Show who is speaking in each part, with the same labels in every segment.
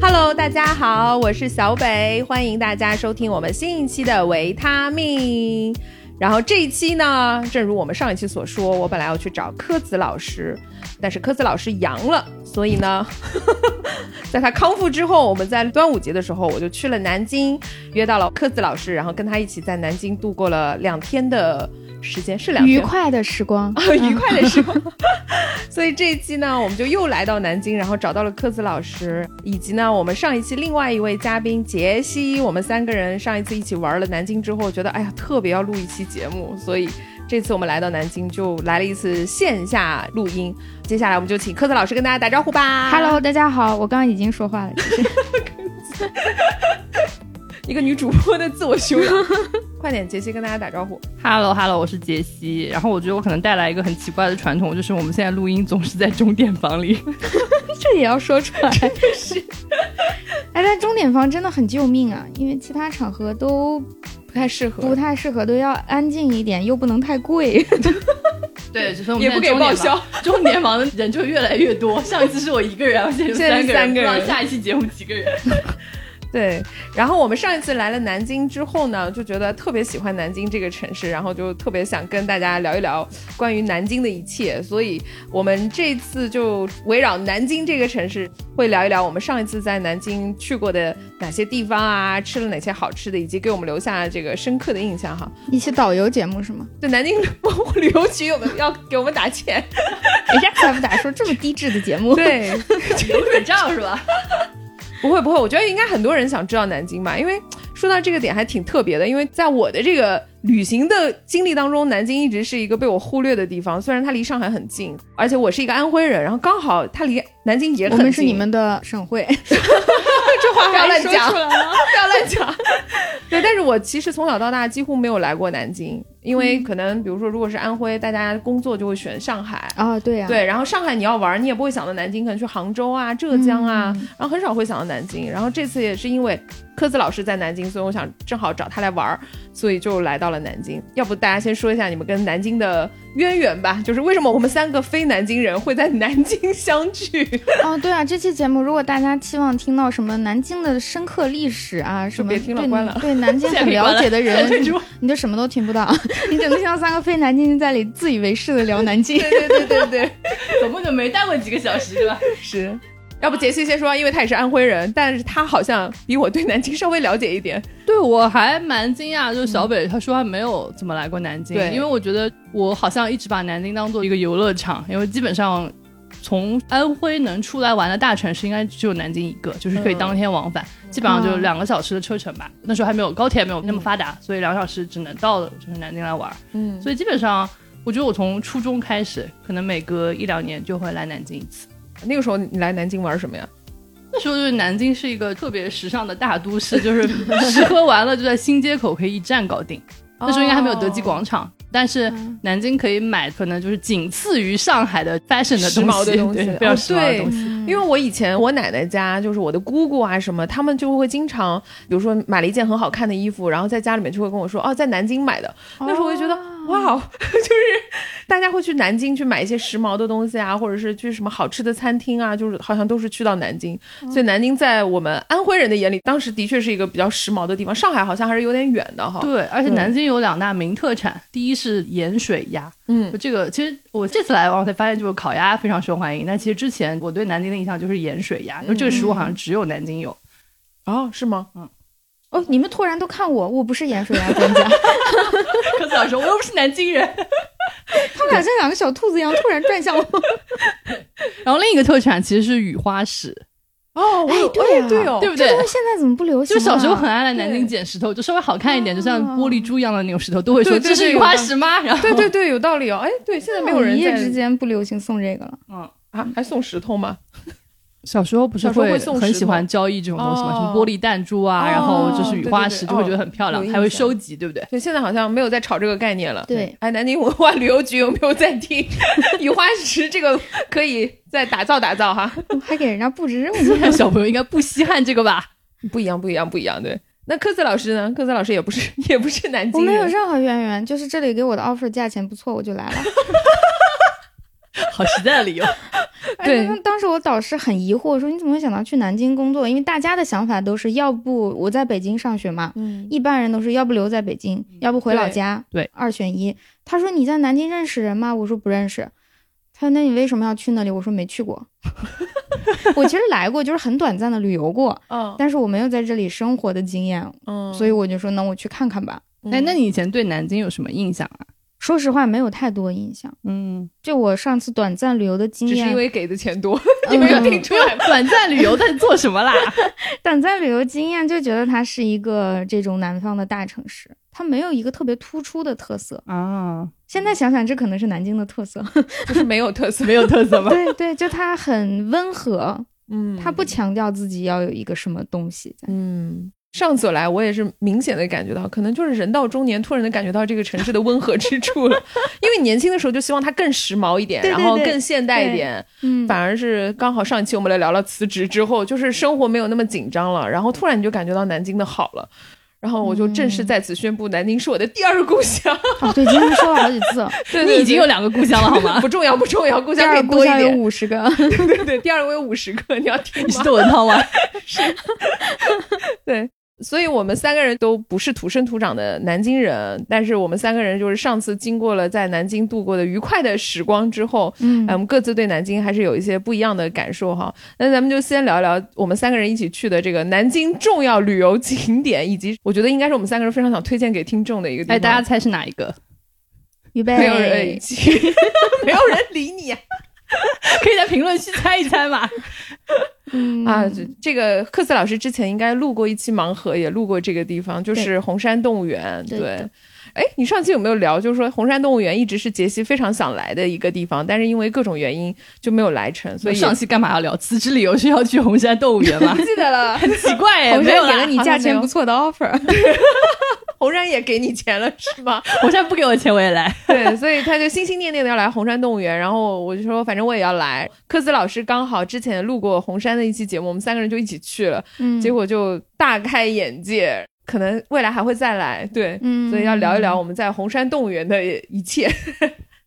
Speaker 1: Hello，大家好，我是小北，欢迎大家收听我们新一期的维他命。然后这一期呢，正如我们上一期所说，我本来要去找柯子老师，但是柯子老师阳了，所以呢， 在他康复之后，我们在端午节的时候，我就去了南京，约到了柯子老师，然后跟他一起在南京度过了两天的时间，是两
Speaker 2: 愉
Speaker 1: 天吗，
Speaker 2: 快的时光
Speaker 1: 愉快的时光。 所以这一期呢，我们就又来到南京，然后找到了柯子老师，以及呢，我们上一期另外一位嘉宾杰西，我们三个人上一次一起玩了南京之后，觉得哎呀特别要录一期节目，所以这次我们来到南京就来了一次线下录音。接下来我们就请柯子老师跟大家打招呼吧。
Speaker 2: Hello，大家好，我刚刚已经说话了， 其实
Speaker 1: 一个女主播的自我修养， 快点，杰西跟大家打招呼。
Speaker 3: Hello Hello，我是杰西。然后我觉得我可能带来一个很奇怪的传统，就是我们现在录音总是在钟点房里。
Speaker 2: 这也要说出来，是。哎，但钟点房真的很救命啊，因为其他场合都
Speaker 1: 不太适合
Speaker 2: 不太适合，都要安静一点，又不能太贵。
Speaker 3: 对，所以我们
Speaker 1: 也不给报销。
Speaker 3: 钟点房的人就越来越多。上一次是我一个人，然后现在有
Speaker 1: 现在
Speaker 3: 三
Speaker 1: 是
Speaker 3: 个
Speaker 1: 三
Speaker 3: 人，
Speaker 1: 个人
Speaker 3: 不知道下一期节目几个人？
Speaker 1: 对，然后我们上一次来了南京之后呢，就觉得特别喜欢南京这个城市，然后就特别想跟大家聊一聊关于南京的一切，所以我们这次就围绕南京这个城市，会聊一聊我们上一次在南京去过的哪些地方啊，吃了哪些好吃的，以及给我们留下这个深刻的印象哈。
Speaker 2: 一期导游节目是吗？
Speaker 1: 对，南京 旅游局有没有 要给我们打钱？
Speaker 2: 人家才不打说这么低质的节目。
Speaker 1: 对，
Speaker 3: 有准照是 吧？
Speaker 1: 不会不会，我觉得应该很多人想知道南京吧，因为说到这个点还挺特别的，因为在我的这个旅行的经历当中，南京一直是一个被我忽略的地方。虽然它离上海很近，而且我是一个安徽人，然后刚好它离南京也
Speaker 2: 我
Speaker 1: 很近。
Speaker 2: 们是你们的 省会，
Speaker 1: 这话不要乱讲，
Speaker 3: 敢
Speaker 1: 不
Speaker 3: 说
Speaker 1: 要乱讲。 对，但是我其实从小到大几乎没有来过南京，因为可能比如说如果是安徽，大家工作就会选上海。
Speaker 2: 啊，对呀、啊，
Speaker 1: 对，然后上海你要玩，你也不会想到南京，可能去杭州啊、浙江啊，然后很少会想到南京。然后这次也是因为科子老师在南京，所以我想正好找他来玩儿，所以就来到了南京。要不大家先说一下你们跟南京的渊源吧，就是为什么我们三个非南京人会在南京相聚？
Speaker 2: 哦，对啊，这期节目如果大家期望听到什么南京的深刻历史啊，什么
Speaker 1: 别听了
Speaker 2: 对
Speaker 1: 关了
Speaker 2: 对南 京
Speaker 3: 现在
Speaker 2: 很
Speaker 3: 可以关
Speaker 2: 了
Speaker 3: 了
Speaker 2: 解的人
Speaker 1: 嗯
Speaker 3: 退出，
Speaker 2: 你就什么都听不到， 你只能听到三个非南京人在里自以为是的聊 南京。
Speaker 1: 对对对对对，
Speaker 3: 总共就没待过几个小时，对吧？
Speaker 1: 是。要不杰西先说，啊因为他也是安徽人，但是他好像比我对南京稍微了解一点。
Speaker 3: 对，我还蛮惊讶，就是小北他说他没有怎么来过南京，
Speaker 1: 嗯对
Speaker 3: 因为我觉得我好像一直把南京当做一个游乐场，因为基本上从安徽能出来玩的大城市应该只有南京一个，就是可以
Speaker 1: 嗯
Speaker 3: 当天往返，基本上就
Speaker 2: 嗯
Speaker 3: 两个小时的车程吧。那时候还没有高铁，没有那么发达，所以两个小时只能到就是南京来玩。
Speaker 1: 嗯，
Speaker 3: 所以基本上，我觉得我从初中开始，可能每隔一两年就会来南京一次。
Speaker 1: 那个时候你来南京玩什么呀？
Speaker 3: 那时候就是南京是一个特别时尚的大都市，就是 吃喝玩乐就在新街口可以一站搞定。那时候应该还没有德基广场，但是
Speaker 2: 嗯
Speaker 3: 南京可以买可能就是仅次于上海的 fashion 的
Speaker 1: 时
Speaker 3: 东
Speaker 1: 髦
Speaker 3: 西，
Speaker 1: 的
Speaker 3: 哦
Speaker 1: 东西
Speaker 3: 对，非常时髦的东西。
Speaker 2: 嗯
Speaker 1: 因为我以前我奶奶家就是我的姑姑啊什么，他们就会经常，比如说买了一件很好看的衣服，然后在家里面就会跟我说，哦，在南京买的。那时候我就觉得，哇，哦 就是大家会去南京去买一些时髦的东西啊，或者是去什么好吃的餐厅啊，就是好像都是去到南京。所以南京在我们安徽人的眼里，当时的确是一个比较时髦的地方。上海好像还是有点远的哈。
Speaker 3: 哦对，而且
Speaker 1: 对
Speaker 3: 南京有两大名特产，第一是盐水鸭，
Speaker 1: 嗯
Speaker 3: 就这个其实我这次来我才发现，就是烤鸭非常受欢迎。但其实之前我对南京的印象就是盐水鸭，因为这个食物好像只有南京 有。
Speaker 1: 哦，是吗？
Speaker 2: 哦，你们突然都看我，我不是盐水鸭专家，
Speaker 3: 柯子老师，我又不是南 京人。
Speaker 2: 他们俩像两个小兔子一样突然转向我。
Speaker 3: 然后另一个特产其实是雨花石，
Speaker 1: 哦，我有
Speaker 2: 对啊
Speaker 1: 哎对哦，
Speaker 3: 对不
Speaker 2: 这
Speaker 3: 对？
Speaker 2: 东西现在怎么不流行啊
Speaker 3: 就
Speaker 2: 了？
Speaker 3: 小时候很爱来南京捡石头，就稍微好看一点，就像玻璃珠一样的那种石头，都会说
Speaker 1: 对对
Speaker 3: 这是雨花石吗？然后
Speaker 1: 对对对，有道理哦。哎，对，现在没有人
Speaker 2: 一夜
Speaker 1: 在
Speaker 2: 之间不流行送这个了。
Speaker 3: 嗯，
Speaker 1: 啊，还送石头吗？
Speaker 3: 小时候不是
Speaker 1: 小时候会送石头
Speaker 3: 很喜欢交易这种东西吗？
Speaker 1: 哦
Speaker 3: 什么玻璃弹珠啊，
Speaker 1: 哦
Speaker 3: 然后就是雨花石，
Speaker 1: 对对对
Speaker 3: 就会觉得很
Speaker 1: 哦
Speaker 3: 漂
Speaker 1: 有
Speaker 3: 亮，
Speaker 1: 印
Speaker 3: 还会
Speaker 1: 象
Speaker 3: 收集，对不对？
Speaker 1: 对，现在好像没有在炒这个概念了。
Speaker 2: 对，
Speaker 1: 哎，南京文化旅游局有没有在听？ 雨花石这个可以再打造打造哈。
Speaker 2: 还给人家布置任务，
Speaker 3: 现在小朋友应该不稀罕这个吧？
Speaker 1: 不一样，不一样，不一样。对，那科子老师呢？科子老师也不是 也不是南
Speaker 2: 我
Speaker 1: 京
Speaker 2: 没有
Speaker 1: 人，
Speaker 2: 任何渊源，就是这里给我的 offer 价钱不错，我就来 了。
Speaker 3: 好实在的理由。
Speaker 1: 对
Speaker 2: 哎当当时我导师很疑惑，说你怎么会想到去南京工作？因为大家的想法都是要不我在北京上学嘛，
Speaker 1: 嗯，
Speaker 2: 一般人都是要不留在北京，要不回老家，
Speaker 3: 对对
Speaker 2: 二选一。他说你在南京认识人吗？我说不认识。他说那你为什么要去那里？我说没去过。 我其实来过，就是很短暂的旅游过，
Speaker 1: 哦，
Speaker 2: 但是我没有在这里生活的经验，
Speaker 1: 嗯，
Speaker 2: 所以我就说那我去看看吧。
Speaker 1: 嗯，
Speaker 3: 哎，那你以前对南京有什么印象啊？
Speaker 2: 说实话，没有太多印象。
Speaker 3: 嗯，
Speaker 2: 就我上次短暂旅游的经
Speaker 1: 只
Speaker 2: 验，
Speaker 1: 是因为给的钱多，
Speaker 2: 嗯
Speaker 1: 你没有听出来 吗？
Speaker 3: 短暂旅游在做什么啦？
Speaker 2: 短暂旅游经验就觉得它是一个这种南方的大城市，它没有一个特别突出的特色。
Speaker 3: 啊，
Speaker 2: 现
Speaker 1: 嗯
Speaker 2: 在想想，这可能是南京的特色。
Speaker 1: 就是没有特色，
Speaker 3: 没有特色 吗？
Speaker 2: 对对，就它很温和，
Speaker 1: 嗯，
Speaker 2: 它不强调自己要有一个什么东西在。
Speaker 1: 嗯，上次来我也是明显的感觉到，可能就是人到中年，突然的感觉到这个城市的温和之处了。 因为年轻的时候就希望它更时髦一点，
Speaker 2: 对对
Speaker 1: 然后
Speaker 2: 对
Speaker 1: 更现代一点。
Speaker 2: 嗯
Speaker 1: 反而是刚好上一期我们来聊了辞职之后，就是生活没有那么紧张了，然后突然你就感觉到南京的好了。然后我就正式在此宣布，南京是我的第二故乡。
Speaker 2: 哦，对，今天说了好几次，
Speaker 1: 对
Speaker 3: 你已经有两个故乡了好 吗？
Speaker 1: 不重要，不重要，故
Speaker 2: 第
Speaker 1: 乡可
Speaker 2: 二
Speaker 1: 以
Speaker 2: 故
Speaker 1: 多一
Speaker 2: 乡有
Speaker 1: 点。
Speaker 2: 五 十个。
Speaker 1: 对对对，第二个有五十个，你要听
Speaker 3: 你
Speaker 1: 吗
Speaker 3: 是？窦文涛吗？
Speaker 1: 对， 所以我们三个人都不是土生土长的南京人，但是我们三个人就是上次经过了在南京度过的愉快的时光之后，
Speaker 2: 嗯
Speaker 1: 哎，我们各自对南京还是有一些不一样的感受哈。那咱们就先聊聊我们三个人一起去的这个南京重要旅游景点，以及我觉得应该是我们三个人非常想推荐给听众的一个地方。
Speaker 3: 哎，大家猜是哪一个？
Speaker 2: 预备，
Speaker 1: 没有人一起， 没有人理你啊！
Speaker 3: 可以在评论区猜一猜嘛。
Speaker 2: 嗯
Speaker 1: 啊这这个克斯老师之前应该录过一期盲盒，也录过这个地方，就是红山动物园。
Speaker 2: 对
Speaker 1: 对
Speaker 2: 的，
Speaker 1: 哎，你上期有没有聊？就是说红山动物园一直是杰西非常想来的一个地方，但是因为各种原因就没有来成，所以？
Speaker 3: 上期干嘛要聊辞职理由是要去红山动物 园吗
Speaker 1: 记得了，
Speaker 3: 奇怪哎，
Speaker 2: 红
Speaker 3: 没有
Speaker 2: 山给
Speaker 3: 啦
Speaker 2: 了你
Speaker 1: 好像
Speaker 2: 价
Speaker 1: 没
Speaker 2: 钱
Speaker 1: 有
Speaker 2: 不错的 offer，
Speaker 1: 红山也给你钱了是吗？
Speaker 3: 红山不给我钱我也来。
Speaker 1: 对，所以他就心心念念的要来红山动物园，然后我就说反正我也要来。科斯老师刚好之前录过红山的一期节目，我们三个人就一起去了，
Speaker 2: 嗯
Speaker 1: 结果就大开眼界，可能未来还会再来。对，
Speaker 2: 嗯，
Speaker 1: 所以要聊一聊我们在红山动物园的一切。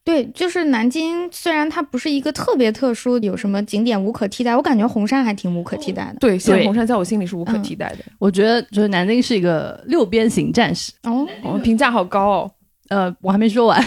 Speaker 2: 对，就是南京，虽然它不是一个特别特殊，有什么景点无可替代，我感觉红山还挺无可替代的。
Speaker 1: 对，现在
Speaker 3: 对
Speaker 1: 红山在我心里是无可替代的。
Speaker 3: 我觉得就是南京是一个六边形战士。
Speaker 2: 哦，
Speaker 1: 哦，评价好高哦。
Speaker 3: 呃，我还没说 完。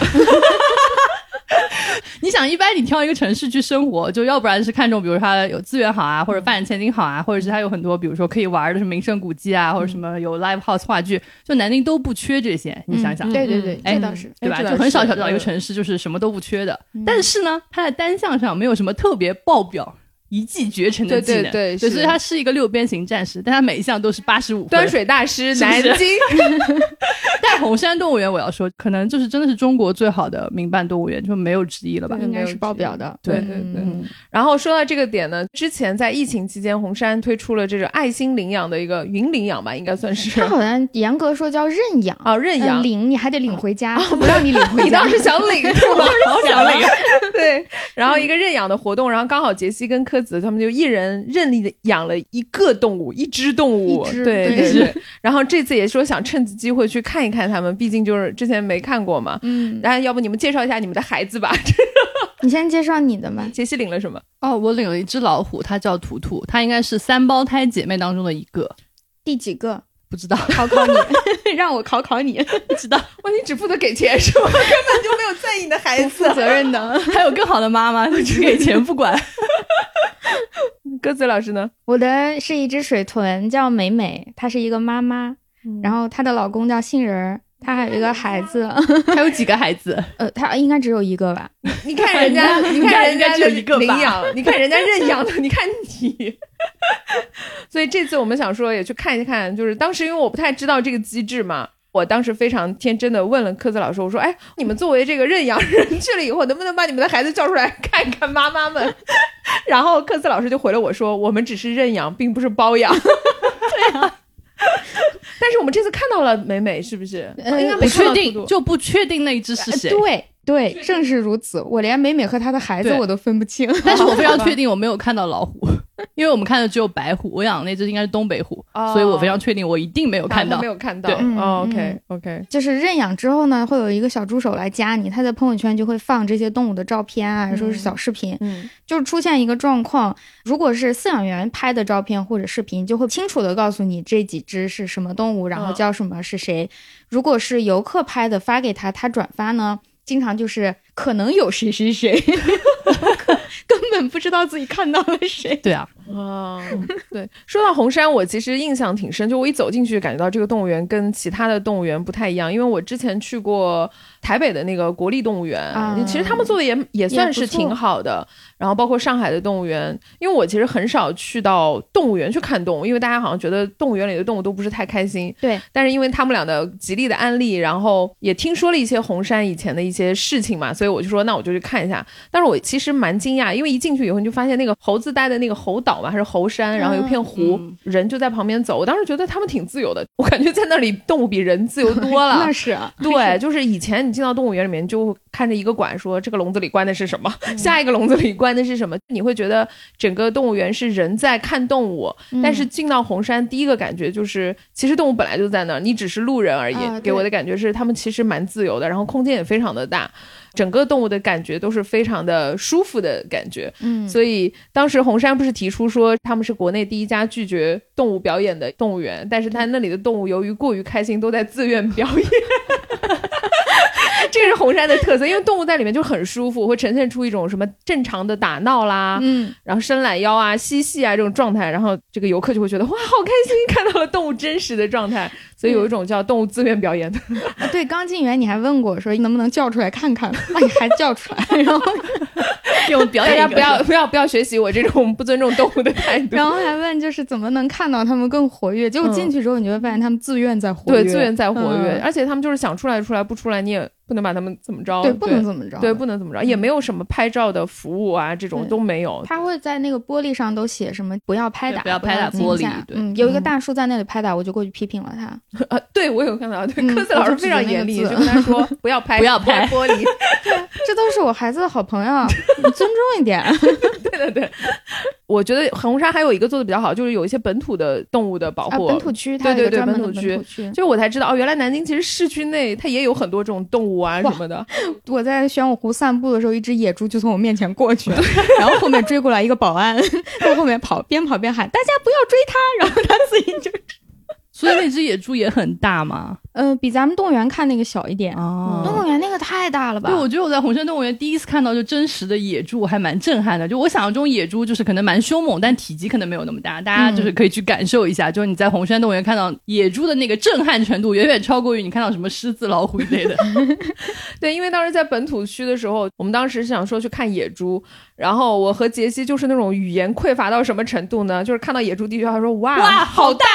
Speaker 3: 你想，一般你挑一个城市去生活，就要不然是看重，比如它有资源好啊，或者发展前景好
Speaker 1: 嗯
Speaker 3: 啊，或者是它有很多，比如说可以玩的是名胜古迹啊，或者什么有 live house 话剧，就南京都不缺这些。你想想，
Speaker 1: 嗯
Speaker 2: 对对对，
Speaker 3: 哎
Speaker 2: 这倒是。
Speaker 3: 对吧？
Speaker 1: 哎这
Speaker 3: 就
Speaker 1: 倒
Speaker 3: 很少
Speaker 1: 是
Speaker 3: 找到一个
Speaker 1: 嗯
Speaker 3: 城市就是什么都不缺的。
Speaker 2: 嗯
Speaker 3: 但是呢，它在单项上没有什么特别爆表、一骑绝尘
Speaker 1: 对
Speaker 3: 的技
Speaker 1: 对
Speaker 3: 能，
Speaker 1: 对是
Speaker 3: 所以它是一个六边形战士，但它每一项都是八十五分
Speaker 1: 端。水大师，
Speaker 3: 是不
Speaker 1: 南
Speaker 3: 是
Speaker 1: 京。
Speaker 3: 但红山动物园，我要说，可能就是真的是中国最好的民办动物园，就没有之一了吧
Speaker 1: 对？
Speaker 2: 应该是报表的，
Speaker 1: 对
Speaker 2: 嗯
Speaker 1: 对对
Speaker 2: 嗯
Speaker 1: 然后说到这个点呢，之前在疫情期间，红山推出了这种爱心领养的一个云领养吧，应该算 是
Speaker 2: 它好像严格说叫认养，
Speaker 1: 哦，认
Speaker 2: 嗯
Speaker 1: 养。哦
Speaker 2: 领你还得领回家，不让你领 回
Speaker 1: 你
Speaker 2: 家
Speaker 1: 当。时想领是 吗？
Speaker 3: 好想领，
Speaker 1: 对，然后一个认养的活动，然后刚好杰西跟柯子他们就一人认养了一个动物，一只动物，
Speaker 2: 一只
Speaker 1: 对
Speaker 2: 对
Speaker 1: 对对。然后这次也说想趁此机会去看一看他们，毕竟就是之前没看过嘛。
Speaker 2: 嗯，
Speaker 1: 然后要不你们介绍一下你们的孩子吧？
Speaker 2: 你先介绍你的吧。
Speaker 1: 杰西领了什么？
Speaker 3: 哦，我领了一只老虎，它叫图图，它应该是三胞胎姐妹当中的一个，
Speaker 2: 第几个？
Speaker 3: 不知 道，
Speaker 2: 考考你， 让我考考你，
Speaker 3: 不知道，
Speaker 1: 哇，你只负责给钱是吗？ 根本就没有在意你的孩
Speaker 2: 不负
Speaker 1: 子。
Speaker 2: 责 任的。
Speaker 3: 还有更好的妈妈，只给钱不管。
Speaker 1: 鸽子老师呢？
Speaker 2: 我的是一只水豚，叫美美，她是一个妈妈，
Speaker 3: 嗯
Speaker 2: 然后她的老公叫杏仁儿，她还有一个孩子，
Speaker 3: 还有几个孩 子？
Speaker 2: 呃，她应该只有一个吧。
Speaker 1: 你看人 家，你看人家
Speaker 3: 应该只
Speaker 1: 的
Speaker 3: 有一个吧
Speaker 1: 领 养，你看人家认养的，你看你。所以这次我们想说也去看一看，就是当时因为我不太知道这个机制嘛，我当时非常天真的问了科子老师，我说：“哎，你们作为这个认养人 去了以后，能不能把你们的孩子叫出来看一看妈妈们？” 然后科子老师就回了我说：“我们只是认养，并不是包养。” 对啊。 但是我们这次看到了美美，是不是？
Speaker 2: 呃
Speaker 1: 应该
Speaker 3: 不
Speaker 1: 没看
Speaker 3: 确
Speaker 1: 到图
Speaker 3: 定，
Speaker 1: 图。
Speaker 3: 就不确定那一只是谁。
Speaker 2: 对对，正是如此。我连美美和她的孩子
Speaker 3: 对
Speaker 2: 我都分不清。
Speaker 3: 但是我非常确定，我没有看到老虎。 因为我们看的只有白虎，我养的那只应该是东北虎，
Speaker 1: 哦
Speaker 3: 所以我非常确定我一定没有
Speaker 1: 我
Speaker 3: 看到
Speaker 1: 啊没。有看到。
Speaker 3: 对
Speaker 2: 嗯
Speaker 1: 哦
Speaker 2: 嗯
Speaker 1: OK OK，
Speaker 2: 就是认养之后呢，会有一个小助手来加你，他在朋友圈就会放这些动物的照片啊，说是小视频。
Speaker 1: 嗯
Speaker 2: 就是出现一个状况，如果是饲养员拍的照片或者视频，就会清楚的告诉你这几只是什么动物，然
Speaker 1: 嗯
Speaker 2: 后叫什么是谁。如果是游客拍的发给他，他转发呢，经常就是可能有谁谁谁，游客根本不知道自己看到了 谁。
Speaker 3: 对啊，
Speaker 1: 哦，对，说到红山，我其实印象挺深，就我一走进去，感觉到这个动物园跟其他的动物园不太一样，因为我之前去过台北的那个国立动物园，
Speaker 2: 啊
Speaker 1: 其实他们做的也也算是
Speaker 2: 也不错
Speaker 1: 挺好的。然后包括上海的动物园，因为我其实很少去到动物园去看动物，因为大家好像觉得动物园里的动物都不是太开心。
Speaker 2: 对，
Speaker 1: 但是因为他们俩的极力的案例，然后也听说了一些红山以前的一些事情嘛，所以我就说那我就去看一下。但是我其实蛮惊讶，因为一进去以后你就发现那个猴子待的那个猴岛啊嘛，还是猴山，然后有一片湖，
Speaker 3: 嗯
Speaker 1: 人就在旁边走。我当时觉得他们挺自由的，我感觉在那里动物比人自由多了
Speaker 2: 那。是啊，
Speaker 1: 对，就是以前你进到动物园里面，就看着一个馆说这个笼子里关的是什么，下一个笼子里关的是什么，你会觉得整个动物园是人在看动物，
Speaker 2: 嗯
Speaker 1: 但是进到红山，第一个感觉就是，其实动物本来就在那儿，你只是路人而已。
Speaker 2: 啊对
Speaker 1: 给我的感觉是，他们其实蛮自由的，然后空间也非常的大，整个动物的感觉都是非常的舒服的感觉。
Speaker 2: 嗯，
Speaker 1: 所以当时红山不是提出说他们是国内第一家拒绝动物表演的动物园，但是
Speaker 2: 嗯
Speaker 1: 他那里的动物由于过于开心，都在自愿表演。 这个是红山的特色，因为动物在里面就很舒服，会呈现出一种什么正常的打闹啦，
Speaker 2: 嗯，
Speaker 1: 然后伸懒腰啊、嬉戏啊这种状态，然后这个游客就会觉得哇，好开心， 看到了动物真实的状态，所以
Speaker 2: 嗯
Speaker 1: 有一种叫动物自愿表演的。
Speaker 2: 啊对，刚进园你还问过我说能不能叫出来看看， 那你还叫出来，然后
Speaker 3: 给我们表
Speaker 2: 哎
Speaker 1: 大
Speaker 3: 演
Speaker 1: 家
Speaker 3: 一
Speaker 1: 不要
Speaker 3: 个
Speaker 1: 不要不要学习我这种不尊重动物的态度
Speaker 2: 然。后还问就是怎么能看到他们更活跃？结果
Speaker 1: 嗯
Speaker 2: 进去之后，你就会发现他们自愿在活跃，
Speaker 1: 对，自愿在活跃，
Speaker 2: 嗯
Speaker 1: 而且他们就是想出来出来，不出来你也不能把他们怎么着，
Speaker 2: 对，不能怎么着，嗯
Speaker 1: 对，不能怎么着，也没有什么拍照的服务啊，这种
Speaker 2: 对
Speaker 1: 都没有。
Speaker 2: 他会在那个玻璃上都写什么不要拍打，
Speaker 3: 对不要拍打
Speaker 2: 不要
Speaker 3: 玻璃
Speaker 2: 惊吓
Speaker 3: 对
Speaker 2: 嗯，有一个大叔在那里拍打，我就过去批评了他。
Speaker 1: 呃，对我有看到，对
Speaker 2: 嗯
Speaker 1: 科斯老
Speaker 2: 我
Speaker 1: 师
Speaker 2: 就指
Speaker 1: 非
Speaker 2: 着
Speaker 1: 常
Speaker 2: 那个
Speaker 1: 严厉，
Speaker 2: 字
Speaker 1: 就跟他 说不要拍，
Speaker 3: 不要拍
Speaker 1: 玻璃。
Speaker 2: 这都是我孩子的好朋 友，你尊重一点。
Speaker 1: 对对对， 我觉得红山还有一个做的比较好，就是有一些本土的动物的保
Speaker 2: 啊，
Speaker 1: 护。
Speaker 2: 本土区它有一
Speaker 1: 对对
Speaker 2: 个
Speaker 1: 对
Speaker 2: 专门的
Speaker 1: 本土
Speaker 2: 本
Speaker 1: 区
Speaker 2: 土区。
Speaker 1: 就我才知道哦，原来南京其实市区内它也有很多这种动物啊
Speaker 2: 哇
Speaker 1: 什么的。
Speaker 2: 我在玄武湖散步的时候，一只野猪就从我面前过去了，然后后面追过来一个保安，在后面跑，边跑边喊大家不要追它，然后它自己就。
Speaker 3: 所以那只野猪也很大嘛。
Speaker 2: 呃，比咱们动物园看那个小一点，啊
Speaker 3: 哦
Speaker 2: 动物园那个太大了吧？
Speaker 3: 对，我觉得我在红山动物园第一次看到就真实的野猪，我还蛮震撼的。就我想象中野猪就是可能蛮凶猛，但体积可能没有那么大。大家就是可以去感受一下，就是你在红山动物园看到野猪的那个震撼程度，远远超过于你看到什么狮子、老虎一类 的。
Speaker 1: 对，因为当时在本土区的时候，我们当时是想说去看野猪，然后我和杰西就是那种语言匮乏到什么程度呢？就是看到野猪第一句话说哇，
Speaker 3: 哇，好 大！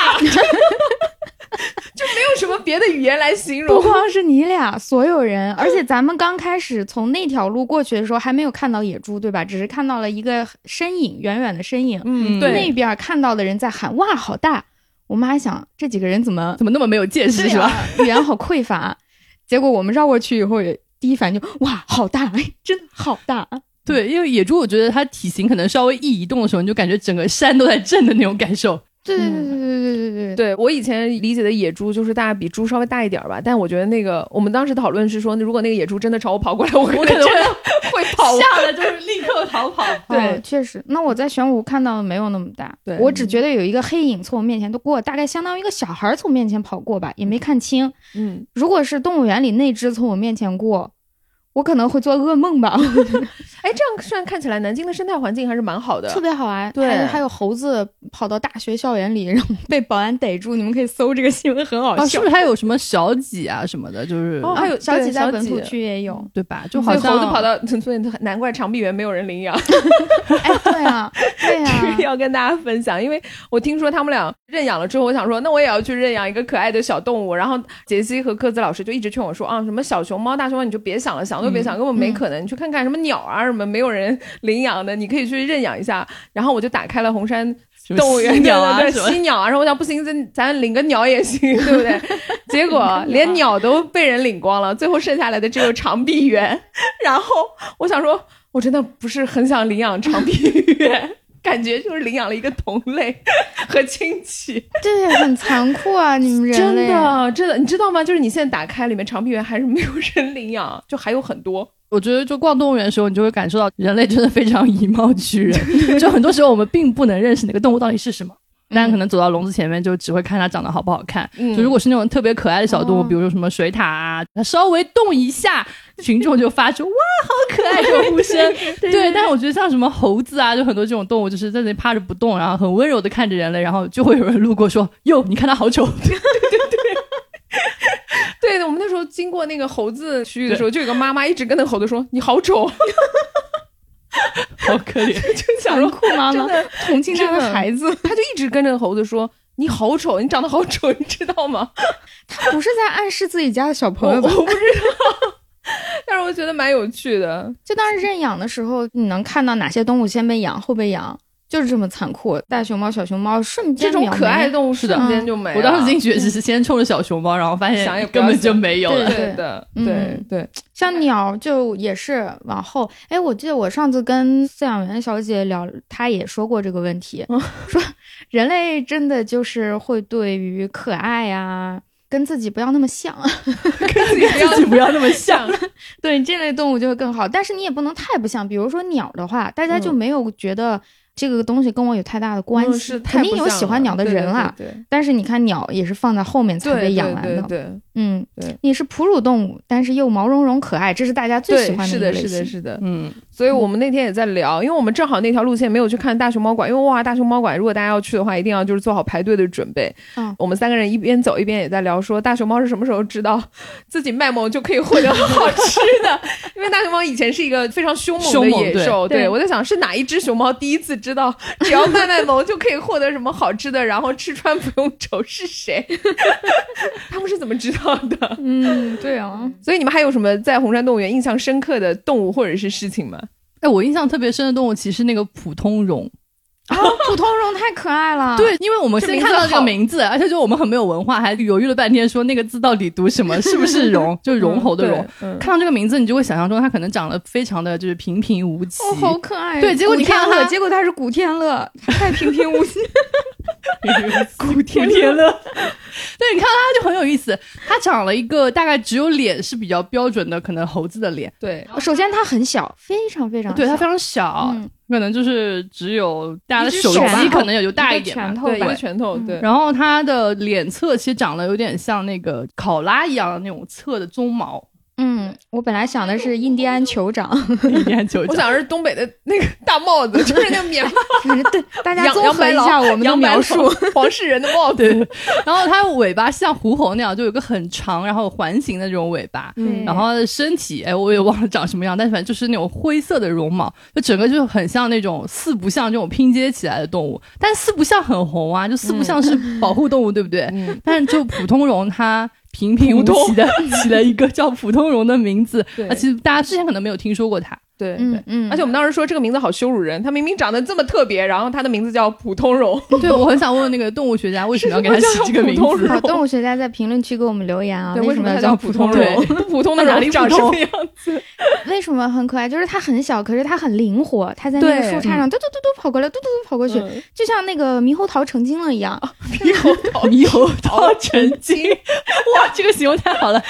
Speaker 1: 没有什么别的语言来形
Speaker 2: 不
Speaker 1: 容。
Speaker 2: 光是你俩，所有人，而 且咱们刚开始从那条路过去的时候，还没有看到野猪，对吧？只是看到了一个身影，远远的身影。
Speaker 1: 嗯，
Speaker 2: 那
Speaker 1: 对，
Speaker 2: 边看到的人在喊“哇，好大”，我们还想这几个人怎么
Speaker 3: 怎么那么没有见识是
Speaker 1: 啊
Speaker 3: 吧？
Speaker 2: 语言好匮乏。 结果我们绕过去以后，也第一反应就“哇，好大， 哎，真的好大
Speaker 3: 对，因为野猪我觉得它体型可能稍微一移动的时候，你就感觉整个山都在震的那种感受。”！
Speaker 2: 对对对对对对对对。
Speaker 1: 对我以前理解的野猪就是大家比猪稍微大一点儿吧，但我觉得那个我们当时讨论是说，如果那个野猪真的朝我跑过来，我可能
Speaker 3: 可能
Speaker 1: 真的会跑。
Speaker 3: 吓得啊就是立刻逃 跑。
Speaker 1: 对
Speaker 2: 哦确实。那我在玄武看到的没有那么大
Speaker 1: 对，
Speaker 2: 我只觉得有一个黑影从我面前都过，大概相当于一个小孩儿从面前跑过吧，也没看清。
Speaker 1: 嗯，
Speaker 2: 如果是动物园里那只从我面前过，我可能会做噩梦吧。
Speaker 1: 哎，这样算看起来南京的生态环境还是蛮好的。
Speaker 2: 特别好玩，
Speaker 1: 对
Speaker 2: 还有还有猴子跑到大学校园里，然后被保安逮住。你们可以搜这个新闻，很好
Speaker 3: 哦，是
Speaker 2: 笑。
Speaker 3: 不是还有什么小几啊什么的？就是、，
Speaker 1: 哦还有
Speaker 2: 小
Speaker 1: 对
Speaker 2: 几
Speaker 1: 小
Speaker 2: 在本
Speaker 1: 几
Speaker 2: 土区也有
Speaker 3: 对吧？就
Speaker 1: 所
Speaker 3: 好
Speaker 1: 以
Speaker 3: 像
Speaker 1: 猴子跑到， 所以难怪长臂猿没有人领养。
Speaker 2: 哎，对啊， 对
Speaker 1: 这
Speaker 2: 啊
Speaker 1: 个，要跟大家分享，因为我听说他们俩认养了之后，我想说，那我也要去认养一个可爱的小动物。然后杰西和科子老师就一直劝我说啊，什么小熊猫、大熊猫，你就别想了，想都别想，根本没可能。你去看看什么鸟啊，什么没有人领养的，你可以去认养一下。然后我就打开了红山
Speaker 3: 什么
Speaker 1: 动物园
Speaker 3: 犀鸟啊
Speaker 1: 对对
Speaker 3: 什
Speaker 1: 对
Speaker 3: 么
Speaker 1: 犀鸟啊，然后我想不行，咱咱领个鸟也行，对 不对？结果连鸟都被人领光了，最后剩下来的只有长臂 猿。然后我想说，我真的不是很想领养长臂猿。感觉就是领养了一个同类 和亲戚，
Speaker 2: 对，很残酷啊！你们人
Speaker 1: 真
Speaker 2: 类
Speaker 1: 的真的，你知道吗？就是你现在打开里面长臂猿还是没有人领养，就还有很多。
Speaker 3: 我觉得，就逛动物园的时候，你就会感受到人类真的非常以貌取人。就很多时候，我们并不能认识哪个动物到底是什么，但可能走到笼子前面，就只会看它长得好不好看。
Speaker 1: 嗯
Speaker 3: 就如果是那种特别可爱的小动物，
Speaker 2: 哦
Speaker 3: 比如说什么水獭啊，它稍微动一下，群众就发出哇，好可爱的呼声。 对，但是我觉得像什么猴子啊，就很多这种动物，就是在那里趴着不动，然后很温柔的看着人类，然后就会有人路过说：“哟，你看它好丑。
Speaker 1: 对的，我们那时候经过那个猴子区域的时候，就有个妈妈一直跟那个猴子说：“你好丑。”
Speaker 3: 好可怜。
Speaker 1: 就想
Speaker 2: 残
Speaker 1: 说，
Speaker 2: 酷妈妈同情他
Speaker 1: 真
Speaker 2: 的
Speaker 1: 的
Speaker 2: 孩子，
Speaker 1: 他就一直跟着猴子说：“你好丑，你长得好丑，你知道吗
Speaker 2: 他不是在暗示自己家的小？”
Speaker 1: 我
Speaker 2: 朋
Speaker 1: 我
Speaker 2: 友吧？
Speaker 1: 不知道，但是我觉得蛮有趣的。
Speaker 2: 就当时认养的时候，你能看到哪些动物先被养，后被养，就是这么残酷。大熊猫、小熊猫瞬间
Speaker 1: 这种
Speaker 2: 秒
Speaker 1: 可爱
Speaker 2: 没
Speaker 1: 的动物瞬
Speaker 2: 的
Speaker 1: 间就没了。
Speaker 3: 我当时进去也只是先冲着小熊猫，然后发现
Speaker 1: 想也不要
Speaker 3: 根本就
Speaker 1: 想
Speaker 3: 没有
Speaker 2: 对
Speaker 3: 了。
Speaker 1: 对的，
Speaker 2: 嗯
Speaker 1: 对 对，
Speaker 2: 像鸟就也是往后，哎，我记得我上次跟饲养员小姐聊，她也说过这个问题，
Speaker 1: 嗯
Speaker 2: 说人类真的就是会对于可爱呀、跟自己不要那么像，啊
Speaker 1: 跟自己不要
Speaker 3: 自己不要那么像，
Speaker 2: 对这类动物就会更好，但是你也不能太不像。比如说鸟的话，大家就
Speaker 1: 嗯
Speaker 2: 没有觉得这个东西跟我有太大的关
Speaker 1: 嗯
Speaker 2: 系，
Speaker 1: 是太
Speaker 2: 肯定
Speaker 1: 不
Speaker 2: 有
Speaker 1: 像
Speaker 2: 喜欢
Speaker 1: 了
Speaker 2: 鸟的人啦。，
Speaker 1: 对对
Speaker 2: 但是你看鸟也是放在后面才
Speaker 1: 对
Speaker 2: 被
Speaker 1: 对
Speaker 2: 养来的，
Speaker 1: 对对对
Speaker 2: 嗯
Speaker 1: 对，
Speaker 2: 你是哺乳动物，但是又毛茸茸可爱，这是大家最喜
Speaker 1: 对，
Speaker 2: 欢
Speaker 1: 是
Speaker 2: 一个
Speaker 1: 的，
Speaker 2: 类
Speaker 1: 是
Speaker 2: 型。
Speaker 1: 的，是的。
Speaker 3: 嗯，
Speaker 1: 所以我们那天也在聊，因为我们正好那条路线没有去看大熊猫馆，因为哇，大熊猫馆如果大家要去的话，一定要就是做好排队的准备。
Speaker 2: 嗯
Speaker 1: 我们三个人一边走一边也在聊说，大熊猫是什么时候知道自己卖萌就可以获得好吃的？因为大熊猫以前是一个非常凶猛的
Speaker 3: 凶猛
Speaker 1: 野兽，
Speaker 2: 对对
Speaker 1: 我在想是哪一只熊猫第一次知道只要卖卖萌就可以获得什么好吃的，然后吃穿不用愁是谁？他们是怎么知道的？
Speaker 2: 嗯，对啊，
Speaker 1: 所以你们还有什么在红山动物园印象深刻的动物或者是事情吗？
Speaker 3: 哎，我印象特别深的动物其实是那个普通蝾，
Speaker 2: 啊，普通蝾太可爱了。
Speaker 3: 对，，因为我们
Speaker 1: 这
Speaker 3: 先
Speaker 1: 名
Speaker 3: 看
Speaker 1: 字
Speaker 3: 到这个
Speaker 1: 好
Speaker 3: 名字，而且就我们很没有文化，还犹豫了半天说那个字到底读什么，是不是蝾，就是
Speaker 1: 绒
Speaker 3: 绒猴的蝾。，
Speaker 1: 嗯
Speaker 3: 看到这个名字，你就会想象中它可能长得非常的就是平平无奇，
Speaker 2: 哦，好可爱。
Speaker 3: 对结果你看
Speaker 2: 古天乐
Speaker 3: 它
Speaker 2: 结果他是古天乐，太平平无奇。
Speaker 3: 古天天乐。对，你看它就很有意思，它长了一个大概只有脸是比较标准的，可能猴子的脸，
Speaker 1: 对，
Speaker 2: 首先他很小，非常非常
Speaker 3: 对，它
Speaker 2: 啊小
Speaker 3: 非常小，
Speaker 2: 嗯
Speaker 3: 可能就是只有大家的
Speaker 2: 一只
Speaker 3: 手
Speaker 2: 手吧
Speaker 3: 机可能也就大一
Speaker 2: 个
Speaker 3: 点吧
Speaker 2: 拳。头
Speaker 1: 对，一
Speaker 2: 吧
Speaker 1: 个。拳头，
Speaker 2: 嗯
Speaker 1: 对，
Speaker 3: 然后它的脸侧其实长得有点像那个考拉一样的那种侧的鬃毛，
Speaker 2: 嗯，我本来想的是印第安酋长，
Speaker 3: 一点九
Speaker 1: 我想是东北的那个大帽子，就是那个棉花
Speaker 2: 反正对大家
Speaker 1: 羊
Speaker 2: 综
Speaker 1: 羊
Speaker 2: 合
Speaker 1: 白
Speaker 2: 一
Speaker 1: 劳
Speaker 2: 下我们的
Speaker 1: 羊白
Speaker 2: 描
Speaker 1: 劳
Speaker 2: 述，
Speaker 1: 黄世仁的帽子，
Speaker 3: 对，然后它尾巴像狐猴那样，就有一个很长然后环形的这种尾巴。
Speaker 2: 嗯
Speaker 3: 然后它的身体，哎，我也忘了长什么样，但反正就是那种灰色的绒毛，就整个就很像那种四不像这种拼接起来的动物。但四不像很红啊，就四不像是 保护动物，对不对？
Speaker 1: 嗯，
Speaker 3: 但是就普通绒它平平无
Speaker 1: 普通
Speaker 3: 奇的 起了一个叫普通绒的名字，
Speaker 1: 对
Speaker 3: 啊，其实大家之前可能没有听说 过它。
Speaker 1: 对
Speaker 2: 嗯
Speaker 1: 对。
Speaker 2: 嗯，
Speaker 1: 而且我们当时说这个名字好羞辱人，它明明长得这么特别，然后它的名字叫普通蝾，
Speaker 3: 对，我很想问问那个动物学家为什么要给它起这个名
Speaker 1: 是什么叫普通
Speaker 3: 字
Speaker 1: 绒？
Speaker 2: 好，动物学家在评论区给我们留言啊，
Speaker 1: 对，为
Speaker 2: 什
Speaker 1: 什么
Speaker 2: 么要
Speaker 1: 它
Speaker 2: 叫
Speaker 1: 叫普通
Speaker 3: 对
Speaker 1: 蝾？普通的
Speaker 3: 哪
Speaker 1: 蝾
Speaker 3: 里
Speaker 1: 长
Speaker 3: 普
Speaker 1: 什
Speaker 3: 通
Speaker 1: 么样子？
Speaker 2: 为什么很可爱？就是它很小，可是它很灵活，它在那个
Speaker 1: 对
Speaker 2: 树杈上嘟嘟嘟嘟跑过来，嘟嘟嘟跑过去，
Speaker 1: 嗯
Speaker 2: 就像那个猕猴桃成精了一样。
Speaker 1: 猕猴 桃，
Speaker 3: 猕猴桃成 精，哇，这个形容太好了。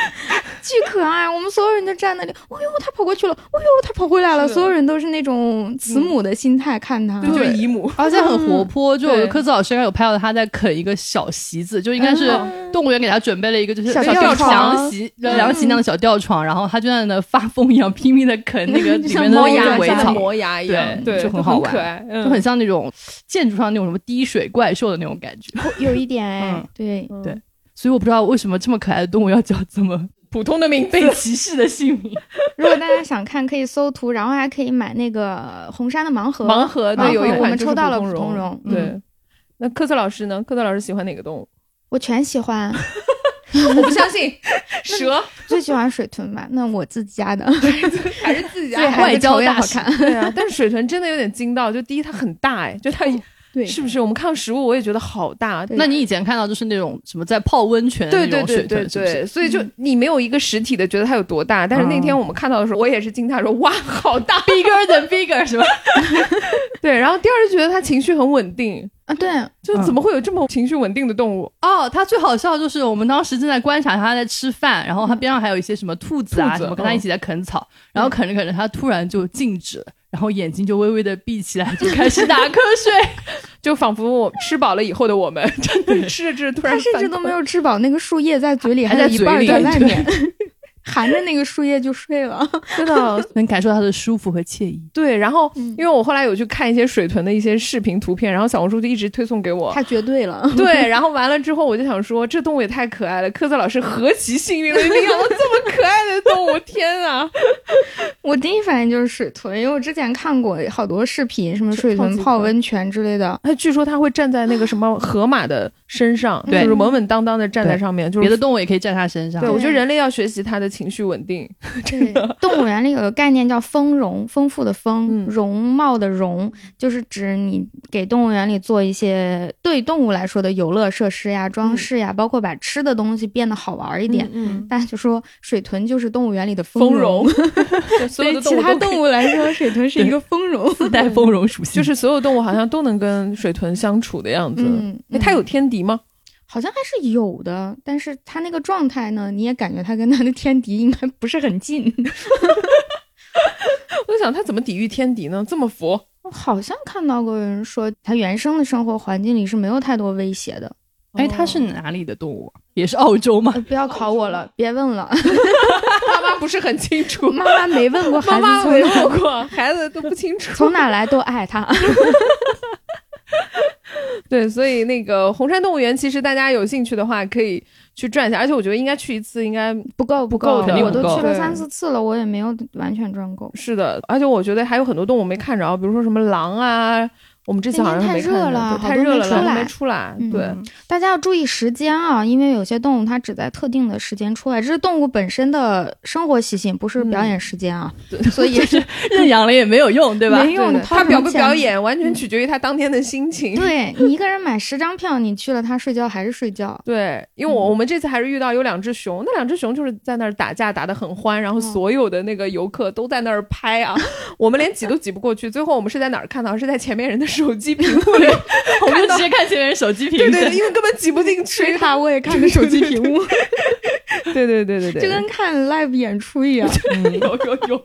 Speaker 2: 巨可爱，我们所有人都站那里，哦呦，它跑过去了，哦呦，它跑回来了，
Speaker 1: 是
Speaker 2: 所有人都是那种慈母的心态看它。
Speaker 1: 对，就是姨母，
Speaker 3: 而且很活泼，就
Speaker 1: 对
Speaker 3: 科子老师应该有拍到他在啃一个小席子，就应该是动物园给他准备了一个就是
Speaker 2: 小
Speaker 3: 像
Speaker 2: 吊床
Speaker 3: 凉席、凉席那样的小吊床，然后他就在那发疯一样拼命的啃那 个
Speaker 2: 就
Speaker 3: 里
Speaker 2: 像
Speaker 3: 面的
Speaker 2: 猫
Speaker 3: 那
Speaker 2: 牙
Speaker 3: 个
Speaker 2: 一
Speaker 3: 苇
Speaker 2: 样
Speaker 3: 草，
Speaker 1: 磨牙一样，
Speaker 3: 对
Speaker 1: 对，
Speaker 3: 就很
Speaker 1: 很
Speaker 3: 好玩
Speaker 1: 可爱，嗯
Speaker 3: 就很像那种建筑上那种什么滴水怪兽的那种感觉。
Speaker 2: 有一点哎
Speaker 3: 嗯，
Speaker 2: 对，
Speaker 3: 对所以我不知道为什么这么可爱的动物要叫 这么
Speaker 1: 普通的名字
Speaker 3: 被，歧视的姓名。
Speaker 2: 如果大家想看，可以搜图，然后还可以买那个红山的盲盒。
Speaker 1: 盲盒
Speaker 2: 盲盒
Speaker 1: 对，有一款
Speaker 2: 我们
Speaker 1: 就是
Speaker 2: 抽到了
Speaker 1: 普
Speaker 2: 普通
Speaker 1: 绒
Speaker 2: 绒，嗯
Speaker 1: 对。那科特老师呢？科特老师喜欢哪个动物？
Speaker 2: 我全喜欢，
Speaker 1: 我不相 信，蛇
Speaker 2: 最喜欢水豚吧，那我自己家的，
Speaker 1: 还是自己
Speaker 2: 对，
Speaker 1: 家
Speaker 3: 还
Speaker 2: 还
Speaker 3: 外
Speaker 2: 是
Speaker 3: 交
Speaker 2: 头要
Speaker 3: 大
Speaker 2: 好
Speaker 3: 使
Speaker 2: 看。
Speaker 1: 对啊，但是水豚真的有点惊到，就第一它很大哎，就它
Speaker 2: 对
Speaker 1: 是不是？我们看到食物，我也觉得好大。
Speaker 2: 对
Speaker 3: 那你以前看到就是那种什么在泡温泉的
Speaker 1: 对
Speaker 3: 那
Speaker 1: 对
Speaker 3: 种
Speaker 1: 对
Speaker 3: 水
Speaker 1: 对
Speaker 3: 豚，是不是
Speaker 1: 对，所以就你没有一个实体的觉得它有多大，但是那天我们看到的时候，我也是惊叹说哇，好大
Speaker 3: bigger than bigger 是吧？
Speaker 1: 对，然后第二就觉得它情绪很稳定，
Speaker 2: 啊，对，
Speaker 1: 就怎么会有这么情绪稳定的动物？
Speaker 3: 哦，它最好笑就是我们当时正在观察它在吃饭，然后它边上还有一些什么兔子啊
Speaker 1: 兔子
Speaker 3: 什么，跟它一起在啃草，然后啃着啃着它突然就静止了，然后眼睛就微微的闭起来，就开始打瞌睡。
Speaker 1: 就仿佛我吃饱了以后的我们， 真的吃着吃着突然
Speaker 2: 它甚至
Speaker 1: 翻
Speaker 2: 都
Speaker 1: 困
Speaker 2: 没有吃饱，那个树叶在嘴里，
Speaker 3: 还
Speaker 2: 有
Speaker 3: 在
Speaker 2: 一
Speaker 3: 嘴
Speaker 2: 半儿
Speaker 3: 里
Speaker 2: 在外
Speaker 3: 对
Speaker 2: 面，含着那个树叶就睡了。
Speaker 1: 真的
Speaker 3: 能感受到它的舒服和惬意。
Speaker 1: 对。然后
Speaker 2: 嗯
Speaker 1: 因为我后来有去看一些水豚的一些视频图片，然后小红书就一直推送给我。
Speaker 2: 太绝对了，
Speaker 1: 对，然后完了之后，我就想说，这动物也太可爱了。科泽老师何其幸运了，一定养了 这么可爱的动物，天 啊！
Speaker 2: 我第一反应就是水豚，因为我之前看过好多视频，什么
Speaker 1: 是
Speaker 2: 水
Speaker 1: 超
Speaker 2: 豚
Speaker 1: 级
Speaker 2: 泡
Speaker 1: 可
Speaker 2: 温泉之 类的。
Speaker 1: 它据说它会站在那个什么河马的身 上，
Speaker 3: 对
Speaker 1: 就是稳稳当当的站在上面，就是
Speaker 3: 别的动物也可以站它身上
Speaker 1: 对，，我觉得
Speaker 2: 对
Speaker 1: 人类要学习它的情绪稳定。
Speaker 2: 对，动物园里有个概念叫丰容，丰富的丰，
Speaker 1: 嗯
Speaker 2: 容貌的容，就是指你给动物园里做一些对动物来说的游乐设施呀、装饰呀，包括把吃的东西变得好玩一点。
Speaker 1: 嗯，
Speaker 2: 大家就说水豚就是动物园里的
Speaker 1: 丰
Speaker 2: 容
Speaker 1: 容，，对所有
Speaker 2: 对
Speaker 1: 的
Speaker 2: 其
Speaker 1: 动物
Speaker 2: 他
Speaker 1: 都可以
Speaker 2: 动物来说，水豚是一个丰容。
Speaker 3: 自带丰容属性，
Speaker 1: 就是所有动物好像都能跟水豚相处的样子。
Speaker 2: 嗯，
Speaker 1: 哎
Speaker 2: 嗯
Speaker 1: 它有天敌吗？
Speaker 2: 好像还是有的，但是它那个状态呢，你也感觉它跟它的天敌应该不是很 近。
Speaker 1: 我就想它怎么抵御天敌呢？这么佛，
Speaker 2: 我好像看到过有人说，它原生的生活环境里是没有太多威胁的。
Speaker 3: 哎，它是哪里的动物？啊也是澳洲吗
Speaker 2: 呃？不要考我了， 别问了，
Speaker 1: 妈妈不是很清楚，
Speaker 2: 妈妈没问过
Speaker 1: 妈
Speaker 2: 嗯孩
Speaker 1: 妈
Speaker 2: 子
Speaker 1: 没
Speaker 2: 从哪
Speaker 1: 有过，孩子都不清楚。
Speaker 2: 从哪来都爱它。
Speaker 1: 对，所以那个红山动物园，其实大家有兴趣的话可以去转一下，而且我觉得应该去一次，应该
Speaker 2: 不够
Speaker 1: 不够
Speaker 2: 够，
Speaker 1: 肯
Speaker 3: 定
Speaker 2: 我
Speaker 3: 不
Speaker 2: 都
Speaker 3: 够
Speaker 2: 去了
Speaker 1: 对
Speaker 2: 三四次了，我也没有完全赚够。
Speaker 1: 是的，而且我觉得还有很多动物没看着，比如说什么狼啊，我们这次好像是没看着的，对
Speaker 2: 那
Speaker 1: 太
Speaker 2: 天太热
Speaker 1: 热了，
Speaker 2: 了
Speaker 1: 狼
Speaker 2: 好多
Speaker 1: 都
Speaker 2: 没
Speaker 1: 没出来。
Speaker 2: 嗯
Speaker 1: 对，
Speaker 3: 嗯
Speaker 2: 大家要注意时间啊，因为有些动物它只在特定的时间出来，这是动物本身的生活习性，不是表演时间啊。所以
Speaker 3: 认养了也没有用，对吧
Speaker 2: 没？嗯用，
Speaker 1: 对
Speaker 2: 你
Speaker 1: 的
Speaker 2: 掏
Speaker 1: 它
Speaker 2: 什
Speaker 1: 表
Speaker 2: 么
Speaker 1: 不
Speaker 2: 钱
Speaker 1: 表演，完全取决于它当天的心情。
Speaker 2: 对你一个人买十张票，你去了他睡觉还是睡觉，
Speaker 1: 对，因为我
Speaker 2: 嗯
Speaker 1: 我们这次还是遇到有两只熊，那两只熊就是在那儿打架打得很欢，然后
Speaker 2: 哦
Speaker 1: 所有的那个游客都在那儿拍啊， 我们连挤都挤不过去。最后我们是在哪儿看到？是在前面人的手机 屏幕里，
Speaker 3: 我们就直接看前面手机屏。
Speaker 1: 对对对，因为根本挤不进去。
Speaker 2: 他我也看着手机屏幕，
Speaker 1: 对对对 对对，
Speaker 2: 就跟 看 live 演出一样。
Speaker 1: 有有有。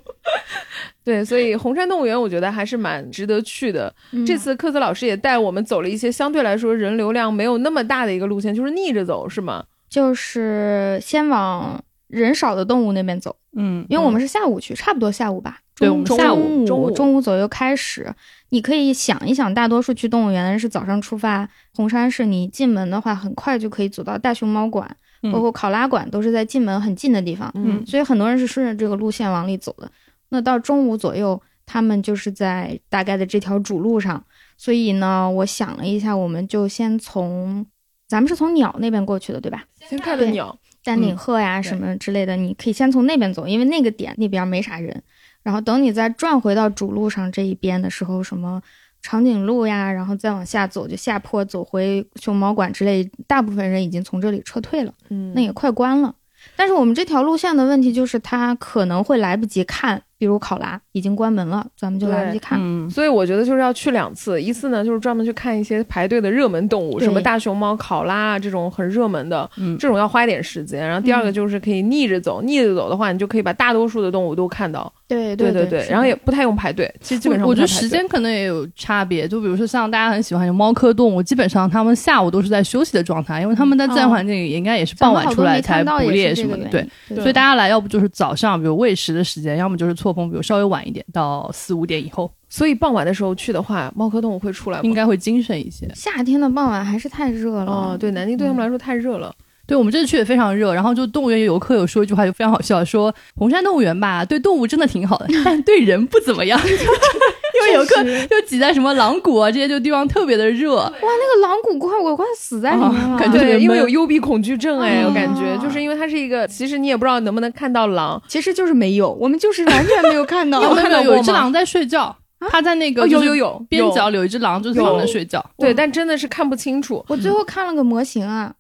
Speaker 1: 对，所以红山动物园我觉得还是蛮值得去的。
Speaker 2: 嗯
Speaker 1: 这次科子老师也带我们走了一些相对来说人流量没有那么大的一个路线，就是逆着走，是吗？
Speaker 2: 就是先往人少的动物那边走，
Speaker 3: 嗯，
Speaker 2: 因为我们是下午去，差不多下午吧。
Speaker 3: 对
Speaker 2: 中
Speaker 3: 我们下
Speaker 1: 午
Speaker 2: 中
Speaker 1: 中午
Speaker 2: 中午左右开始，你可以想一想，大多数去动物园的人是早上出发，红山是你进门的话，很快就可以走到大熊猫馆，
Speaker 3: 嗯
Speaker 2: 包括考拉馆，都是在进门很近的地方。
Speaker 3: 嗯
Speaker 2: 所以很多人是顺着这个路线往里走的。那到中午左右，他们就是在大概的这条主路上。所以呢，我想了一下，我们就先从咱们是从鸟那边过去的，对吧？
Speaker 1: 先看了
Speaker 2: 对
Speaker 1: 鸟，
Speaker 2: 丹顶鹤呀、什么之类的，你可以先从那边走，因为那个点那边没啥人。然后等你再转回到主路上这一边的时候，什么长颈鹿呀，然后再往下走就下坡走回熊猫馆之类，大部分人已经从这里撤退了。
Speaker 1: 嗯
Speaker 2: 那也快关了。但是我们这条路线的问题就是，它可能会来不及看，比如考拉已经关门了，咱们就来不及看。
Speaker 3: 嗯，
Speaker 1: 所以我觉得就是要去两次，一次呢就是专门去看一些排队的热门动物，
Speaker 2: 对
Speaker 1: 什么大熊猫、考拉啊这种很热门的，
Speaker 3: 嗯
Speaker 1: 这种要花一点时间。然后第二个
Speaker 2: 嗯
Speaker 1: 就是可以逆着走，逆着走的话，你就可以把大多数的动物都看到。
Speaker 2: 对
Speaker 1: 对
Speaker 2: 对
Speaker 1: 然后也不太用排队，其实基本上
Speaker 3: 我
Speaker 1: 不
Speaker 3: 我觉得
Speaker 1: 太排
Speaker 3: 时
Speaker 1: 队
Speaker 3: 间可能也有差别，就比如说像大家很喜欢有猫科动物，基本上它们下午都是在休息的状态，因为它们在
Speaker 1: 哦
Speaker 3: 自然环境里应该也是傍晚出来才捕猎什么的，对。，
Speaker 2: 对
Speaker 3: 所以大家来，要不就是早上，比如喂食的时间，要么就是错峰，比如稍微晚一点，到四五点以后，
Speaker 1: 所以傍晚的时候去的话，猫科动物会出来吗？
Speaker 3: 应该会精神一些。
Speaker 2: 夏天的傍晚还是太热了。
Speaker 1: 哦，对，南京对他们来说太热了。
Speaker 3: 对我们这次去也非常热，然后就动物园游客有说一句话就非常好笑，说红山动物园吧，对动物真的 挺好的，但对人不怎么样， 因为游客 就挤在什么狼谷啊这些就地方特别的热，
Speaker 2: 哇，那个狼谷快，我快死在里面了。
Speaker 3: 啊 感觉特别
Speaker 1: 对，因为
Speaker 3: 闷
Speaker 1: 有幽闭恐惧症哎，我感觉
Speaker 3: 嗯
Speaker 2: 啊
Speaker 1: 就是因为它是一个，其实你也不知道能不能看到狼，
Speaker 2: 其实就是没有，我们就是完全没有看到
Speaker 3: 有没有
Speaker 1: 哦看到
Speaker 3: 有
Speaker 1: 过
Speaker 3: 一只
Speaker 1: 吗
Speaker 3: 狼在睡觉？他在那个
Speaker 1: 哦有
Speaker 3: 就是
Speaker 1: 有有
Speaker 3: 边角嗯有一只狼，就是
Speaker 1: 有
Speaker 3: 狼在睡觉。
Speaker 1: 对，但真的是看不清 楚。
Speaker 2: 我最后看了个模型啊，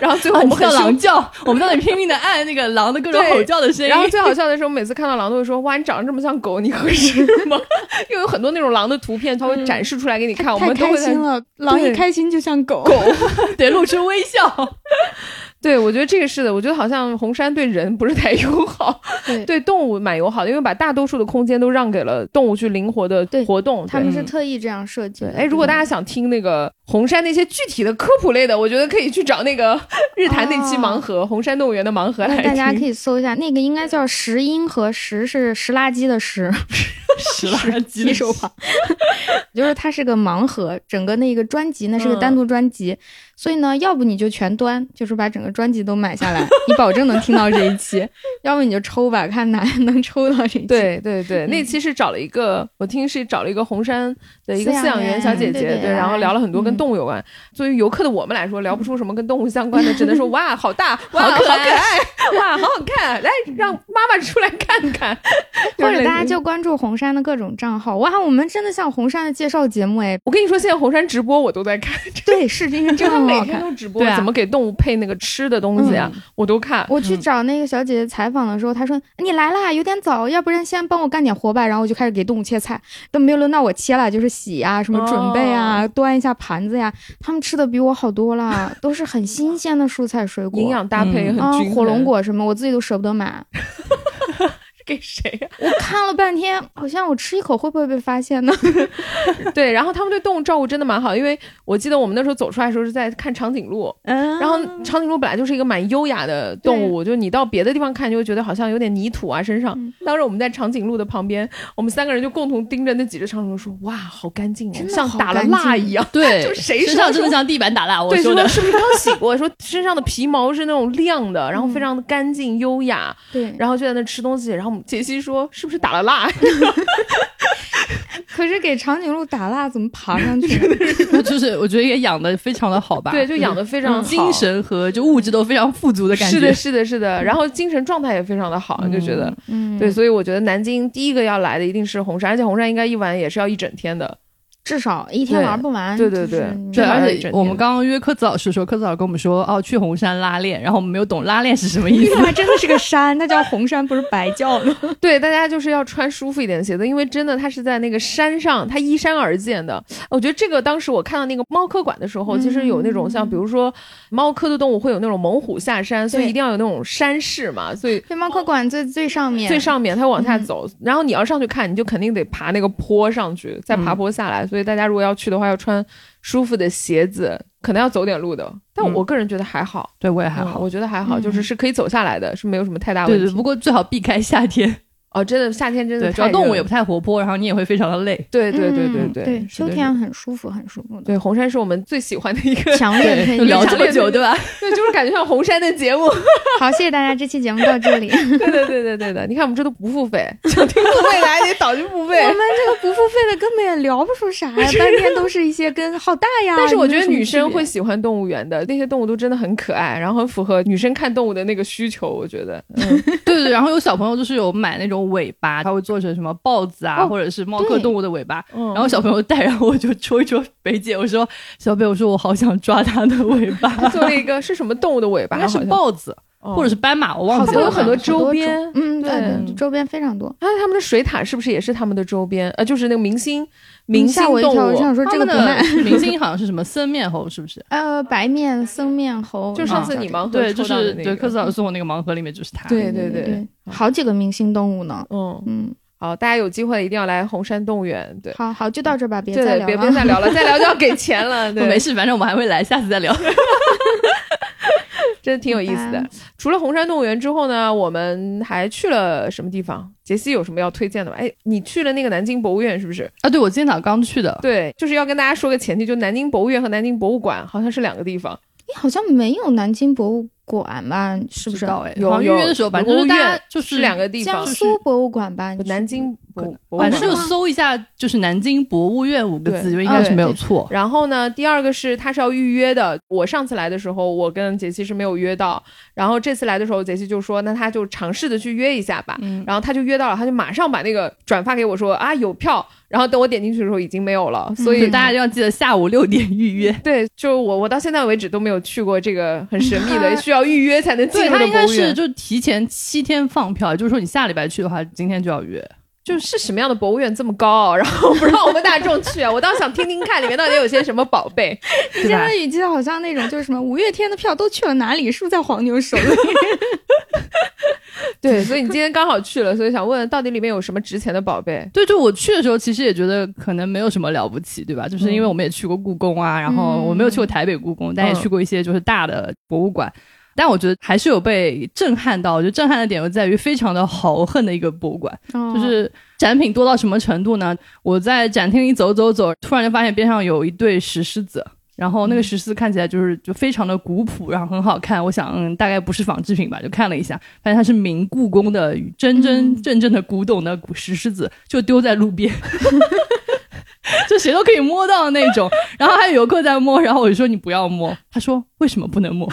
Speaker 1: 然后最后
Speaker 3: 啊
Speaker 1: 我
Speaker 3: 你
Speaker 1: 们
Speaker 3: 听到
Speaker 1: 很
Speaker 3: 狼
Speaker 1: 凶，
Speaker 3: 叫， 我们在那拼命的按那个狼的各种
Speaker 1: 对
Speaker 3: 吼叫的声音。
Speaker 1: 然后最好笑的是，我每次看到狼都会说：“哇，你长得这么像狗，你合适 吗？”因为有很多那种狼的图片，它会展示出来给你
Speaker 3: 啊
Speaker 1: 看，我
Speaker 2: 太
Speaker 1: 们都
Speaker 2: 开
Speaker 1: 会在
Speaker 2: 心了，狼一开心就像狗。
Speaker 3: 得露出微 笑。
Speaker 1: 对，我觉得这个是的。我觉得好像红杉对人不是太友 好，
Speaker 2: 对
Speaker 1: 对动物蛮友好的，因为把大多数的空间都让给了动物去灵活的
Speaker 2: 对
Speaker 1: 活动。
Speaker 2: 他
Speaker 1: 对
Speaker 2: 们是特意这样设计
Speaker 1: 对，
Speaker 2: 的。
Speaker 1: 哎，如果大家想听那个红山那些具体的科普类的，我觉得可以去找那个 日坛那期盲盒，红山动物园的盲盒来
Speaker 2: 哦那
Speaker 1: 听。
Speaker 2: 大家可以搜一下，那个应该叫石英和石是石垃圾的石，
Speaker 3: 屎垃圾
Speaker 2: 提手
Speaker 1: 啊
Speaker 2: 旁， 就是它是个盲盒，整个那个专辑呢是个
Speaker 1: 嗯
Speaker 2: 单独专辑，所以呢，要不你就全端，就是把整个专辑都买下来，你保证能听到这一期； 要不你就抽吧，看哪能抽到这一期。
Speaker 1: 对对对，
Speaker 2: 嗯
Speaker 1: 那期是找了一个，我听是找了一个红山的一个
Speaker 2: 饲养
Speaker 1: 饲养员
Speaker 2: 员
Speaker 1: 小姐姐，
Speaker 2: 对对对
Speaker 1: 然后聊了很多跟
Speaker 2: 嗯
Speaker 1: 动物有关。作为游客的我们来说，聊不出什么跟动物相关的，只 能说哇，好大，哇，好可爱，哇，好好看，来让妈妈出来看看，
Speaker 2: 或者大家
Speaker 1: 就。
Speaker 2: 就关注红杉的各种账号。哇，我们真的像红杉的介绍节目 哎，
Speaker 1: 我跟你说，现在红山直播我都在看，
Speaker 2: 对，是因为
Speaker 1: 就
Speaker 2: 真的
Speaker 1: 他
Speaker 2: 很
Speaker 1: 每
Speaker 2: 好
Speaker 1: 天
Speaker 2: 看。
Speaker 1: 都直播
Speaker 3: 对，啊
Speaker 1: 怎么给动物配那个吃的东西啊，
Speaker 2: 嗯
Speaker 1: 我都看。
Speaker 2: 我去找那个小姐姐采访的时候，她说：“你来啦，有点早，要不然先帮我干点活吧。”然后我就开始给动物切菜，都没有轮到我切了，就是洗啊、什么准备啊、
Speaker 1: 哦
Speaker 2: 端一下盘子呀。他们吃的比我好 多了，都是很新鲜的蔬菜水果，
Speaker 1: 营养搭配很均
Speaker 2: 啊，
Speaker 1: 衡。
Speaker 2: 火龙果什么，我自己都舍不 得买。
Speaker 1: 给谁啊？
Speaker 2: 我看了半天，好像我吃一口会不会被 发现呢？
Speaker 1: 对，然后他们对动物照顾真的蛮好，因为我记得我们那时候走出来的时候是在看长颈鹿，
Speaker 2: 嗯
Speaker 1: 然后长颈鹿本来就是一个蛮优雅的动物，就你到别的地方看就会觉得好像有点泥土啊身上
Speaker 2: 嗯。
Speaker 1: 当时我们在长颈鹿的旁边，我们三个人就共同盯着那几只长颈鹿说：“哇，好干净哦，
Speaker 2: 真的
Speaker 1: 像
Speaker 2: 好
Speaker 1: 打了
Speaker 2: 干
Speaker 1: 蜡
Speaker 2: 净
Speaker 1: 一样。”
Speaker 3: 对，
Speaker 1: 就谁说
Speaker 3: 身上真的像地板打蜡？我
Speaker 1: 对，
Speaker 3: 说
Speaker 1: 说
Speaker 3: 的。
Speaker 1: 是不是刚洗过？ 说身上的皮毛是那种亮的，然后非
Speaker 2: 嗯
Speaker 1: 常的干净优雅，
Speaker 2: 对，
Speaker 1: 然后就在那吃东西。然后我们杰西说是不是打了蜡？
Speaker 2: 可是给长颈鹿打蜡怎么爬上去？
Speaker 3: 我 就是我觉得也养的非常的好吧， 嗯
Speaker 1: 对，就养的非常好，
Speaker 3: 精神和就物质都非常富足的感觉。
Speaker 1: 嗯是的，是的，是的。然后精神状态也非常的好，就觉得
Speaker 2: 嗯，
Speaker 1: 对，所以我觉得南京第一个要来的一定是红山，而且红山应该一晚也是要一整天的。
Speaker 2: 至少一天
Speaker 1: 对
Speaker 2: 玩不完。
Speaker 1: 对对
Speaker 2: 就
Speaker 1: 对
Speaker 2: 是你
Speaker 1: 对
Speaker 3: 对，
Speaker 1: 而
Speaker 3: 而
Speaker 1: 且
Speaker 3: 且我们刚刚约科子老师的时候，科子老师跟我们说，哦，去红山拉练，然后我们没有懂拉练是什么 意
Speaker 2: 因为
Speaker 3: 思。
Speaker 2: 它真的是个山，它叫红山，不是白叫的。
Speaker 1: 对，大家就是要穿舒服一点的鞋子，因为真的它是在那个山上，它依山而建的。我觉得这个当时我看到那个猫科馆的时候，其实有那种
Speaker 3: 嗯
Speaker 1: 像比如说猫科的动物会有那种猛虎下山，所以
Speaker 2: 对
Speaker 1: 一定要有那种山势嘛，所以。
Speaker 2: 对，猫科馆最最上面，
Speaker 1: 最上面，它往
Speaker 3: 嗯
Speaker 1: 下走，然后你要上去看，你就肯定得爬那个坡上去，再
Speaker 3: 嗯
Speaker 1: 爬坡下来。所以大家如果要去的话，要穿舒服的鞋子，可能要走点路的。但我个人觉得还好，
Speaker 3: 对我也嗯还
Speaker 1: 嗯
Speaker 3: 好，
Speaker 1: 我觉得还好，
Speaker 2: 嗯
Speaker 1: 就是是可以走下来的，是没有什么太大问
Speaker 3: 对
Speaker 1: 题。
Speaker 3: 对，不过最好避开夏天，
Speaker 1: 哦，真的夏天真的
Speaker 3: 对，
Speaker 1: 太
Speaker 3: 主要动物
Speaker 1: 热
Speaker 3: 也
Speaker 1: 了
Speaker 3: 不太活泼，然后你也会非常的累。
Speaker 1: 对对对
Speaker 2: 嗯
Speaker 1: 对
Speaker 2: 对
Speaker 1: 对，是
Speaker 2: 秋
Speaker 1: 的是
Speaker 2: 天
Speaker 1: 的
Speaker 2: 很舒服，很舒服的，
Speaker 1: 对红山是我们最喜欢的一个，
Speaker 2: 强烈推 荐。
Speaker 3: 就聊这么
Speaker 1: 对
Speaker 3: 久，对吧？
Speaker 1: 对，就是感觉像红山的节目。
Speaker 2: 好，谢谢大家，这期节目到这里。我
Speaker 1: 对对对对对的，你看我们这都不付费，想听付费的还得导去付费。
Speaker 2: 们这个不付费的根本也聊不出啥呀，半天都是一些跟好大呀。
Speaker 1: 但是我觉得
Speaker 2: 你们
Speaker 1: 女
Speaker 2: 有什么
Speaker 1: 生
Speaker 2: 区别
Speaker 1: 会喜欢动物园的，那些动物都真的很可爱，然后很符合女生看动物的那个需求。我觉得，嗯，
Speaker 3: 对对，然后有小朋友就是有买那种尾巴，他会做成什么豹子啊，
Speaker 2: 哦
Speaker 3: 或者是猫科
Speaker 2: 对
Speaker 3: 动物的尾巴。
Speaker 1: 然
Speaker 3: 然后小朋友带，然后我就戳一戳北姐，我说小北，我说我好想抓它的尾巴，
Speaker 1: 做了一个是什么动物的尾巴？
Speaker 3: 应该是
Speaker 1: 好像，
Speaker 3: 豹子
Speaker 1: 哦
Speaker 3: 或者是斑马，我
Speaker 1: 它
Speaker 3: 忘记
Speaker 1: 会有
Speaker 3: 了。
Speaker 1: 很多周边
Speaker 2: 好多种。嗯，对
Speaker 1: 对
Speaker 2: 对，周边非常多。
Speaker 1: 啊，他们的水獭是不是也是他们的周边？呃，就是那个明星明星
Speaker 2: 嗯吓我一
Speaker 1: 动
Speaker 2: 跳，我
Speaker 1: 物，
Speaker 2: 想说
Speaker 3: 他
Speaker 2: 这个
Speaker 3: 们
Speaker 2: 不
Speaker 3: 的
Speaker 2: 卖。
Speaker 3: 明星好像是什么僧面猴，是不是？
Speaker 2: 呃，白面、僧面猴，
Speaker 1: 就上次你
Speaker 2: 吗？
Speaker 1: 盲盒
Speaker 3: 对，就
Speaker 1: 抽到的
Speaker 3: 是
Speaker 1: 那个
Speaker 3: 对，
Speaker 1: 嗯
Speaker 3: 科斯老师送我那个盲盒里面就是它。
Speaker 1: 对对对
Speaker 2: 对对，好几个明星动物呢。
Speaker 1: 嗯，
Speaker 2: 嗯，
Speaker 1: 好，大家有机会一定要来红山动物园。对，
Speaker 2: 好好，就到这吧，别
Speaker 1: 对
Speaker 2: 再
Speaker 1: 对，
Speaker 2: 聊
Speaker 1: 别
Speaker 2: 了。
Speaker 1: 别再聊 了，再聊就要给钱了。对，
Speaker 3: 没事，反正我们还会来，下次 再聊。
Speaker 1: 真的挺有意思
Speaker 2: 好
Speaker 1: 的
Speaker 2: 吧。
Speaker 1: 除了红山动物园之后呢，我们还去了什么地方？杰西有什么要推荐的吗？哎，你去了那个南京博物院是不是？
Speaker 3: 啊，对，我今天早上刚去的，
Speaker 1: 对，就是要跟大家说个前提，就南京博物院和南京博物馆好像是两个地方。
Speaker 2: 好像没有南京博物馆吧，是不是？
Speaker 3: 到哎，
Speaker 1: 啊有
Speaker 3: 好像
Speaker 1: 有
Speaker 3: 预约的时候，反正
Speaker 1: 卢
Speaker 3: 就是大
Speaker 1: 苑
Speaker 3: 家就是
Speaker 1: 两个地方
Speaker 2: 江，苏博物馆吧，你
Speaker 1: 南京博博物
Speaker 3: 反
Speaker 1: 馆
Speaker 3: 正就搜一下就是南京博物院五个字，
Speaker 1: 对
Speaker 3: 就应该是
Speaker 1: 嗯
Speaker 3: 没有错。
Speaker 1: 然后呢，第二个是它是要预约的。我上次来的时候，我跟杰西是没有约到。然后这次来的时候，杰西就说：“那他就尝试的去约一下吧。
Speaker 3: 嗯，
Speaker 1: 然后他就约到了，他就马上把那个转发给我说：“啊，有票。”然后等我点进去的时候已经没有了。所以、
Speaker 3: 就大家要记得下午六点预约。
Speaker 1: 对，就我我到现在为止都没有去过这个很神秘的
Speaker 2: 嗯
Speaker 1: 需要预约才能进
Speaker 3: 对
Speaker 1: 入的
Speaker 3: 他
Speaker 1: 博物
Speaker 3: 应该
Speaker 1: 园。
Speaker 3: 是就提前七天放票，就是说你下礼拜去的话，今天就要约。
Speaker 1: 就是什么样的博物院这么高傲，然后不让我们大众去啊？我倒想听听看里面到底有些什么宝贝。
Speaker 2: 现在的语气好像那种 就是什么五月天的票都去了哪里，是不是在黄牛手里？
Speaker 1: 对，所以你今天刚好去了，所以想问到底里面有什么值钱的宝贝？
Speaker 3: 对，就我去的时候，其实也觉得可能没有什么了不起，对吧？就是因为我们也去过故宫啊，然后我没有去过台北故宫，但也去过一些就是大的博物馆。但我觉得还是有被震撼到，我觉得震撼的点就在于非常的豪横的一个博物馆，
Speaker 2: 就
Speaker 3: 就是展品多到什么程度呢？我在展厅里走走走，突然就发现边上有一对石狮子，然后那个石狮看起来就是就非常的古朴，然后很好看。我想，嗯，大概不是仿制品吧，就看了一下，发现它是明故宫的真真
Speaker 1: 嗯
Speaker 3: 正正的古董的古石狮子，就丢在路边。 就谁都可以摸到那种，然后还有游客在摸，然后我就说你不要摸，他说为什么不能摸？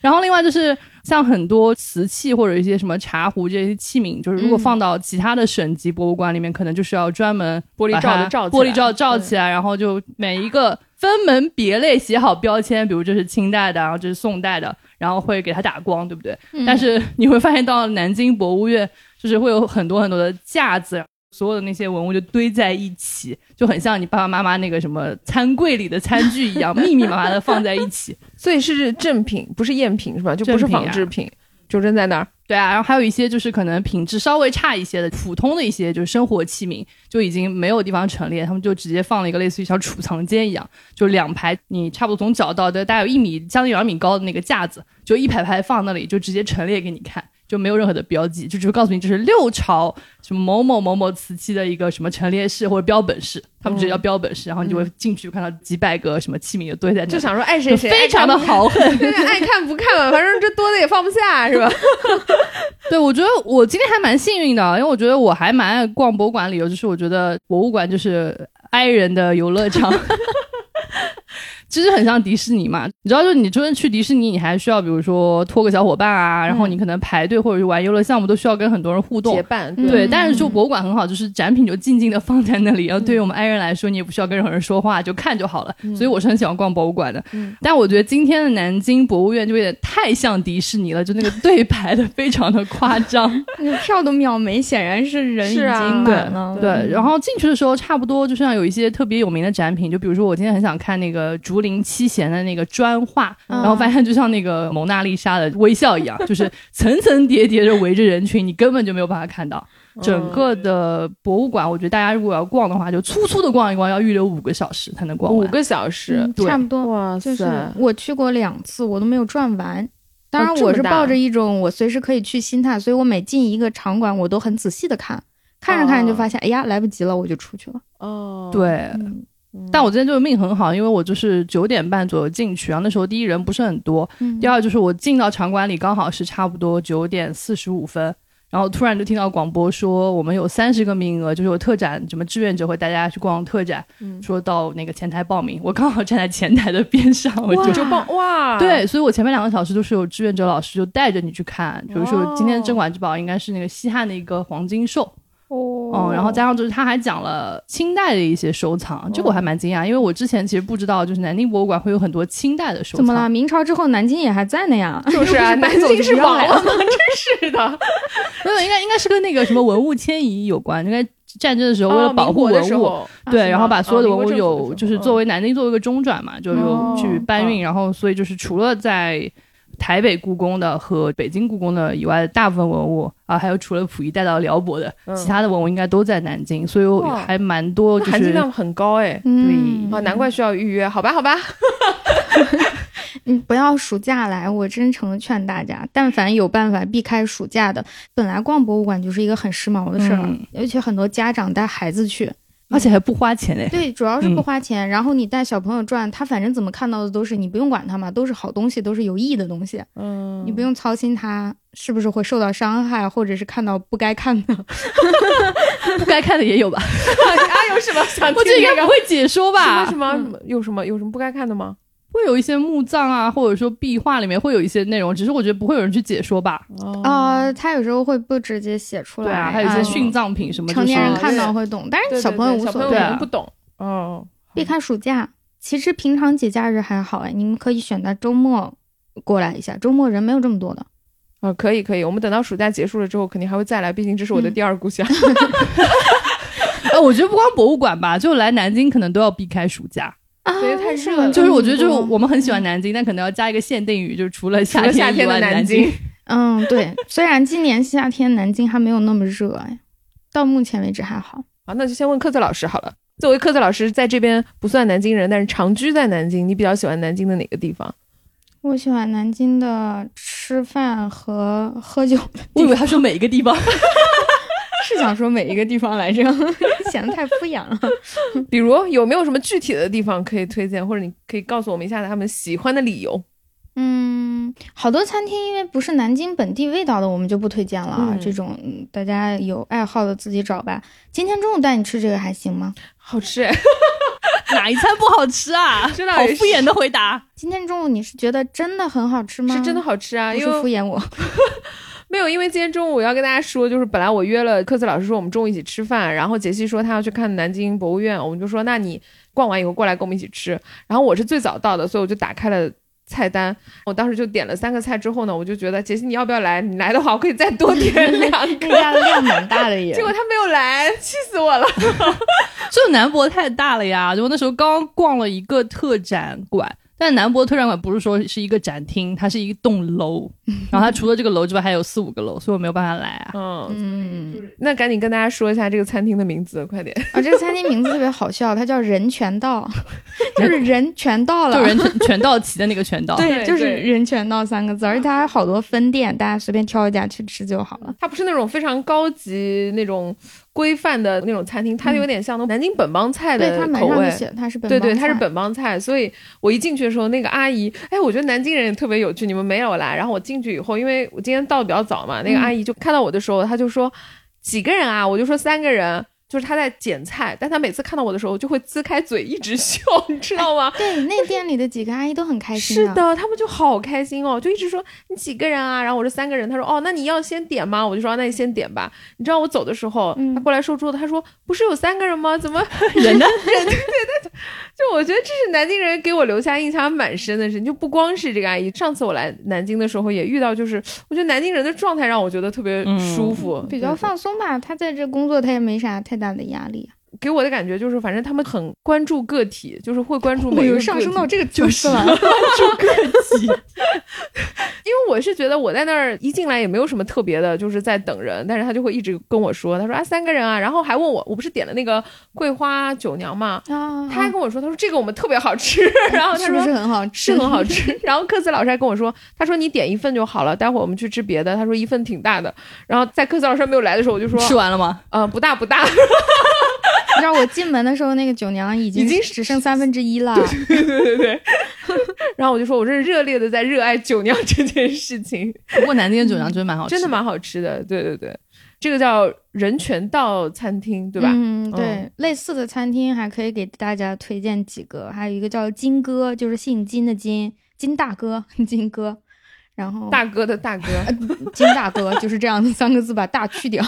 Speaker 3: 然后另外就是像很多瓷器或者一些什么茶壶这些器皿，就是如
Speaker 2: 嗯
Speaker 3: 果放到其他的省级博物馆里面，可能就是要专门
Speaker 1: 玻璃
Speaker 3: 把
Speaker 1: 罩的
Speaker 3: 它
Speaker 1: 罩起
Speaker 3: 玻璃
Speaker 1: 来
Speaker 3: 罩罩起来，然后就每一个分门别类写好标签，比如这是清代的，然后这是宋代的，然后会给它打光，对不对？
Speaker 2: 嗯
Speaker 3: 但是你会发现到南京博物院， 就是会有很多很多的架子。所有的那些文物就堆在一起，就很像你爸爸妈妈那个什么餐柜里的餐具一样，密密麻麻的放在一起。
Speaker 1: 所以是正品，不是赝品是吧？就不是
Speaker 3: 正品啊
Speaker 1: 仿制品，就扔在那儿。
Speaker 3: 对啊，然后还有一些就是可能品质稍微差一些的普通的一些就是生活器皿，就已经没有地方陈列，他们就直接放了一个类似于像储藏间一样，就两排你差不多从脚到的大概有一米将近两米高的那个架子，就一排排放那里，就直接陈列给你看，就没有任何的标记，就只是告诉你这是六朝什么某某某某瓷器的一个什么陈列室或者标本室，他们直接
Speaker 1: 嗯
Speaker 3: 叫标本室，然后你就会进去看到几百个什么器皿就堆在那里，
Speaker 1: 就想哎说爱谁
Speaker 3: 就
Speaker 1: 谁，
Speaker 3: 非常的豪横。
Speaker 1: 爱看不看，爱看不看吧，反正这多的也放不下是吧？
Speaker 3: 对，我觉得我今天还蛮幸运的，啊因为我觉得我还蛮爱逛博物馆，理由就是我觉得博物馆就是 i 人的游乐场。 其实很像迪士尼嘛，你知道，就你真的去迪士尼，你还需要比如说托个小伙伴啊，然后你可能排队或者是玩游乐项目，都需要跟很多人互 动
Speaker 1: 结。伴
Speaker 2: 对
Speaker 3: 对，
Speaker 2: 嗯
Speaker 3: 但是就博物馆很好，就是展品就静静的放在那里，然后对于我们爱人来说，你也不需要跟任何人说话，就看就好了。所以我是很喜欢逛博物馆的。
Speaker 1: 嗯
Speaker 3: 但我觉得今天的南京博物院就有点太像迪士尼了，就那个对白的非常的夸张。
Speaker 2: 那票都秒没，显然是人已
Speaker 1: 是
Speaker 2: 经
Speaker 1: 啊
Speaker 2: 满了。嗯
Speaker 3: 对，然后进去的时候，差不多就像有一些特别有名的展品，就比如说我今天很想看那个竹林七贤的那个砖画，
Speaker 2: 嗯
Speaker 3: 然后发现就像那个蒙娜丽莎的微笑一样，就是层层叠叠的围着人群，你根本就没有办法看到。整个的博物馆，我觉得大家如果要逛的话，就粗粗的逛一逛，要预留五个小时才能逛
Speaker 1: 五
Speaker 3: 完。
Speaker 1: 个小时，
Speaker 2: 嗯
Speaker 3: 对
Speaker 2: 差不多
Speaker 1: 哇塞！哦
Speaker 2: 就是我去过两次，我都没有转完。当然，
Speaker 1: 这么
Speaker 2: 我是
Speaker 1: 大
Speaker 2: 抱着一种我随时可以去心态，所以我每进一个场馆，我都很仔细的看，看着看着就发现，哎呀，来不及了，我就出去了。
Speaker 1: 哦，
Speaker 3: 对，
Speaker 2: 嗯
Speaker 1: 嗯，
Speaker 3: 但我今天就是命很好，因为我就是九点半左右进去，然后那时候第一人不是很多，
Speaker 2: 嗯
Speaker 3: 第二就是我进到场馆里刚好是差不多九点四十五分，然后突然就听到广播说我们有三十个名额，就是有特展，什么志愿者会带大家去逛特展，
Speaker 1: 嗯
Speaker 3: 说到那个前台报名，我刚好站在前台的边上，我
Speaker 1: 哇
Speaker 3: 就。
Speaker 1: 就报哇，
Speaker 3: 对，所以我前面两个小时都是有志愿者老师就带着你去看，比如说今天的镇馆之宝应该是那个西汉的一个黄金兽，
Speaker 2: 哦
Speaker 3: 嗯，然后加上就是他还讲了清代的一些收藏，这
Speaker 2: 哦
Speaker 3: 个我还蛮惊讶，因为我之前其实不知道，就是南京博物馆会有很多清代的收藏。
Speaker 2: 怎么了？明朝之后，南京也还在那呀？
Speaker 1: 就是啊，
Speaker 3: 又
Speaker 1: 南
Speaker 3: 不是搬走
Speaker 1: 京是
Speaker 3: 就要
Speaker 1: 亡
Speaker 3: 来
Speaker 1: 了吗？真是的，
Speaker 3: 没有，应该应该是跟那个什么文物迁移有关，应该战争的时候为
Speaker 1: 哦
Speaker 3: 了保
Speaker 1: 民
Speaker 3: 护
Speaker 1: 国的
Speaker 3: 文
Speaker 1: 时
Speaker 3: 物，
Speaker 1: 候，
Speaker 3: 对，
Speaker 1: 是
Speaker 3: 然
Speaker 1: 吗
Speaker 3: 后把所有的
Speaker 1: 哦民国
Speaker 3: 文物
Speaker 1: 政府嗯哦的时
Speaker 3: 有
Speaker 1: 候
Speaker 3: 就是作为南京作为一个中转嘛，就有去搬
Speaker 1: 嗯
Speaker 3: 运，然后所以就是除了在。台北故宫的和北京故宫的以外，大部分文物啊，还有除了溥仪带到辽博的，
Speaker 1: 嗯
Speaker 3: 其他的文物应该都在南京，所以我
Speaker 1: 哇
Speaker 3: 还蛮多
Speaker 1: 那
Speaker 3: 就
Speaker 1: 含金
Speaker 3: 是
Speaker 1: 量很高哎。
Speaker 2: 嗯，
Speaker 1: 啊，难怪需要预约，好吧，好吧，
Speaker 2: 嗯，不要暑假来，我真诚的劝大家，但凡有办法避开暑假的，本来逛博物馆就是一个很时髦的事儿，
Speaker 3: 嗯
Speaker 2: 而且很多家长带孩子去。
Speaker 3: 而且还不花 钱嘞。
Speaker 2: 对，主要是
Speaker 3: 嗯
Speaker 2: 不花钱，然后你带小朋友转，他反正怎么看到的都是你不用管他嘛，都是好东西，都是有意义的东西，
Speaker 1: 嗯，
Speaker 2: 你不用操心他是不是会受到伤害，或者是看到不该看的。
Speaker 3: 不该看的也有吧？
Speaker 1: 啊，有什么想
Speaker 3: 我
Speaker 1: 听
Speaker 3: 这应该
Speaker 1: 那个？
Speaker 3: 不会解说吧？嗯
Speaker 1: 什么什么有什么有什么不该看的吗？
Speaker 3: 会有一些墓葬啊，或者说壁画里面会有一些内容，只是我觉得不会有人去解说吧。
Speaker 1: 哦
Speaker 3: 啊
Speaker 2: 呃，他有时候会不直接写出来，
Speaker 3: 对啊，还有一些
Speaker 2: 嗯
Speaker 3: 殉葬品什么，
Speaker 2: 成年人看
Speaker 3: 到。
Speaker 2: 到会懂，但
Speaker 1: 对，
Speaker 2: 是小朋友无
Speaker 1: 对对小
Speaker 2: 所
Speaker 1: 朋友
Speaker 2: 谓
Speaker 3: 对
Speaker 1: 可
Speaker 3: 啊
Speaker 1: 能不懂。哦，
Speaker 2: 避开暑假，其实平常节假日还好哎，你们可以选择周末过来一下，周末人没有这么多的。
Speaker 1: 啊，可以可以，我们等到暑假结束了之后，肯定还会再来，毕竟这是我的
Speaker 2: 嗯
Speaker 1: 第二故乡。
Speaker 3: 呃，我觉得不光博物馆吧，就来南京可能都要避开暑假。
Speaker 2: 啊
Speaker 1: 对太热了
Speaker 3: 就是我觉得，
Speaker 2: 嗯
Speaker 3: 就是我们很喜欢南京，但可能要加一个限定语，就是除了夏
Speaker 1: 除了夏
Speaker 3: 天以
Speaker 1: 天的
Speaker 3: 外南
Speaker 1: 南京，
Speaker 2: 嗯，对，虽然今年夏天南京还没有那么热哎，到目前为止还好。
Speaker 1: 好，那就先问克子老师好了。作为克子老师在这边不算南京人，但是长居在南京，你比较喜欢南京的哪个地方？
Speaker 2: 我喜欢南京的吃饭和喝酒，
Speaker 3: 我以为他说每一个地方，
Speaker 2: 是想说每一个地方来着， 显得太敷衍了。
Speaker 1: 比如有没有什么具体的地方可以推荐，或者你可以告诉我们一下他们喜欢的理由？
Speaker 2: 嗯，好多餐厅因为不是南京本地味道的，我们就不推荐了啊。
Speaker 1: 嗯
Speaker 2: 这种嗯大家有爱好的自己找吧。今天中午带你吃这个还行吗？
Speaker 1: 好吃，
Speaker 3: 哪一餐不好吃啊？
Speaker 1: 真的
Speaker 3: 好
Speaker 1: 也
Speaker 3: 敷衍的回答。
Speaker 2: 今天中午你是觉得真的很好吃吗？
Speaker 1: 是真的，好吃啊！
Speaker 2: 不
Speaker 1: 因
Speaker 2: 是敷
Speaker 1: 为
Speaker 2: 衍我。
Speaker 1: 没有，因为今天中午我要跟大家说，就是本来我约了克子老师说我们中午一起吃饭，然后杰西说他要去看南京博物院，我们就说那你逛完以后过来跟我们一起吃。然后我是最早到的，所以我就打开了。菜单，我当时就点了三个菜之后呢，我就觉得杰西你要不要来？你来的话，我可以再多点 两个。
Speaker 2: 那家的量蛮 大的也
Speaker 1: 结果他没有来，气死我了。
Speaker 3: 这个南博太大了呀！就我那时候刚逛了一个特展馆，但南博特展馆不是说是一个展厅，它是一栋楼，然后它除了这个楼之外还有四五个楼，所以我没有办法来 啊。
Speaker 1: 嗯，
Speaker 2: 嗯，
Speaker 1: 那赶紧跟大家说一下这个餐厅的名字，快点。
Speaker 2: 啊、这个餐厅名字特别好笑，它叫人全到， 就是人全到了，
Speaker 3: 就人全全到齐的那个全到，
Speaker 1: 对
Speaker 2: 对，就是
Speaker 1: 对
Speaker 2: 人全到三个字，而且它还有好多分店，大家随便挑一家去吃就好了。
Speaker 1: 它不是那种非常高级、那种规范的那种餐厅，它有点像那种南京本帮菜
Speaker 2: 嗯对，它
Speaker 1: 的
Speaker 2: 门
Speaker 1: 口
Speaker 2: 上
Speaker 1: 味
Speaker 2: 就。写它是本
Speaker 1: 对
Speaker 2: 帮
Speaker 1: 对，它是
Speaker 2: 菜
Speaker 1: 本帮菜，所以我一进去的时候，那个阿姨，哎，我觉得南京人也特别有趣，你们没有来。然后我进去以后，因为我今天到的比较早嘛，那个
Speaker 2: 嗯
Speaker 1: 阿姨就看到我的时候，她就说几个人啊，我就说三个人，就是她在捡菜，但她每次看到我的时候就会呲开嘴一直笑，你知道吗？
Speaker 2: 对，那店里的几个阿姨都很开心啊
Speaker 1: 是的，他们就好开心哦，就一直说你几个人啊？然后我说三个人，他说哦，那你要先点吗？我就说那你先点吧。你知道我走的时候，
Speaker 2: 嗯
Speaker 1: 他过来收桌子，他说不是有三个人吗？怎么
Speaker 3: 人呢？
Speaker 1: 就我觉得这是南京人给我留下印象蛮深的事，就不光是这个阿姨。上次我来南京的时候也遇到，就是我觉得南京人的状态让我觉得特别
Speaker 3: 嗯
Speaker 1: 舒服，
Speaker 2: 比较
Speaker 1: 对
Speaker 2: 放松吧。他在这工作，他也没啥太大的压力。啊
Speaker 1: 给我的感觉就是，反正他们很关注个体，就是会关注
Speaker 2: 我
Speaker 1: 每一
Speaker 2: 有
Speaker 1: 个
Speaker 2: 哎上
Speaker 1: 个
Speaker 2: 升
Speaker 1: 体
Speaker 2: 到这个
Speaker 3: 就
Speaker 2: 层
Speaker 3: 是
Speaker 2: 次了。
Speaker 1: 因为我是觉得我在那儿一进来也没有什么特别的，就是在等人，但是他就会一直跟我说，他说啊三个人啊，然后还问我，我不是点了那个桂花酒酿嘛，
Speaker 2: 啊，
Speaker 1: 他还跟我说，他说这个我们特别好 吃， 然后他
Speaker 2: 是不
Speaker 1: 说
Speaker 2: 是很好吃？
Speaker 1: 是很好 吃，然后科子老师还跟我说，他说你点一份就好了，待会儿我们去吃别的，他说一份挺大的，然后在科子老师没有来的时候，我 就说，
Speaker 3: 吃完了吗？
Speaker 1: 呃不大不大，
Speaker 2: 你知道我进门的时候，那个酒娘已经
Speaker 1: 已经
Speaker 2: 只剩三分之一了。
Speaker 1: 对对对，然后我就说我这是热烈的在热爱酒酿这件事情，
Speaker 3: 不过南京的酒酿真的蛮好吃，
Speaker 1: 真的？蛮好吃的，对对对，这个叫人权道餐厅对吧？
Speaker 2: 嗯，对，类似的餐厅还可以给大家推荐几个，还有一个叫金哥，就是姓金的金，金大哥， 金哥。然后
Speaker 1: 大哥的大哥，
Speaker 2: 金大哥就是这样的三个字把大去 掉，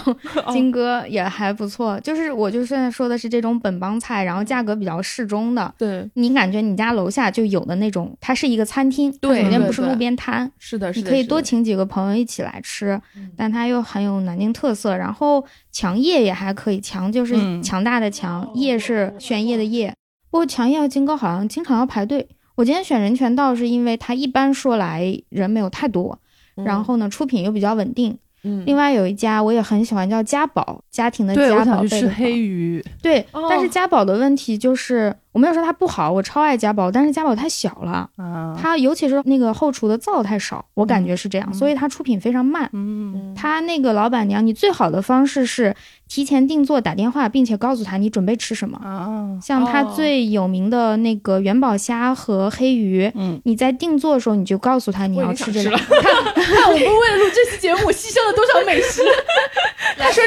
Speaker 2: 金哥也还不错。就是我就现在说的是这种本帮菜，然后价格比较适中的，
Speaker 1: 对，
Speaker 2: 你感觉你家楼下就有的那种，它是一个餐厅，它
Speaker 1: 对
Speaker 2: 首先
Speaker 1: 对
Speaker 2: 不是
Speaker 1: 对
Speaker 2: 路边摊，
Speaker 1: 是的，是
Speaker 2: 你
Speaker 1: 的，
Speaker 2: 可以
Speaker 1: 是
Speaker 2: 多
Speaker 1: 的嗯
Speaker 2: 请几个朋友一起来吃，但它又很有南京特色。然后强叶也还可以，强就是
Speaker 3: 嗯
Speaker 2: 强大的强，叶是玄烨的叶。不过强叶和金哥好像经常要排队。我今天选人权道是因为它一般说来人没有太多，
Speaker 1: 嗯
Speaker 2: 然后呢出品又比较稳定，
Speaker 1: 嗯
Speaker 2: 另外有一家我也很喜欢，叫家宝，家庭的
Speaker 3: 对，我
Speaker 2: 家宝
Speaker 3: 想去
Speaker 2: 贝
Speaker 3: 吃
Speaker 2: 的宝。
Speaker 3: 黑鱼，
Speaker 2: 对，
Speaker 1: 哦
Speaker 2: 但是家宝的问题就是，我没有说它不好，我超爱家宝，但是家宝太小了，
Speaker 3: 啊，
Speaker 2: 它尤其是那个后厨的灶太少，我感觉是这样，
Speaker 3: 嗯
Speaker 2: 所以它出品非常慢。
Speaker 3: 嗯，
Speaker 2: 他那个老板娘，你最好的方式是提前定做，打电话，并且告诉他你准备吃什么。
Speaker 3: 啊，
Speaker 2: 像他
Speaker 1: 哦
Speaker 2: 最有名的那个元宝虾和黑鱼，
Speaker 3: 嗯，
Speaker 2: 你在定做的时候你就告诉他你
Speaker 1: 我已
Speaker 2: 要
Speaker 1: 经想
Speaker 2: 吃这
Speaker 1: 吃
Speaker 2: 个
Speaker 1: 了。
Speaker 3: 看我们为了录这期节目牺牲了多少美食，
Speaker 1: 他说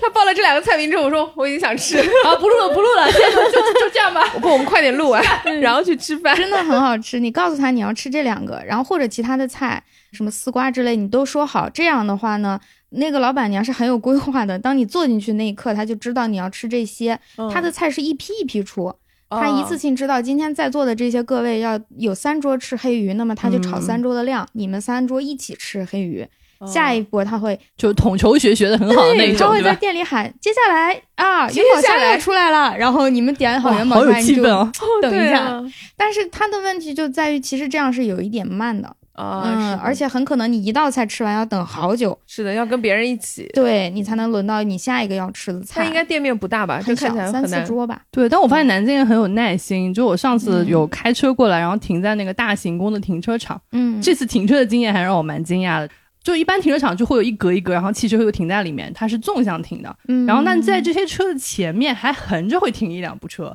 Speaker 1: 他报了这两个菜名之后，我说我已经想吃，
Speaker 3: 啊，不录了，不录了，现在就就就这样 吧。
Speaker 1: 不，我们快点
Speaker 2: 啊
Speaker 1: 录完，然后去吃饭。
Speaker 2: 真的很好吃。你告诉他你要吃这两个，然后或者其他的菜，什么丝瓜之类，你都说好。这样的话呢，那个老板娘是很有规划的。当你坐进去那一刻，他就知道你要吃这些。
Speaker 1: 嗯
Speaker 3: 嗯
Speaker 2: 他的菜是一批一批
Speaker 3: 哦
Speaker 2: 出，他一次性知道今天在座的这些各位要有三桌吃黑鱼，那么他就炒
Speaker 3: 嗯
Speaker 2: 三桌的量，你们三桌一起吃黑鱼。
Speaker 1: 哦
Speaker 2: 下一波他会
Speaker 3: 就统筹学学的很好的那一
Speaker 2: 他
Speaker 3: 种，
Speaker 2: 会
Speaker 3: 对
Speaker 2: 在
Speaker 3: 吧？
Speaker 2: 店里喊，接下来啊，
Speaker 1: 接
Speaker 2: 元宝
Speaker 1: 下
Speaker 2: 虾
Speaker 1: 来
Speaker 2: 要出来了，然后你们点好
Speaker 3: 哇
Speaker 2: 元
Speaker 3: 好
Speaker 2: 宝
Speaker 3: 有
Speaker 2: 虾，你
Speaker 3: 气
Speaker 2: 就
Speaker 3: 氛哦！
Speaker 2: 等一
Speaker 1: 对
Speaker 2: 下。
Speaker 1: 啊
Speaker 2: 但是他的问题就在于，其实这样是有一点慢的，
Speaker 1: 啊，
Speaker 2: 嗯，
Speaker 1: 是
Speaker 2: 而且很可能你一道菜吃完要等好久，
Speaker 1: 是的，要跟别人一起。
Speaker 2: 对你才能轮到你下一个要吃的菜。
Speaker 1: 他应该店面不大吧？就
Speaker 2: 很
Speaker 1: 看
Speaker 2: 少
Speaker 1: 起来，
Speaker 2: 三
Speaker 1: 很
Speaker 2: 四
Speaker 1: 难。
Speaker 2: 桌吧。
Speaker 3: 对，但我发现南京人很有耐心。就我上次有开车过来，然后停在那个大行宫的停车场，
Speaker 2: 嗯，
Speaker 3: 这次停车的经验还让我蛮惊讶的。就一般停车场就会有一格一格，然后汽车会停在里面，它是纵向停的。
Speaker 2: 嗯
Speaker 3: 然后，但在这些车的前面还横着会停一两部车，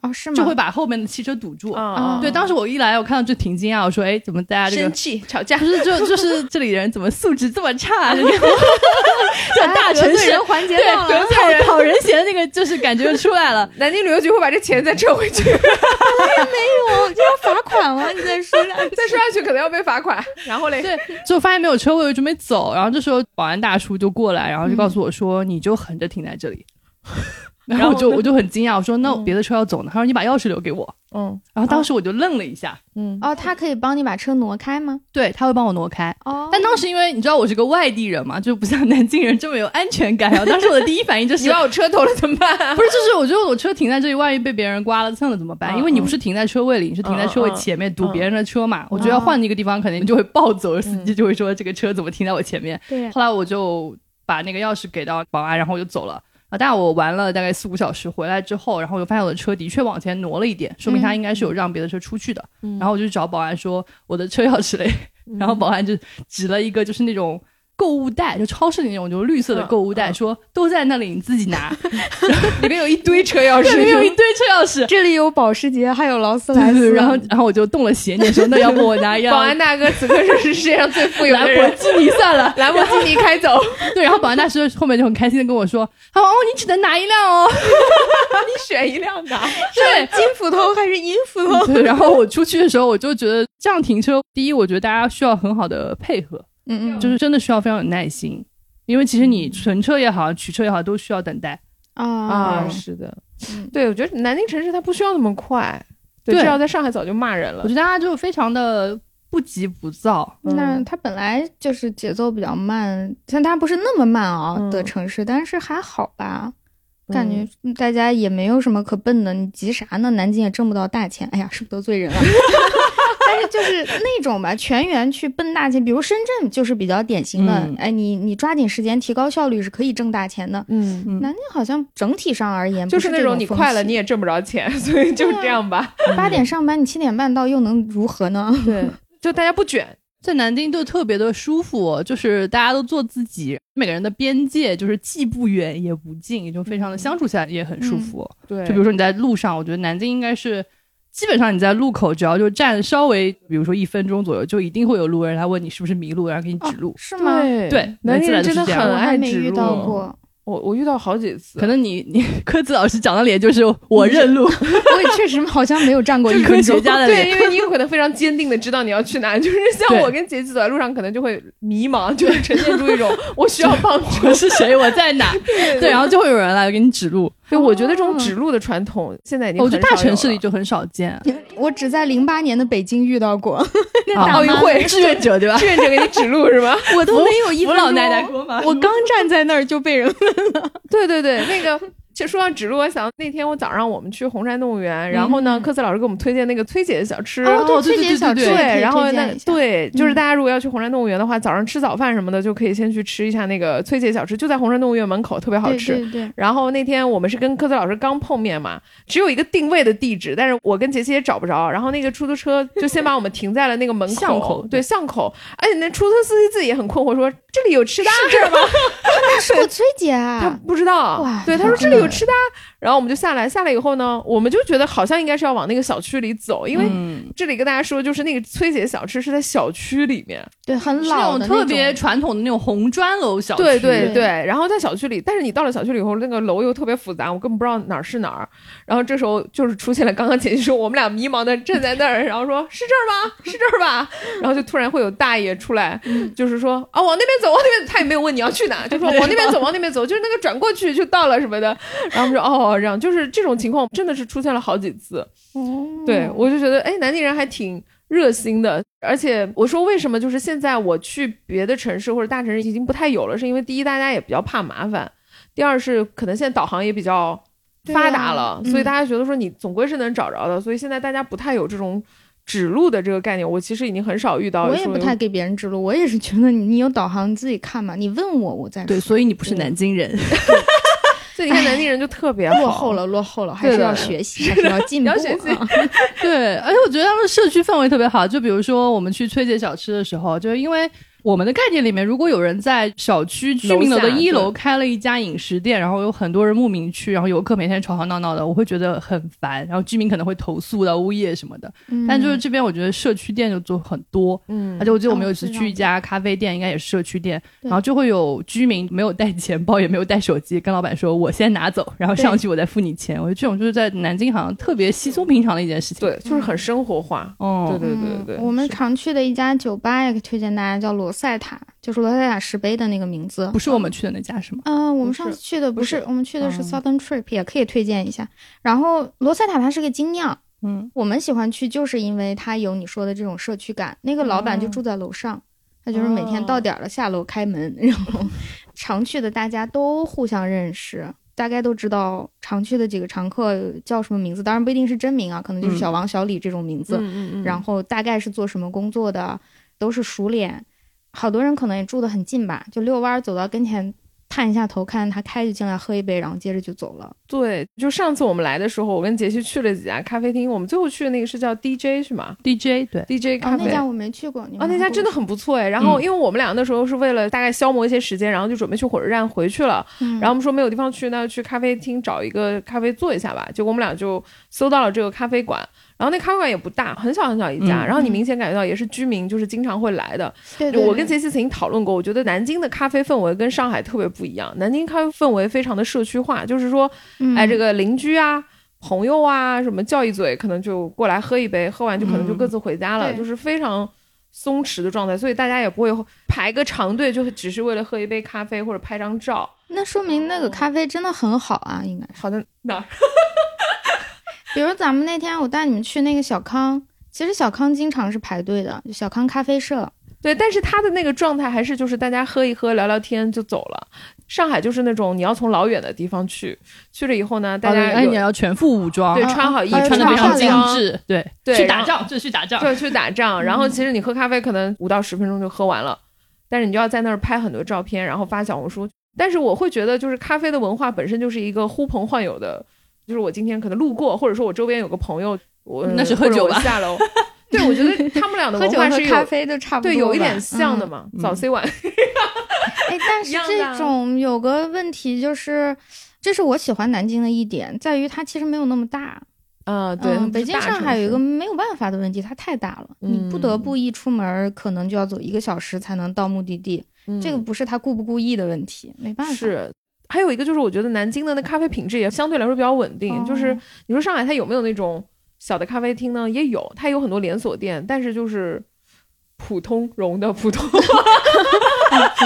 Speaker 2: 哦是吗？
Speaker 3: 就会把后面的汽车堵住。
Speaker 1: 啊
Speaker 2: 嗯
Speaker 3: 对，当时我一来，我看到就挺惊讶，我说：“哎，怎么大家这个
Speaker 1: 生 气吵架
Speaker 3: 不，是就就是这里人怎么素质这么差？ 这个这大城
Speaker 2: 啊得罪
Speaker 3: 市
Speaker 2: 人环节
Speaker 3: 对
Speaker 2: 到了，
Speaker 3: 讨讨人嫌那个就是感觉就出来了。
Speaker 1: 南京旅游局会把这钱再撤回去，
Speaker 2: 我就要罚款了。你再说下去，
Speaker 1: 再说下去可能要被罚款。然后嘞，
Speaker 3: 对，就发现没有车位，我就准备走，然后这时候保安大叔就过来，然后就告诉我说：“你就横着停在这里。”然后我就我就很惊讶，我说：“那别的车要走呢？”他说：“你把钥匙留给我。
Speaker 1: 嗯”
Speaker 3: 然后当时我就愣了一下，
Speaker 1: 嗯，
Speaker 2: 哦，他可以帮你把车挪开吗？
Speaker 3: 对他会帮我挪开。
Speaker 2: 哦，
Speaker 3: 但当时因为你知道我是个外地人嘛，就不像南京人这么有安全感。然后当时我的第一反应就
Speaker 1: 你
Speaker 3: 是
Speaker 1: 把我车偷了怎么办啊？
Speaker 3: 不是，就是我觉得我车停在这里，万一被别人刮了蹭了怎么办？
Speaker 1: 嗯
Speaker 3: 因为你不是停在车位里，你是停在车位前面堵别人的车嘛。
Speaker 1: 嗯
Speaker 3: 我觉得要换一个地方，可能就会暴走，司机就会说这个车怎么停在我前面。
Speaker 2: 对，
Speaker 3: 后来我就把那个钥匙给到保安，然后我就走了。啊，但我玩了大概四五小时，回来之后，然后我就发现我的车的确往前挪了一点，说明他应该是有让别的车出去的。
Speaker 1: 嗯
Speaker 3: 然后我就找保安说我的车钥匙嘞，
Speaker 2: 嗯
Speaker 3: 然后保安就指了一个就是那种购物袋，就超市里那种就绿色的购物袋，
Speaker 1: 嗯嗯
Speaker 3: 说都在那里，你自己拿。里面有一
Speaker 1: 堆车钥
Speaker 3: 对，里面有一
Speaker 1: 匙，
Speaker 3: 堆车钥匙。
Speaker 2: 这里有保时捷，还有劳斯
Speaker 3: 对
Speaker 2: 莱
Speaker 3: 对对
Speaker 2: 斯，啊
Speaker 3: 然后然后我就动了邪念，说那要不我拿一辆
Speaker 1: 保安大哥此刻是世界上最富有
Speaker 3: 兰
Speaker 1: 的
Speaker 3: 博
Speaker 1: 人，
Speaker 3: 基尼算了。
Speaker 1: 兰博基尼开走，
Speaker 3: 对，然后保安大师后面就很开心的跟我说，他说哦，你只能拿一辆哦。
Speaker 1: 你选一 辆嗯拿。
Speaker 2: 是金斧头还是银斧头？
Speaker 3: 对，然后我出去的时候，我就觉得这样停车，第一，我觉得大家需要很好的配合，
Speaker 2: 嗯嗯，
Speaker 3: 就是是真的需要非常有耐心，因为其实你存车也好，取车也好，都需要等待。
Speaker 2: 啊
Speaker 3: 嗯
Speaker 1: 是的
Speaker 2: 嗯，
Speaker 1: 对，我觉得南京城市它不需要那么快，对，
Speaker 3: 对
Speaker 1: 这要在上海早就骂人
Speaker 3: 我
Speaker 1: 了
Speaker 3: 觉。得大家就非常的不急不躁，
Speaker 2: 那
Speaker 1: 嗯
Speaker 2: 它本来就是节奏比较慢，像它不是那么慢啊、
Speaker 1: 嗯
Speaker 2: 的城市，但是还好吧，感觉
Speaker 1: 嗯
Speaker 2: 大家也没有什么可笨的，你急啥呢？南京也挣不到大钱，哎呀，是不是得罪人了？ 但是就是那种吧，全员去奔大钱，比如深圳就是比较典型的，
Speaker 3: 嗯
Speaker 2: 哎，你你抓紧时间提高效率是可以挣大钱的。
Speaker 1: 嗯，
Speaker 3: 嗯
Speaker 2: 南京好像整体上而言
Speaker 1: 就
Speaker 2: 不是
Speaker 1: 那
Speaker 2: 这
Speaker 1: 种你快了
Speaker 2: 风
Speaker 1: 你
Speaker 2: 气
Speaker 1: 也挣不着钱， 所以就
Speaker 2: 对啊
Speaker 1: 这样 吧。
Speaker 2: 八点上班，你七点半到又能如何呢？
Speaker 1: 对，就大家不卷，
Speaker 3: 在南京就特别的舒服，就是大家都做自己，每个人的边界就是既不远也不近，也就非常的
Speaker 1: 嗯
Speaker 3: 相处起来也很舒服。
Speaker 1: 对，
Speaker 3: 就比如说你在路上，我觉得南京应该是。基本上你在路口，只要就站稍微，比如说一分钟左右，就一定会有路人来问你是不是迷路，然后给
Speaker 1: 哦
Speaker 3: 你指路。
Speaker 2: 是吗？
Speaker 1: 对
Speaker 3: 对
Speaker 1: 南京人
Speaker 3: 每
Speaker 1: 真的
Speaker 3: 次来都是这样
Speaker 1: 很
Speaker 2: 我还
Speaker 1: 爱
Speaker 2: 没
Speaker 1: 指
Speaker 2: 遇
Speaker 1: 路，
Speaker 2: 到过。
Speaker 1: 我我遇到好几次，
Speaker 3: 可能你你 科子老师长的脸就是我 认路，
Speaker 2: 我也确实好像没有站过
Speaker 3: 就
Speaker 2: 一
Speaker 3: 科
Speaker 2: 分
Speaker 3: 学
Speaker 2: 钟。
Speaker 3: 家的
Speaker 1: 对，
Speaker 3: 脸。
Speaker 1: 因为你有可能非常坚定的知道你要去哪， 就是像
Speaker 3: 对
Speaker 1: 我跟杰奇走在路上，可能就会迷茫，就是呈现出一种我需 要帮助。
Speaker 3: 我是谁？我在哪？
Speaker 1: 对
Speaker 3: 对，然后就会有人来给你指路。
Speaker 1: 对，我觉得这种指路的传统现在已经
Speaker 3: 我觉得大
Speaker 1: 很少有
Speaker 3: 城市里
Speaker 1: 了
Speaker 3: 哦就很少 见。
Speaker 2: 我只在零八年的北京遇 到过哦那
Speaker 3: 啊
Speaker 2: 大妈
Speaker 1: 奥运，会
Speaker 3: 志愿者 对吧？
Speaker 1: 志愿者给你指路是吗？
Speaker 2: 我都没有一
Speaker 3: 扶
Speaker 2: 分
Speaker 3: 老
Speaker 2: 钟
Speaker 3: 奶奶。过马路
Speaker 2: 我刚站在那儿就被人
Speaker 1: 对对对，那个。其实说到指路，我想那天我早上我们去红山动物园，然后呢，
Speaker 2: 嗯
Speaker 1: 科斯老师给我们推荐那个崔姐的小吃。
Speaker 2: 哦，
Speaker 3: 哦对
Speaker 2: 对，推
Speaker 3: 对对
Speaker 2: 荐小
Speaker 3: 对
Speaker 2: 吃
Speaker 3: 对
Speaker 2: 也可以
Speaker 1: 对，然后
Speaker 2: 推荐
Speaker 1: 那
Speaker 2: 一下
Speaker 1: 对，就是
Speaker 2: 嗯
Speaker 1: 大家如果要去红山动物园的话，早上吃早饭什么的，就可以先去吃一下那个崔姐小吃，就在红山动物园门口，特别好
Speaker 2: 对
Speaker 1: 吃。
Speaker 2: 对对，
Speaker 1: 然后那天我们是跟科子老师刚碰面嘛，只有一个定位的地址，但是我跟杰西也找不着。然后那个出租车就先把我们停在了那个门口，
Speaker 3: 巷口
Speaker 1: 对巷口。而且那出租车司机自己也很困惑，说这里有吃的啊，是吗？
Speaker 2: 那是我崔姐
Speaker 1: 他
Speaker 2: 啊，
Speaker 1: 不知道
Speaker 2: 哇，
Speaker 1: 对，他说这里有吃的啊。然后我们就下来，下来以后呢，我们就觉得好像应该是要往那个小区里走，因为
Speaker 3: 嗯
Speaker 1: 这里跟大家说，就是那个崔姐小吃是在小区里面。
Speaker 2: 对，很
Speaker 3: 是
Speaker 2: 老
Speaker 3: 那
Speaker 2: 的
Speaker 3: 种
Speaker 2: 那
Speaker 3: 特别传统的那种红砖楼小区，
Speaker 1: 对对
Speaker 2: 对
Speaker 1: 对，然后在小区里，但是你到了小区里以后，那个楼又特别复杂，我根本不知道哪儿是哪儿。然后这时候就是出现了刚刚前期说我们俩迷茫的站在那儿，然后说是这儿吗？是这儿吧？然后就突然会有大爷出来，
Speaker 3: 嗯
Speaker 1: 就是说啊往那边走，往那边，他也没有问你要去哪，就说往那边走，往那边走，就是那个转过去就到了什么的。然后我们说哦，这样就是这种情况真的是出现了好几次。
Speaker 2: 种，
Speaker 1: 对
Speaker 2: 哦，
Speaker 1: 我就觉得，哎，南京人还挺热心的。而且我说为什么就是现在我去别的城市或者大城市已经不太有了，是因为第一大家也比较怕麻烦，第二是可能现在导航也比较
Speaker 2: 对
Speaker 1: 发
Speaker 2: 啊
Speaker 1: 达了，所以
Speaker 2: 嗯
Speaker 1: 大家觉得说你总归是能找着的，所以现在大家不太有这种。指路的这个概念，我其实已经很少遇到说有。
Speaker 2: 我也不太给别人指路，我也是觉得你你有导航你自己看嘛，你问我我再
Speaker 3: 对，
Speaker 2: 说。
Speaker 3: 所以你不是南京人，
Speaker 1: 所以你看南京人就特别好
Speaker 2: 哎落后。了，落后了，还
Speaker 1: 对
Speaker 2: 是
Speaker 1: 的
Speaker 2: 要学习，还是要进 步
Speaker 1: 要
Speaker 2: 啊。
Speaker 1: 学习
Speaker 3: 对，而且我觉得他们社区氛围特别好。就比如说我们去崔姐小吃的时候，就是因为我们的概念里面，如果有人在小区居民楼的
Speaker 1: 楼下
Speaker 3: 一楼开了一家饮食店，然后有很多人慕名去，然后游客每天吵吵闹闹的，我会觉得很烦，然后居民可能会投诉到物业什么的。
Speaker 2: 嗯
Speaker 3: 但就是这边，我觉得社区店就做很多。
Speaker 1: 嗯
Speaker 3: 而，且我记得我们
Speaker 2: 哦
Speaker 3: 有一次
Speaker 2: 是这
Speaker 3: 去
Speaker 2: 样
Speaker 3: 一
Speaker 2: 的
Speaker 3: 家咖啡店，应该也是社区店，
Speaker 2: 对
Speaker 3: 然后就会有居民没有带钱包，也没有带手机，跟老板说：“我先拿走，然后上
Speaker 2: 对
Speaker 3: 去我再付你钱。”我觉得这种就是在南京好像特别稀松平常的一件事情。
Speaker 1: 对，就是很生活化。
Speaker 3: 哦，
Speaker 1: 对对对
Speaker 2: 嗯
Speaker 1: 对，
Speaker 2: 我们
Speaker 1: 是
Speaker 2: 常去的一家酒吧也推荐大家，叫罗塞塔，就是罗塞塔石碑的那个名字
Speaker 3: 不。是我们去的那家是吗？
Speaker 2: 嗯、我
Speaker 1: 不
Speaker 2: 们
Speaker 1: 是
Speaker 2: 上次去的不
Speaker 1: 不是
Speaker 2: 是，我们去的是
Speaker 3: 嗯
Speaker 2: Southern Trip，、也可以推荐一下。然后罗塞塔它是个精酿，
Speaker 3: 嗯，
Speaker 2: 我们喜欢去就是因为它有你说的这种社区感。那个老板就
Speaker 3: 哦
Speaker 2: 住在楼上，他就是每天到点儿了下楼开门，然后常去的大家都互相认识。大概都知道常去的几个常客叫什么名字，当然不一定是真名啊，可能就是
Speaker 3: 嗯
Speaker 2: 小王、小李这种名字。
Speaker 1: 嗯嗯嗯，
Speaker 2: 然后大概是做什么工作的，都是熟脸。好多人可能也住得很近吧，就遛弯儿走到跟前，探一下头，看他开就进来喝一杯，然后接着就走了。
Speaker 1: 对，就上次我们来的时候，我跟杰西去了几家咖啡厅，我们最后去的那个是叫 DJ 是吗
Speaker 3: DJ 对，
Speaker 1: ？DJ
Speaker 2: 哦
Speaker 1: 咖，啡。
Speaker 2: 那家我没去过，你
Speaker 1: 哦，
Speaker 2: 们
Speaker 1: 那家
Speaker 2: 去
Speaker 1: 真的
Speaker 2: 过
Speaker 1: 很不错哎。然后，
Speaker 3: 嗯
Speaker 1: 因为我们俩那时候是为了大概消磨一些时间，然后就准备去火车站回去了。
Speaker 2: 嗯、
Speaker 1: 然后我们说没有地方去，那就去咖啡厅找一个咖啡坐一下吧。结果我们俩就搜到了这个咖啡馆。然后那咖啡馆也不大，很小很小一家。
Speaker 3: 嗯
Speaker 1: 然后你
Speaker 2: 嗯
Speaker 1: 明显感觉到也是居民，就是经常会来的。
Speaker 2: 对
Speaker 1: 就
Speaker 2: 对
Speaker 1: 我跟
Speaker 2: 对
Speaker 1: 杰西曾经讨论过，我觉得南京的咖啡氛围跟上海特别不一样。南京咖啡氛围非常的社区化，就是说
Speaker 2: 嗯、
Speaker 1: 哎，这个邻居啊、朋友啊，什么叫一嘴，可能就过来喝一杯，喝完就可能就
Speaker 3: 嗯
Speaker 1: 各自回家了，
Speaker 2: 对
Speaker 1: 就是非常松弛的状态，所以大家也不会排个长队，就只是为了喝一杯咖啡或者拍张照，
Speaker 2: 那说明那个咖啡真的很好啊，应该是。
Speaker 1: 好像哪儿
Speaker 2: 比如咱们那天我带你们去那个小康，其实小康经常是排队的，就小康咖啡社。
Speaker 1: 对，但是他的那个状态还是就是大家喝一喝、聊聊天就走了。上海就是那种你要从老远的地方去，去了以后呢，大家
Speaker 3: 哎，
Speaker 1: 有
Speaker 3: 你要全副武装，
Speaker 1: 对
Speaker 2: 啊
Speaker 1: 穿好衣
Speaker 2: 啊
Speaker 1: 服，
Speaker 3: 穿的
Speaker 2: 啊
Speaker 3: 非
Speaker 1: 穿好
Speaker 2: 漂
Speaker 3: 常精
Speaker 2: 亮
Speaker 1: 装
Speaker 3: 致，对，
Speaker 1: 对
Speaker 3: 去
Speaker 1: 然
Speaker 3: 打
Speaker 1: 后
Speaker 3: 仗，这去打仗，
Speaker 1: 就去打仗，然后
Speaker 3: 嗯
Speaker 1: 其实你喝咖啡可能五到十分钟就喝完了，但是你就要在那儿拍很多照片，然后发小红书。但是我会觉得，就是咖啡的文化本身就是一个呼朋唤友的，就是我今天可能路过，或者说我周边有个朋友，我
Speaker 3: 那是喝
Speaker 1: 或者
Speaker 3: 酒
Speaker 1: 我
Speaker 3: 吧
Speaker 1: 下楼。对，我觉得他们俩的
Speaker 2: 喝
Speaker 1: 文
Speaker 2: 酒
Speaker 1: 化
Speaker 2: 和
Speaker 1: 是
Speaker 2: 咖
Speaker 1: 有
Speaker 2: 啡都差不多
Speaker 1: 对
Speaker 2: 吧，
Speaker 1: 有一点像的
Speaker 2: 嗯
Speaker 1: 嘛，
Speaker 3: 嗯
Speaker 1: 早 C 晚。
Speaker 2: 哎，但
Speaker 1: 一
Speaker 2: 是
Speaker 1: 样的啊
Speaker 2: 这种有个问题就是，这是我喜欢南京的一点，在于它其实没有那么大。
Speaker 1: 啊，对，它
Speaker 2: 嗯
Speaker 1: 不是
Speaker 2: 北京、
Speaker 1: 大
Speaker 2: 上
Speaker 1: 城
Speaker 2: 海有一
Speaker 1: 市
Speaker 2: 个没有办法的问题，它太大了，你不得
Speaker 1: 嗯
Speaker 2: 不一出门儿可能就要走一个小时才能到目的地。这个
Speaker 1: 嗯
Speaker 2: 不是他故不故意的问题，没办法。
Speaker 1: 是。还有一个就是，我觉得南京的那咖啡品质也相对来说比较稳定，就是
Speaker 2: 哦
Speaker 1: 你说上海它有没有那种小的咖啡厅呢？也有，它有很多连锁店，但是就是普通容的普通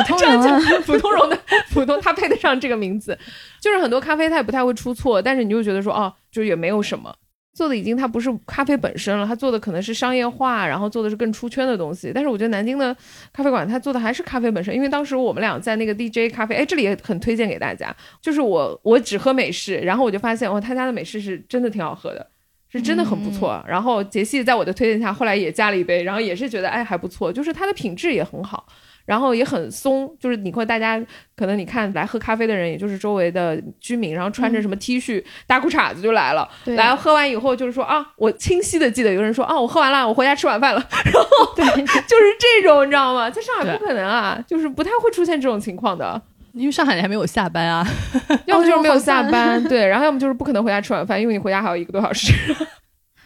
Speaker 2: 普通人啊，
Speaker 1: 普通容的普通，它配得上这个名字。就是很多咖啡它也不太会出错，但是你就觉得说哦，就也没有什么。做的已经它不是咖啡本身了，它做的可能是商业化，然后做的是更出圈的东西。但是我觉得南京的咖啡馆它做的还是咖啡本身，因为当时我们俩在那个 DJ 咖啡，哎，这里也很推荐给大家。就是我我只喝美式，然后我就发现哇，哦他家的美式是真的挺好喝的。是真的很不错，啊然后杰西在我的推荐下，后来也加了一杯，然后也是觉得哎还不错，就是它的品质也很好，然后也很松，就是你会大家可能你看来喝咖啡的人，也就是周围的居民，然后穿着什么 T 恤、大裤衩子就来了，
Speaker 2: 嗯对
Speaker 1: 来 喝完以后就是说啊，我清晰的记得有人说啊，我喝完了，我回家吃晚饭了，
Speaker 2: 对，
Speaker 1: 就是这种，你知道吗？在上海
Speaker 3: 对
Speaker 1: 不可能啊，就是不太会出现这种情况的，
Speaker 3: 因为上海你还没有下班啊，
Speaker 1: 要么就是没有
Speaker 2: 哦好
Speaker 1: 下
Speaker 2: 赞
Speaker 1: 班，对，然后要么就是不可能回家吃晚饭，因为你回家还有一个多小时。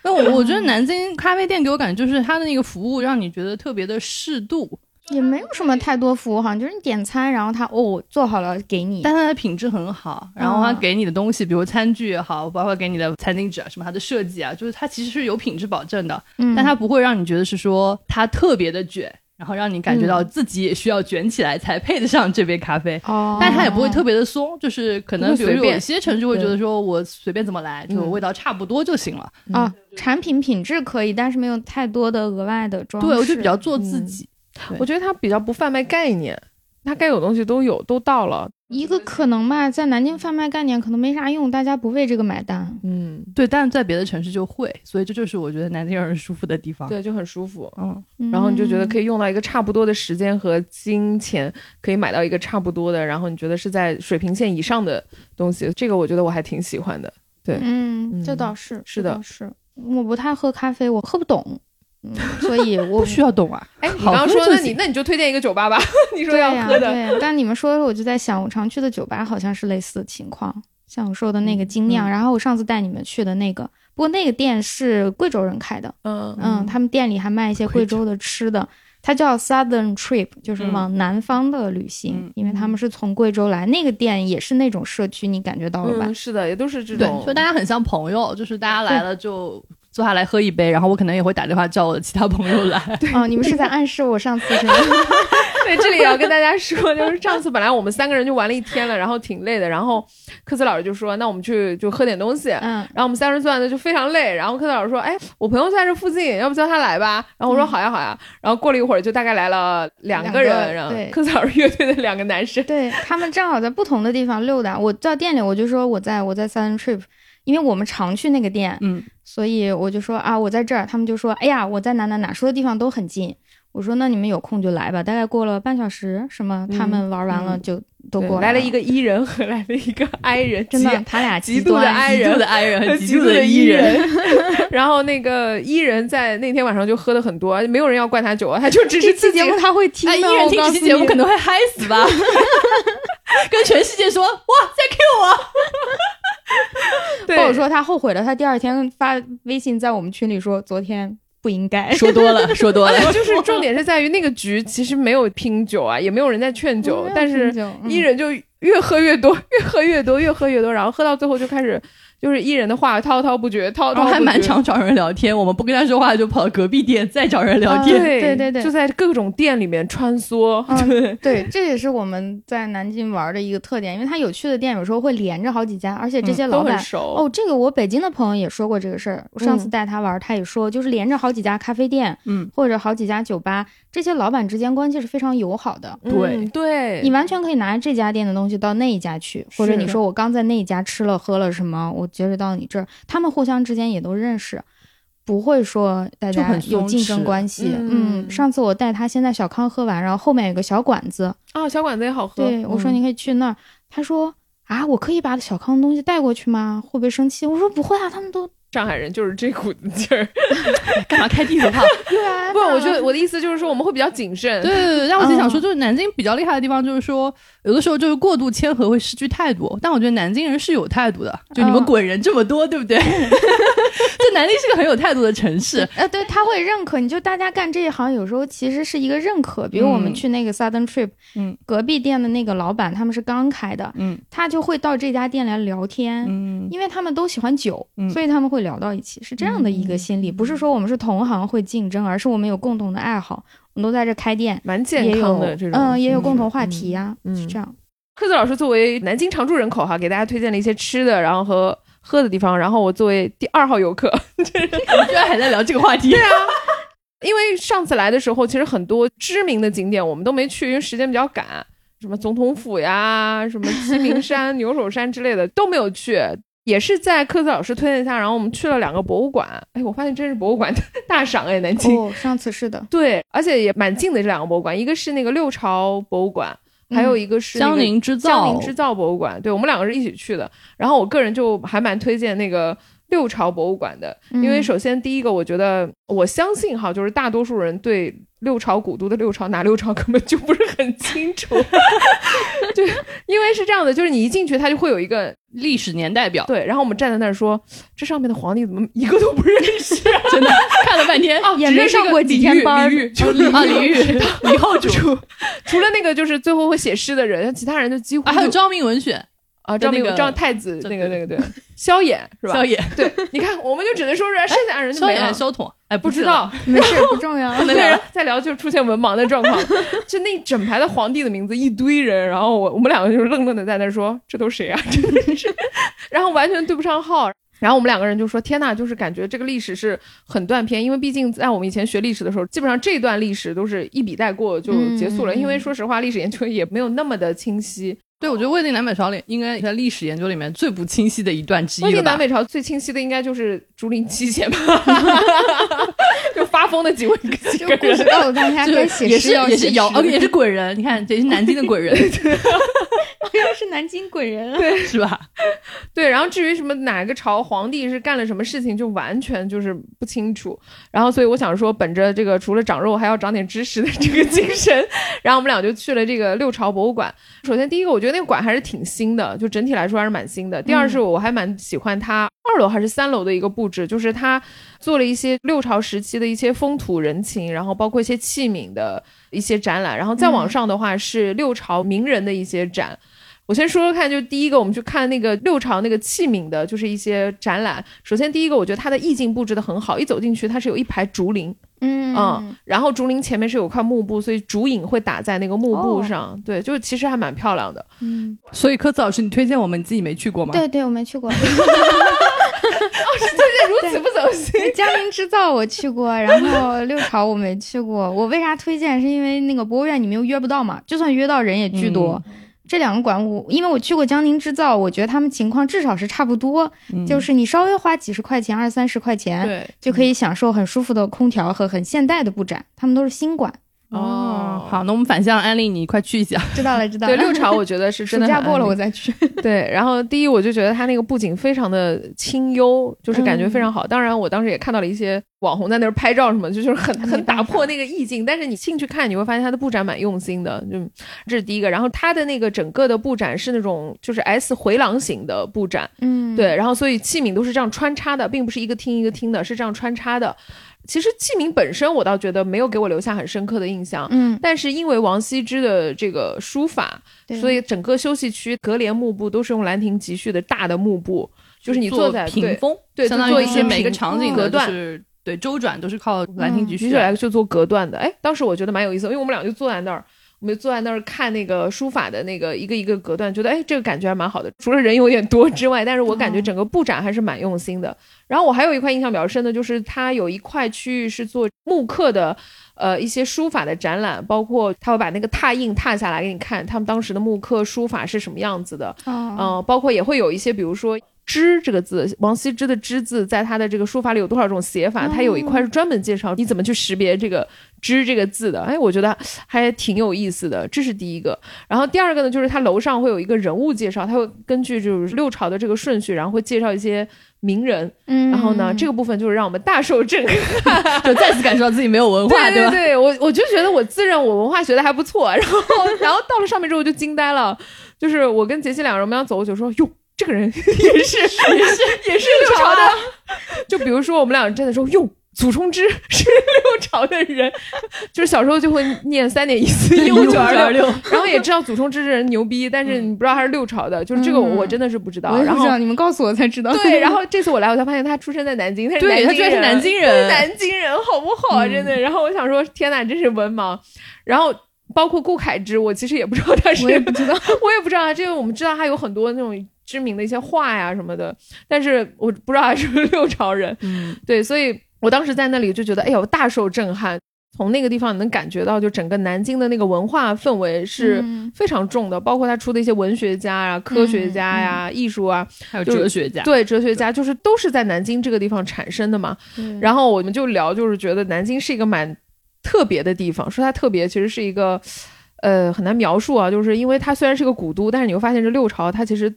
Speaker 3: 那我我觉得南京咖啡店给我感觉就是它的那个服务让你觉得特别的适度，
Speaker 2: 也没有什么太多服务，好像就是你点餐，然后他哦我做好了给你，
Speaker 3: 但它的品质很好，然后它
Speaker 1: 嗯
Speaker 3: 给你的东西，比如餐具也好，包括给你的餐巾纸啊，什么它的设计啊，就是它其实是有品质保证的，
Speaker 2: 嗯
Speaker 3: 但它不会让你觉得是说它特别的卷，然后让你感觉
Speaker 1: 嗯
Speaker 3: 到自己也需要卷起来才配得上这杯咖啡。
Speaker 2: 哦，
Speaker 3: 但它也不会特别的松，就是可能
Speaker 1: 不
Speaker 3: 比
Speaker 1: 会随
Speaker 3: 如说
Speaker 1: 便
Speaker 3: 有些城市会觉得说我随便怎么来，就
Speaker 1: 嗯
Speaker 3: 味道差不多就行了。
Speaker 2: 哦，产品品质可以，但是没有太多的额外的装饰。
Speaker 3: 对，我就比较做自
Speaker 1: 哦嗯
Speaker 3: 己。对
Speaker 1: 我觉得他比较不贩卖概念，他该有的东西都有，都到了。
Speaker 2: 一个可能吧，在南京贩卖概念可能没啥用，大家不为这个买单。
Speaker 1: 嗯，
Speaker 3: 对，但是在别的城市就会，所以这就是我觉得南京人舒服的地方。，
Speaker 1: 对，就很舒服。
Speaker 3: 嗯，
Speaker 1: 然后你就觉得
Speaker 2: 以，
Speaker 1: 可以用到一个差不多的时间和金钱，可以买到一个差不多的，然后你觉得是在水平线以上的东西，这个我觉得我还挺喜欢的。
Speaker 2: 嗯，
Speaker 1: 嗯
Speaker 2: 这倒是，
Speaker 1: 是
Speaker 2: 这
Speaker 1: 的
Speaker 2: 倒是我不太喝咖啡，我喝不懂，嗯，所以我
Speaker 3: 不需要懂啊。
Speaker 1: 哎，你
Speaker 3: 好
Speaker 1: 刚刚
Speaker 3: 喝
Speaker 1: 说，
Speaker 3: 就
Speaker 1: 那你
Speaker 3: 行
Speaker 1: 那你就推荐一个酒吧吧， 你说
Speaker 2: 对
Speaker 1: 要
Speaker 2: 呀、
Speaker 1: 喝的，
Speaker 2: 对，但你们说，我就在想，我常去的酒吧好像是类似的情况，像我说的那个精酿，
Speaker 1: 嗯
Speaker 2: 然后我上次带你们去的那个，不过那个店是贵州人开的，
Speaker 1: 嗯
Speaker 2: 嗯，他们店里还卖一些贵州的吃的，它叫 Southern Trip，就是
Speaker 1: 嗯
Speaker 2: 往南方的旅行，
Speaker 3: 嗯
Speaker 2: 因为他们是从贵州来，那个店也是那种社区，你感觉到了吧？
Speaker 1: 嗯，是的，也都是这
Speaker 3: 对
Speaker 1: 种，
Speaker 3: 就。大家很像朋友，就是大家来了就坐下来喝一杯，然后我可能也会打电话叫我的其他朋友 来。
Speaker 2: 哦，你们是在暗示我上次 是吗？
Speaker 1: 对，这里也要跟大家说，就是上次本来我们三个人就玩了一天了，然后挺累的，然后科斯老师就说，那我们去就喝点东西，
Speaker 2: 嗯，
Speaker 1: 然后我们三人转的就非常累，然后科导说：“哎，我朋友在这附近，要不叫他来吧？”然后我说：“
Speaker 2: 嗯
Speaker 1: 好呀，好呀。”然后过了一会儿，就大概来了两个人，
Speaker 2: 两个
Speaker 1: 然后
Speaker 2: 对
Speaker 1: 科导乐队的两个男生。
Speaker 2: 对他们正好在不同的地方溜达。我到店里我就说我在我在 Southern Trip，因为我们常去那个店，
Speaker 3: 嗯，
Speaker 2: 所以我就说啊我在这儿，他们就说哎呀我在哪哪哪，说的地方都很近。我说那你们有空就来吧，大概过了半小时，什么他们玩完了
Speaker 1: 嗯
Speaker 2: 就 都
Speaker 1: 对
Speaker 2: 过
Speaker 1: 来了
Speaker 2: 了
Speaker 1: 一个 E 人和来了一个 I 人，
Speaker 2: 真的
Speaker 1: 极
Speaker 2: 他俩
Speaker 1: 极
Speaker 2: 极
Speaker 1: 度的
Speaker 2: 端
Speaker 1: 爱人
Speaker 3: 极度的 I 人 和极
Speaker 1: 极
Speaker 3: 度
Speaker 1: 度的
Speaker 3: 的 E 人，
Speaker 1: 人。 然后那个 E 人在那天晚上就喝的很多，没有人要灌他酒啊，他就只是
Speaker 2: 这
Speaker 1: 自
Speaker 2: 期
Speaker 1: 己
Speaker 2: 节目他会听
Speaker 3: 哎，
Speaker 2: 的，哦
Speaker 3: E 人听这期节目可能会嗨死吧，跟全世界说哇，在
Speaker 1: 对
Speaker 2: 跟我说他后悔了，他第二天发微信在我们群里说昨天不 应该
Speaker 3: 说多了，说多 了。
Speaker 1: 就是重点是在于那个局其实没有拼酒啊，也没有人在劝
Speaker 2: 嗯
Speaker 1: 酒，但是艺人就越喝越多，越喝越多，越喝越多，然后喝到最后就开始就是艺人的话滔滔不绝，
Speaker 2: 哦
Speaker 1: 滔滔不
Speaker 3: 然
Speaker 1: 绝，
Speaker 3: 后哦还蛮常找人聊天，我们不跟他说话就跑隔壁店再找人聊
Speaker 2: 啊
Speaker 3: 天。
Speaker 1: 对
Speaker 2: 对对对
Speaker 1: 就在各种店里面穿梭。
Speaker 2: 嗯，对，这也是我们在南京玩的一个特点，因为它有趣的店有时候会连着好几家，而且这些
Speaker 1: 嗯都
Speaker 2: 老
Speaker 1: 很
Speaker 2: 板、
Speaker 1: 熟
Speaker 2: 哦，这个我北京的朋友也说过这个事儿，我上次
Speaker 1: 嗯
Speaker 2: 带他玩儿，他也说，就是连着好几家咖啡店，
Speaker 3: 嗯，
Speaker 2: 或者好几家酒吧，这些老板之间关系是非常友好的。
Speaker 1: 嗯
Speaker 3: 对
Speaker 1: 对，
Speaker 2: 你完全可以拿这家店的东西到那一家去，或者
Speaker 1: 是
Speaker 2: 你说我刚在那一家吃了喝了什么，我接着到你这儿，他们互相之间也都认识，不会说大
Speaker 3: 就
Speaker 2: 家
Speaker 3: 很松
Speaker 2: 有竞争
Speaker 3: 弛
Speaker 2: 关系。
Speaker 1: 嗯
Speaker 2: 嗯，上次我带他先在小康喝完，然后后面有个小馆子，
Speaker 1: 啊，小馆子也好喝。
Speaker 2: 对，我说
Speaker 1: 嗯
Speaker 2: 你可以去那儿。他说啊，我可以把小康的东西带过去吗？会不会生气？我说不会啊，他们都
Speaker 1: 上海人就是这股子劲 儿。
Speaker 3: 干嘛开地图炮？
Speaker 2: 对啊。
Speaker 1: 不，我觉得我的意思就是说我们会比较谨慎。
Speaker 3: 对对对，但我就
Speaker 1: 嗯
Speaker 3: 想说，就是南京比较厉害的地方，就是说有的时候就是过度谦和会失去态度，但我觉得南京人是有态度的，就你们
Speaker 2: 嗯
Speaker 3: 滚人这么多，对不 对？就南京是个很有态度的城市，嗯
Speaker 2: 呃，对，他会认可你，就大家干这一行，有时候其实是一个认可。比如我们
Speaker 3: 嗯
Speaker 2: 去那个 Southern Trip，
Speaker 3: 嗯，
Speaker 2: 隔壁店的那个老板他们是刚开的，
Speaker 3: 嗯
Speaker 2: 他就会到这家店来聊天，
Speaker 3: 嗯，
Speaker 2: 因为他们都喜欢酒，
Speaker 3: 嗯
Speaker 2: 所以他们会聊到一起，是这样的
Speaker 1: 嗯
Speaker 2: 一个心理。不是说我们是同行会竞争，而是我们有共同的爱好，我们都在这开店，
Speaker 1: 蛮
Speaker 2: 也
Speaker 1: 健康
Speaker 2: 有
Speaker 1: 的这种，
Speaker 2: 嗯，也有
Speaker 1: 嗯
Speaker 2: 共同话题呀、
Speaker 1: 嗯
Speaker 2: 是这样。
Speaker 1: 科子老师作为南京常住人口哈，给大家推荐了一些吃的，然后和喝的地方，然后我作为第二号游客，
Speaker 3: 居然还在聊这个话题。
Speaker 1: 对啊，因为上次来的时候，其实很多知名的景点我们都没去，因为时间比较赶，什么总统府呀、什么鸡鸣 山、牛首山之类的都没有去。也是在科子老师推荐下，然后我们去了两个博物馆。哎，我发现真是博物馆大赏哎，南京。
Speaker 2: 哦，上次是的，
Speaker 1: 对，而且也蛮近的这两个博物馆，一个是那个六朝博物馆，还有一个是、那个
Speaker 3: 嗯江宁织造，
Speaker 1: 江宁织造博物馆，对我们两个是一起去的。然后我个人就还蛮推荐那个六朝博物馆的，因为
Speaker 2: 嗯
Speaker 1: 首先第一个，我觉得我相信哈，就是大多数人对六朝古都的六朝哪六朝根本就不是很清楚， 就因为是这样的，就是你一进去，它就会有一个
Speaker 3: 历史年代表，
Speaker 1: 对，然后我们站在那儿说，这上面的皇帝怎么一个都不认识？
Speaker 3: 真的看了半天，
Speaker 1: 哦
Speaker 2: 也
Speaker 1: 只
Speaker 2: 没
Speaker 1: 认识
Speaker 2: 上
Speaker 1: 个
Speaker 2: 过
Speaker 1: 李
Speaker 2: 几天
Speaker 1: 煜
Speaker 2: 班儿
Speaker 1: 李煜
Speaker 3: 啊李啊李煜李后主，
Speaker 1: 除了那个就是最后会写诗的人，其他人就几乎
Speaker 3: 啊还有
Speaker 1: 就
Speaker 3: 昭明文选，
Speaker 1: 啊张
Speaker 3: 那
Speaker 1: 明
Speaker 3: 个
Speaker 1: 张太子
Speaker 3: 对
Speaker 1: 那个那
Speaker 3: 对
Speaker 1: 个对，萧衍是吧？
Speaker 3: 萧衍，
Speaker 1: 对，你看，我们就只能说是剩下的人就
Speaker 3: 萧
Speaker 1: 没
Speaker 3: 衍还
Speaker 1: 了
Speaker 3: 是。萧统，哎，
Speaker 1: 不
Speaker 3: 是
Speaker 1: 知
Speaker 3: 了，
Speaker 1: 道，啊
Speaker 2: 没事不 重 要。
Speaker 1: 可能人在聊就出现文盲的状况，就那整排的皇帝的名字一堆人，然后我我们两个就是愣愣的在那儿说这都谁啊，真的是，然后完全对不上号。然后我们两个人就说：“天呐，就是感觉这个历史是很断片，因为毕竟在我们以前学历史的时候，基本上这段历史都是一笔带过就结束了。
Speaker 2: 嗯嗯嗯
Speaker 1: 因为说实话，历史研究也没有那么的清晰。
Speaker 3: 对，我觉得魏晋南北朝里应该在历史研究里面最不清晰的一段之
Speaker 1: 魏
Speaker 3: 一
Speaker 1: 晋
Speaker 3: 了
Speaker 1: 南
Speaker 3: 吧？
Speaker 1: 北朝最清晰的应该就是竹林七贤吧，就发疯的几位几
Speaker 2: 这
Speaker 1: 个
Speaker 2: 个故
Speaker 1: 人
Speaker 2: 事。告诉 大家，
Speaker 3: 就
Speaker 2: 该
Speaker 3: 是
Speaker 2: 写
Speaker 3: 也
Speaker 2: 诗
Speaker 3: 是
Speaker 2: 要
Speaker 3: 也
Speaker 2: 写
Speaker 3: 是
Speaker 2: 诗
Speaker 3: 尧，哦也 是滚人，你看这也是南京的滚人，
Speaker 2: 又是南京鬼人啊。
Speaker 3: 是吧？
Speaker 1: 对，然后至于什么哪个朝皇帝是干了什么事情，就完全就是不清楚。然后，所以我想说，本着这个除了长肉还要长点知识的这个精神， 然后我们俩就去了这个六朝博物馆。首先，第一个我觉得那个馆还是挺新的，就整体来说还是蛮新的。第二是我还蛮喜欢它二楼还是三楼的一个布置，就是它做了一些六朝时期的一些风土人情，然后包括一些器皿的一些展览。然后再往上的话是六朝名人的一些展。我先说说看，就第一个，我们去看那个六朝那个器皿的，就是一些展览。首先，第一个，我觉得它的意境布置的很好，一走进去，它是有一排竹林，嗯
Speaker 2: 嗯，
Speaker 1: 然后竹林前面是有块幕布，所以竹影会打在那个幕布
Speaker 2: 哦
Speaker 1: 上，对，就其实还蛮漂亮的。
Speaker 2: 嗯，
Speaker 3: 所以科子老师，你推荐我们你自己没去过吗？
Speaker 2: 对对，我没 去过。哦
Speaker 1: 如此不走心，
Speaker 2: 江宁织造我去过，然后六朝我没去过。我为啥推荐？是因为那个博物院你们又约不到嘛，就算约到人也巨多。
Speaker 3: 嗯
Speaker 2: 这两个馆我因为我去过江宁织造，我觉得他们情况至少是差不多，
Speaker 3: 嗯
Speaker 2: 就是你稍微花几十块钱、二三十块钱
Speaker 1: 对，
Speaker 2: 就可以享受很舒服的空调和很现代的布展。他们都是新馆，
Speaker 1: 哦
Speaker 3: 好，那我们反向安利你，快去一下。
Speaker 2: 知道了知道
Speaker 1: 对
Speaker 2: 了。嗯
Speaker 1: 六朝，我觉得是真 的
Speaker 2: 暑假
Speaker 1: 很
Speaker 2: 过了
Speaker 1: 安利
Speaker 2: 我 再去。
Speaker 1: 对，然后第一我就觉得它那个布景非常的清幽，就是感
Speaker 2: 嗯
Speaker 1: 觉非常好。当然，我当时也看到了一些网红在那儿拍照什么，就是很
Speaker 2: 那没
Speaker 1: 很打
Speaker 2: 办法
Speaker 1: 破那个意境。但是你进去看，你会发现它的布展蛮用心的，就这是第一个。然后它的那个整个的布展是那种就是 S 回廊型的布展，
Speaker 2: 嗯，
Speaker 1: 对，然后所以器皿都是这样穿插的，并不是一个厅一个厅的，是这样穿插的。其实器皿本身我倒觉得没有给我留下很深刻的印象，
Speaker 2: 嗯，
Speaker 1: 但是因为王羲之的这个书法，
Speaker 2: 对
Speaker 1: 所以整个休息区隔帘幕布都是用兰亭集序的大的幕布， 就是你坐在
Speaker 3: 屏
Speaker 1: 对，
Speaker 3: 风，
Speaker 1: 对
Speaker 3: 相当
Speaker 1: 做
Speaker 3: 于
Speaker 1: 一
Speaker 3: 就
Speaker 1: 些
Speaker 3: 是每
Speaker 1: 屏
Speaker 3: 个场景
Speaker 1: 隔
Speaker 3: 的就
Speaker 1: 断
Speaker 3: 是对周转都是靠
Speaker 1: 嗯
Speaker 3: 兰亭啊集
Speaker 1: 于
Speaker 3: 序
Speaker 1: 是
Speaker 3: 来
Speaker 1: 来就做隔断的。哎，当时我觉得蛮有意思的，因为我们俩就坐在那儿。我们就坐在那儿看那个书法的那个一个一个隔断，觉得哎，这个感觉还蛮好的。除了人有点多之外，但是我感觉
Speaker 2: 哦
Speaker 1: 整个布展还是蛮用心的。然后我还有一块印象比较深的，就是它有一块区域是做木刻的，呃，一些书法的展览，包括他会把那个拓印拓下来给你看，他们当时的木刻书法是什么样子的，
Speaker 2: 哦，
Speaker 1: 嗯，包括也会有一些，比如说“之”这个字，王羲之的“之”字，在他的这个书法里有多少种写
Speaker 2: 哦
Speaker 1: 法？他有一块是专门介绍你怎么去识别这个“之”这个字的。哎，我觉得还挺有意思的，这是第一个。然后第二个呢，就是他楼上会有一个人物介绍，他会根据就是六朝的这个顺序，然后会介绍一些名人。
Speaker 2: 嗯，
Speaker 1: 然后呢，这
Speaker 2: 个
Speaker 1: 个部分就是让我们大受震撼。
Speaker 3: 就 再次感受到自己没有文化，
Speaker 1: 对对
Speaker 3: 吧？
Speaker 1: 对，我我就觉得我自认我文化学的还不错，然后然后到了上面之后我就惊呆了，就是我跟杰西两个人我们要走，我就说哟。这个人也是也是也是六朝的，就比如说我们俩真的说哟，祖冲之是六朝的人，就是小时候就会念三点一四 一五九二六，
Speaker 3: 六，
Speaker 1: 然后也知道祖冲之这人牛逼，但是你不知道他是六朝的，就是这个我我真的是不知道。
Speaker 2: 我也
Speaker 1: 然
Speaker 2: 不
Speaker 1: 后
Speaker 2: 知道，你们告诉我才知道。
Speaker 1: 对，然后这次我来我才发现他出生在南京，他是南
Speaker 3: 对
Speaker 1: 京
Speaker 3: 他居然是
Speaker 1: 人
Speaker 3: 南京
Speaker 1: 是
Speaker 2: 嗯
Speaker 3: 人，
Speaker 1: 南京人，好不好？啊
Speaker 3: 嗯
Speaker 1: 真的。然后我想说，天哪，真是文盲。然后 包括顾恺之，我其实也不知道他是，
Speaker 2: 我也不知道
Speaker 1: 我也不知道啊。这个我们知道他有很多那种知名的一些画呀什么的，但是我不知道他是不是六朝人，
Speaker 3: 嗯，
Speaker 1: 对，所以我当时在那里就觉得，哎呦，大受震撼。从那个地方你能感觉到，就整个南京的那个文化氛围是
Speaker 2: 嗯
Speaker 1: 非常重的，包括他出的一些文学家啊、科学家呀、
Speaker 2: 嗯
Speaker 1: 艺术啊，
Speaker 3: 还有哲学家，
Speaker 1: 对，哲学家就是都是在南京这个地方产生的嘛。
Speaker 2: 对
Speaker 1: 然后我们就聊，就是觉得南京是一个蛮特别的地方，说它特别其实是一个，呃，很难描述啊，就是因为它虽然是个古都，但是你会发现这六朝它其实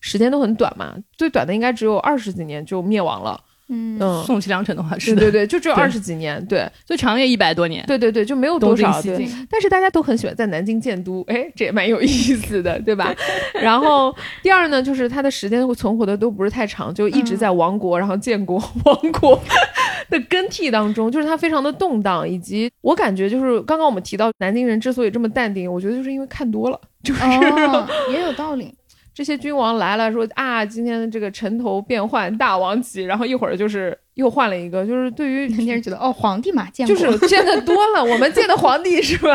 Speaker 1: 时间都很短嘛，最短的应该只有二十几年就灭亡了，
Speaker 2: 嗯
Speaker 1: 嗯。
Speaker 3: 宋齐梁陈的话是
Speaker 1: 对
Speaker 3: 的，
Speaker 1: 对对，就只有
Speaker 3: 对
Speaker 1: 二十几年，对
Speaker 3: 所以长夜一百多年，
Speaker 1: 对对对，就没有
Speaker 3: 东
Speaker 1: 多
Speaker 3: 进
Speaker 1: 少
Speaker 3: 西
Speaker 1: 对，
Speaker 3: 进，
Speaker 1: 但是大家都很喜欢在南京建都，哎，这也蛮有意思 的，对吧？然后第二呢，就是它的时间存活的都不是太长，就一直在亡国，然后建国、 亡国的更替当中，就是它非常的动荡，以及我感觉就是刚刚我们提到南京人之所以这么淡定，我觉得就是因为看多了，就是、
Speaker 2: 哦，也有道理。
Speaker 1: 这些君王来了说啊，今天的这个城头变换大王旗，然后一会儿就是又换了一个，就是对于
Speaker 2: 那人觉得哦，皇帝嘛，见
Speaker 1: 就
Speaker 2: 过
Speaker 1: 是见的多了，我们见的皇帝是吧？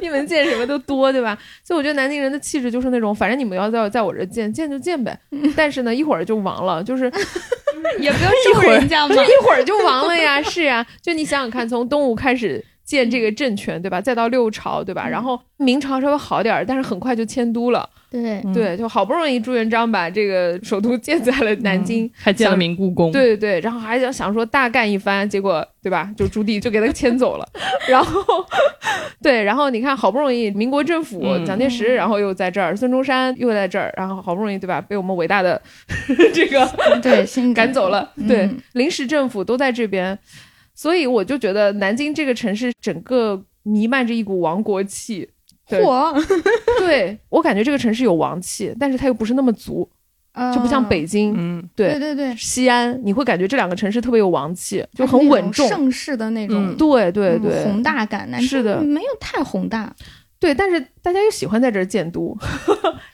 Speaker 1: 你们见什么都多，对吧？所以我觉得南京人的气质就是那种，反正你们要在在我这见，见就见呗。
Speaker 2: 嗯
Speaker 1: 但是呢，一会儿就亡了， 就是
Speaker 2: 也 不要
Speaker 1: 咒人
Speaker 2: 家
Speaker 1: 不是一会儿就亡了呀？是呀，就你想想看，从东吴开始建这个政权，对吧？再到六朝，对
Speaker 2: 嗯
Speaker 1: 吧？然后明朝稍微好点儿，但是很快就迁都了。
Speaker 2: 对，
Speaker 3: 嗯
Speaker 1: 对，就好不容易朱元璋把这个首都建在了南京，
Speaker 2: 嗯
Speaker 3: 还建了明故宫，
Speaker 1: 对对对，然后还想想说大干一番，结果对吧？就朱棣就给他牵走了， 然后对，然后你看好不容易民国政府、
Speaker 3: 嗯
Speaker 1: 蒋介石，然后又在这儿，孙中山又在这儿，然后好不容易对吧？被我们伟大的 这个
Speaker 2: 对，新
Speaker 1: 赶走了，
Speaker 2: 嗯
Speaker 1: 对，临时政府都在这边，所以我就觉得南京这个城市整个弥漫着一股亡国气。对
Speaker 2: 嚯，
Speaker 1: 对我感觉这个城市有王气，但是它又不是那么足， 就不像
Speaker 2: 啊，
Speaker 1: 北京、
Speaker 3: 嗯，
Speaker 1: 对
Speaker 2: 对对对，
Speaker 1: 西安，你会感觉这两个城市特别有王气，就
Speaker 2: 还是
Speaker 1: 很
Speaker 2: 那
Speaker 1: 稳重。
Speaker 2: 种盛世的那种
Speaker 3: 嗯
Speaker 1: 对对
Speaker 2: 嗯
Speaker 1: 对，
Speaker 2: 宏大感，南
Speaker 1: 是的
Speaker 2: 京没有太宏大，
Speaker 1: 对，但是大家又喜欢在这儿建都，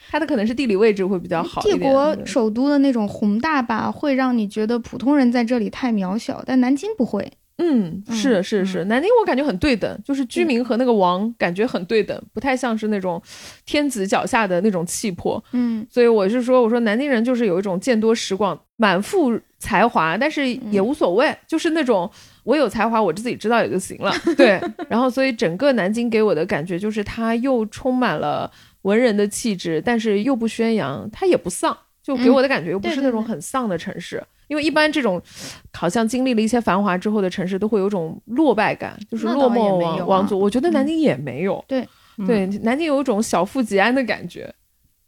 Speaker 1: 它的可能是地理位置会比较好一
Speaker 2: 帝
Speaker 1: 点。
Speaker 2: 国
Speaker 1: 对
Speaker 2: 首都的那种宏大吧，会让你觉得普通人在这里太渺小，但南京不会。
Speaker 1: 嗯，
Speaker 2: 嗯
Speaker 1: 是是是，南京我感觉很对等，就是居民和那个王感觉很对等，不太像是那种天子脚下的那种气魄。
Speaker 2: 嗯，
Speaker 1: 所以我是说，我说南京人就是有一种见多识广、满腹才华，但是也无所谓，就是那种我有才华，我自己知道也就行 了。对，然后所以整个南京给我的感觉就是，它又充满了文人的气质，但是又不宣扬，它也不丧，就给我的感觉又不是
Speaker 2: 对对
Speaker 1: 那种
Speaker 2: 对
Speaker 1: 很丧的城市。因为一般这种好像经历了一些繁华之后的城市，都会有种落败感，就是
Speaker 2: 那
Speaker 1: 落
Speaker 2: 倒也
Speaker 1: 寞
Speaker 2: 没
Speaker 1: 亡
Speaker 2: 有啊
Speaker 1: 亡族。我觉得南
Speaker 2: 嗯
Speaker 1: 京也没有，
Speaker 3: 嗯
Speaker 1: 对，南京有一种小富即安的感觉。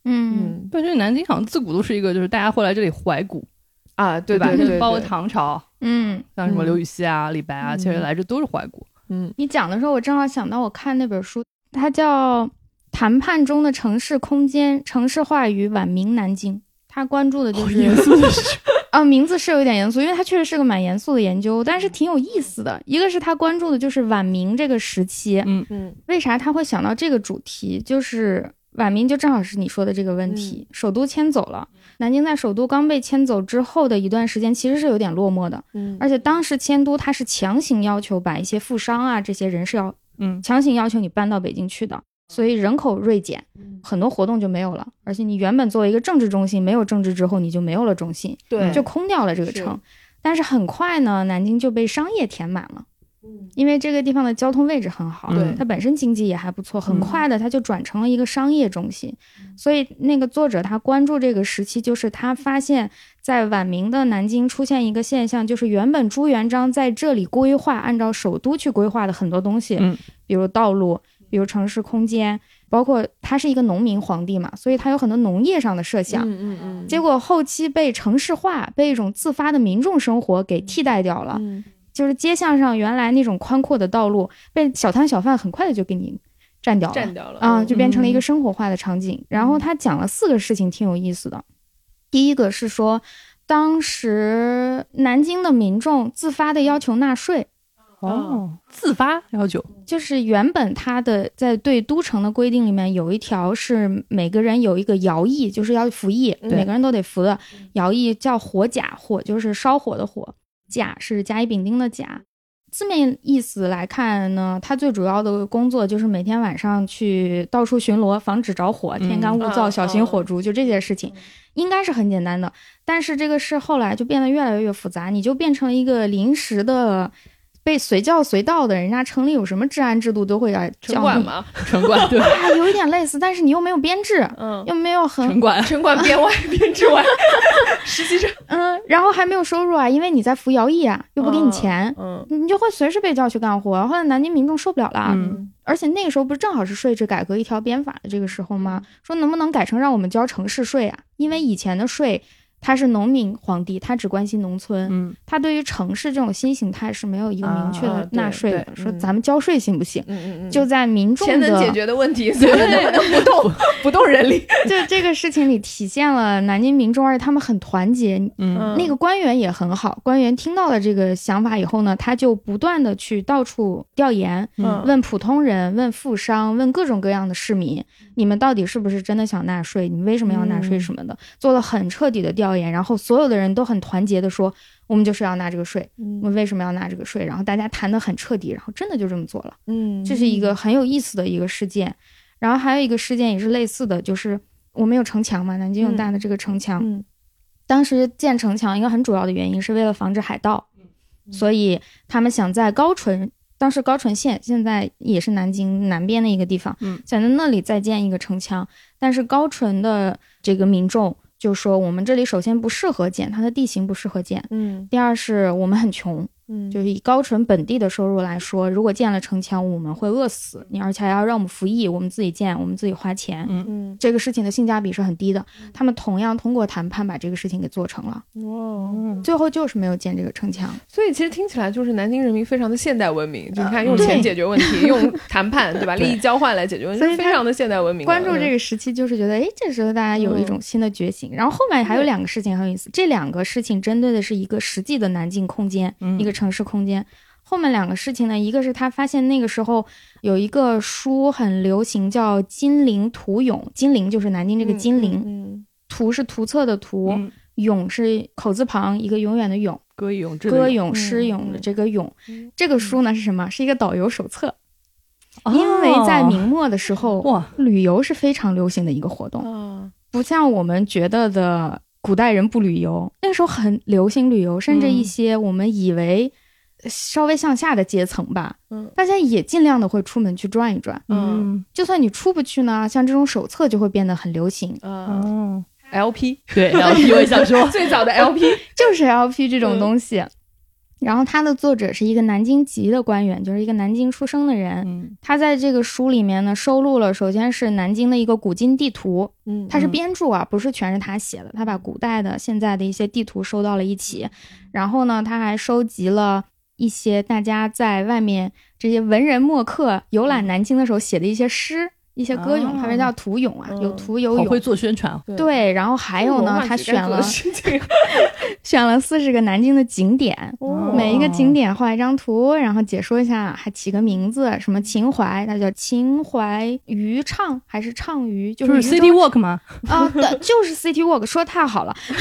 Speaker 2: 嗯，
Speaker 1: 嗯
Speaker 3: 对，就是南京好像自古都是一个，就是大家会来这里怀古，
Speaker 1: 啊，对
Speaker 3: 吧？
Speaker 1: 对 对，
Speaker 3: 包括
Speaker 1: 对
Speaker 3: 唐朝，
Speaker 2: 嗯，
Speaker 3: 像什么
Speaker 1: 嗯
Speaker 3: 刘禹锡啊、李白啊，
Speaker 1: 嗯
Speaker 3: 其实来这都是怀古。
Speaker 1: 嗯
Speaker 2: 你讲的时候，我正好想到我看那本书，它叫《谈判中的城市空间：城市化与晚明南京》。它关注的
Speaker 1: 哦
Speaker 2: 就是
Speaker 3: 肃的事，
Speaker 2: 啊，名字是有点严肃，因为它确实是个蛮严肃的研究，但是挺有意思的。一个是他关注的就是晚明这个时期，
Speaker 1: 嗯
Speaker 2: 为啥他会想到这个主题？就是晚明就正好是你说的这个问题，首都迁走了，南京在首都刚被迁走之后的一段时间，其实是有点落寞的。
Speaker 1: 嗯，
Speaker 2: 而且当时迁都，他是强行要求把一些富商啊这些人是要
Speaker 3: 嗯，
Speaker 2: 强行要求你搬到北京去的，所以人口锐减，很多活动就没有了。而且你原本作为一个政治中心，没有政治之后，你就没有了中心。
Speaker 1: 对，
Speaker 2: 就空掉了这个
Speaker 1: 是
Speaker 2: 城。但是很快呢，南京就被商业填满了，
Speaker 1: 嗯
Speaker 2: 因为这个地方的交通位置很好，
Speaker 1: 对
Speaker 2: 它本身经济也还不错，很
Speaker 3: 嗯
Speaker 2: 快的它就转成了一个商业中心。
Speaker 1: 嗯
Speaker 2: 所以那个作者他关注这个时期，就是他发现，在晚明的南京出现一个现象，就是原本朱元璋在这里规划，按照首都去规划的很多东西，
Speaker 3: 嗯
Speaker 2: 比如道路，比如城市空间，包括他是一个农民皇帝嘛，所以他有很多农业上的设想。
Speaker 1: 嗯嗯嗯，
Speaker 2: 结果后期被城市化、被一种自发的民众生活给替代掉了。
Speaker 1: 嗯
Speaker 2: 就是街巷上原来那种宽阔的道路，被小摊小贩很快的就给你占掉了。嗯
Speaker 1: 占掉了
Speaker 2: 啊，就变成了一
Speaker 3: 嗯
Speaker 2: 个生活化的场景。然后他讲了四个事情，挺有意思的。第一个是说，当时南京的民众自发的要求纳税，
Speaker 3: 哦，自发要求，
Speaker 2: 就是原本他的在对都城的规定里面有一条是每个人有一个徭役，就是要服役，
Speaker 1: 嗯
Speaker 2: 每个人都得服的。徭役叫火甲，火就是烧火的火，甲是甲乙丙丁的甲。字面意思来看呢，他最主要的工作就是每天晚上去到处巡逻，防止着火，天干物燥，
Speaker 1: 嗯
Speaker 2: 小心火烛，就这些事情，应该是很简单的。但是这个事后来就变得越来越复杂，你就变成了一个临时的。被随叫随到的人家城里有什么治安制度都会来
Speaker 1: 城
Speaker 2: 叫
Speaker 1: 管
Speaker 2: 你，
Speaker 1: 嘛，
Speaker 3: 城管对，
Speaker 2: 啊，有一点类似，但是你又没有编制，
Speaker 1: 嗯，
Speaker 2: 又没有很
Speaker 3: 城管
Speaker 1: 城管编外编制外， 实 习生，
Speaker 2: 嗯，然后还没有收入啊，因为你在服徭役啊，又不给你钱，
Speaker 1: 嗯
Speaker 2: 你就会随时被叫去干活。后来南京民众受不了了，
Speaker 3: 嗯
Speaker 2: 而且那个时候不是正好是税制改革一条鞭法的这个时候吗？
Speaker 1: 嗯
Speaker 2: 说能不能改成让我们交城市税啊？因为以前的税。他是农民皇帝，他只关心农村，
Speaker 3: 嗯，
Speaker 2: 他对于城市这种新形态是没有一个明确
Speaker 1: 啊
Speaker 2: 的
Speaker 1: 对
Speaker 2: 纳税的。
Speaker 1: 对
Speaker 2: 说
Speaker 1: 嗯
Speaker 2: 咱们交税行不行？
Speaker 1: 嗯嗯嗯，
Speaker 2: 就在民众
Speaker 1: 钱
Speaker 2: 的
Speaker 1: 能解决的问题，所以能不能不动不动人力？
Speaker 2: 就这个事情里体现了南京民众，而且他们很团结。
Speaker 3: 嗯
Speaker 1: 嗯
Speaker 2: 那个官员也很好，官员听到了这个想法以后呢，他就不断的去到处调研，
Speaker 1: 嗯
Speaker 2: 问普通人，问富商，问各种各样的市民，你们到底是不是真的想纳税？你们为什么要纳税
Speaker 1: 嗯
Speaker 2: 什么的，做了很彻底的调研，然后所有的人都很团结的说，我们就是要纳这个税，
Speaker 1: 嗯
Speaker 2: 我们为什么要纳这个税？然后大家谈得很彻底，然后真的就这么做了。
Speaker 1: 嗯
Speaker 2: 这是一个很有意思的一个事件。然后还有一个事件也是类似的，就是我们有城墙嘛，南京有大的这个城墙，
Speaker 1: 嗯
Speaker 2: 当时建城墙一个很主要的原因是为了防止海盗，所以他们想在高淳。当时高淳县现在也是南京南边的一个地方，
Speaker 3: 嗯
Speaker 2: 想在那里再建一个城墙，但是高淳的这个民众就说，我们这里首先不适合建，它的地形不适合建，
Speaker 1: 嗯
Speaker 2: 第二是我们很穷，
Speaker 1: 嗯
Speaker 2: 就是以高淳本地的收入来说，如果建了城墙，我们会饿死，你而且还要让我们服役，我们自己建，我们自己花钱，
Speaker 1: 嗯
Speaker 2: 这个事情的性价比是很低的。他们同样通过谈判把这个事情给做成了，
Speaker 1: 哦。
Speaker 2: 最后就是没有建这个城墙。
Speaker 1: 所以其实听起来就是南京人民非常的现代文明，就你看用
Speaker 2: 对
Speaker 1: 钱解决问 题，用谈判对吧，
Speaker 2: 对
Speaker 1: 利益交换来解决问题，
Speaker 2: 所以
Speaker 1: 是非
Speaker 2: 他
Speaker 1: 常的现代文明的。嗯
Speaker 2: 关注这个时期，就是觉得，哎，这时候大家有一种新的觉醒。嗯然后后面还有两个事情很有意思，这两个事情针对的是一个实际的南京空间，
Speaker 3: 嗯
Speaker 2: 一个城市空间。后面两个事情呢，一个是他发现那个时候有一个书很流行，叫《金陵图咏》，金陵就是南京这
Speaker 1: 这
Speaker 2: 个金陵，
Speaker 1: 嗯
Speaker 2: 图是图册的图，
Speaker 3: 嗯
Speaker 2: 咏是口字旁一个永远的永，
Speaker 3: 歌咏咏志的
Speaker 2: 歌
Speaker 3: 咏，
Speaker 2: 咏诗咏的
Speaker 1: 嗯
Speaker 2: 这个咏。
Speaker 1: 嗯
Speaker 2: 这个书呢是什么？是一个导游手册，
Speaker 3: 哦
Speaker 2: 因为在明末的时候，
Speaker 3: 哇，
Speaker 2: 旅游是非常流行的一个活动。
Speaker 1: 啊，
Speaker 2: 不像我们觉得的古代人不旅游，那个时候很流行旅游，甚至一些我们以为稍微向下的阶层吧，
Speaker 1: 嗯
Speaker 2: 大家也尽量的会出门去转一转。
Speaker 1: 嗯
Speaker 2: 就算你出不去呢，像这种手册就会变得很流行，
Speaker 1: 啊
Speaker 3: 哦，
Speaker 1: ，LP，
Speaker 3: 对，然后我也想说
Speaker 1: 最早的 LP，
Speaker 2: 就是 LP 这种
Speaker 1: 嗯
Speaker 2: 东西。然后它的作者是一个南京籍的官员，就是一个南京出生的人。
Speaker 3: 嗯
Speaker 2: 他在这个书里面呢，收录了首先是南京的一个古今地图，
Speaker 1: 嗯
Speaker 2: 他是
Speaker 3: 嗯
Speaker 2: 编著啊，不是全是他写的，他把古代的、现在的一些地图收到了一起，然后呢，他还收集了一些大家在外面这些文人墨客游览南京的时候写的一些诗、一些歌咏，
Speaker 3: 嗯哦
Speaker 2: 他们叫图咏啊，
Speaker 1: 嗯
Speaker 2: 有图有
Speaker 3: 好会
Speaker 2: 咏。
Speaker 3: 做宣传，
Speaker 2: 对，然后还有呢，他选了选了四十个南京的景点，
Speaker 1: 哦
Speaker 2: 每一个景点画一张图，然后解说一下，还起个名字，什么秦淮，它叫秦淮渔唱还是唱渔，就
Speaker 3: 就是是
Speaker 2: 渔
Speaker 3: City
Speaker 2: 中
Speaker 3: Walk 吗？
Speaker 2: 啊，对，就是 City Walk，说太好了，哎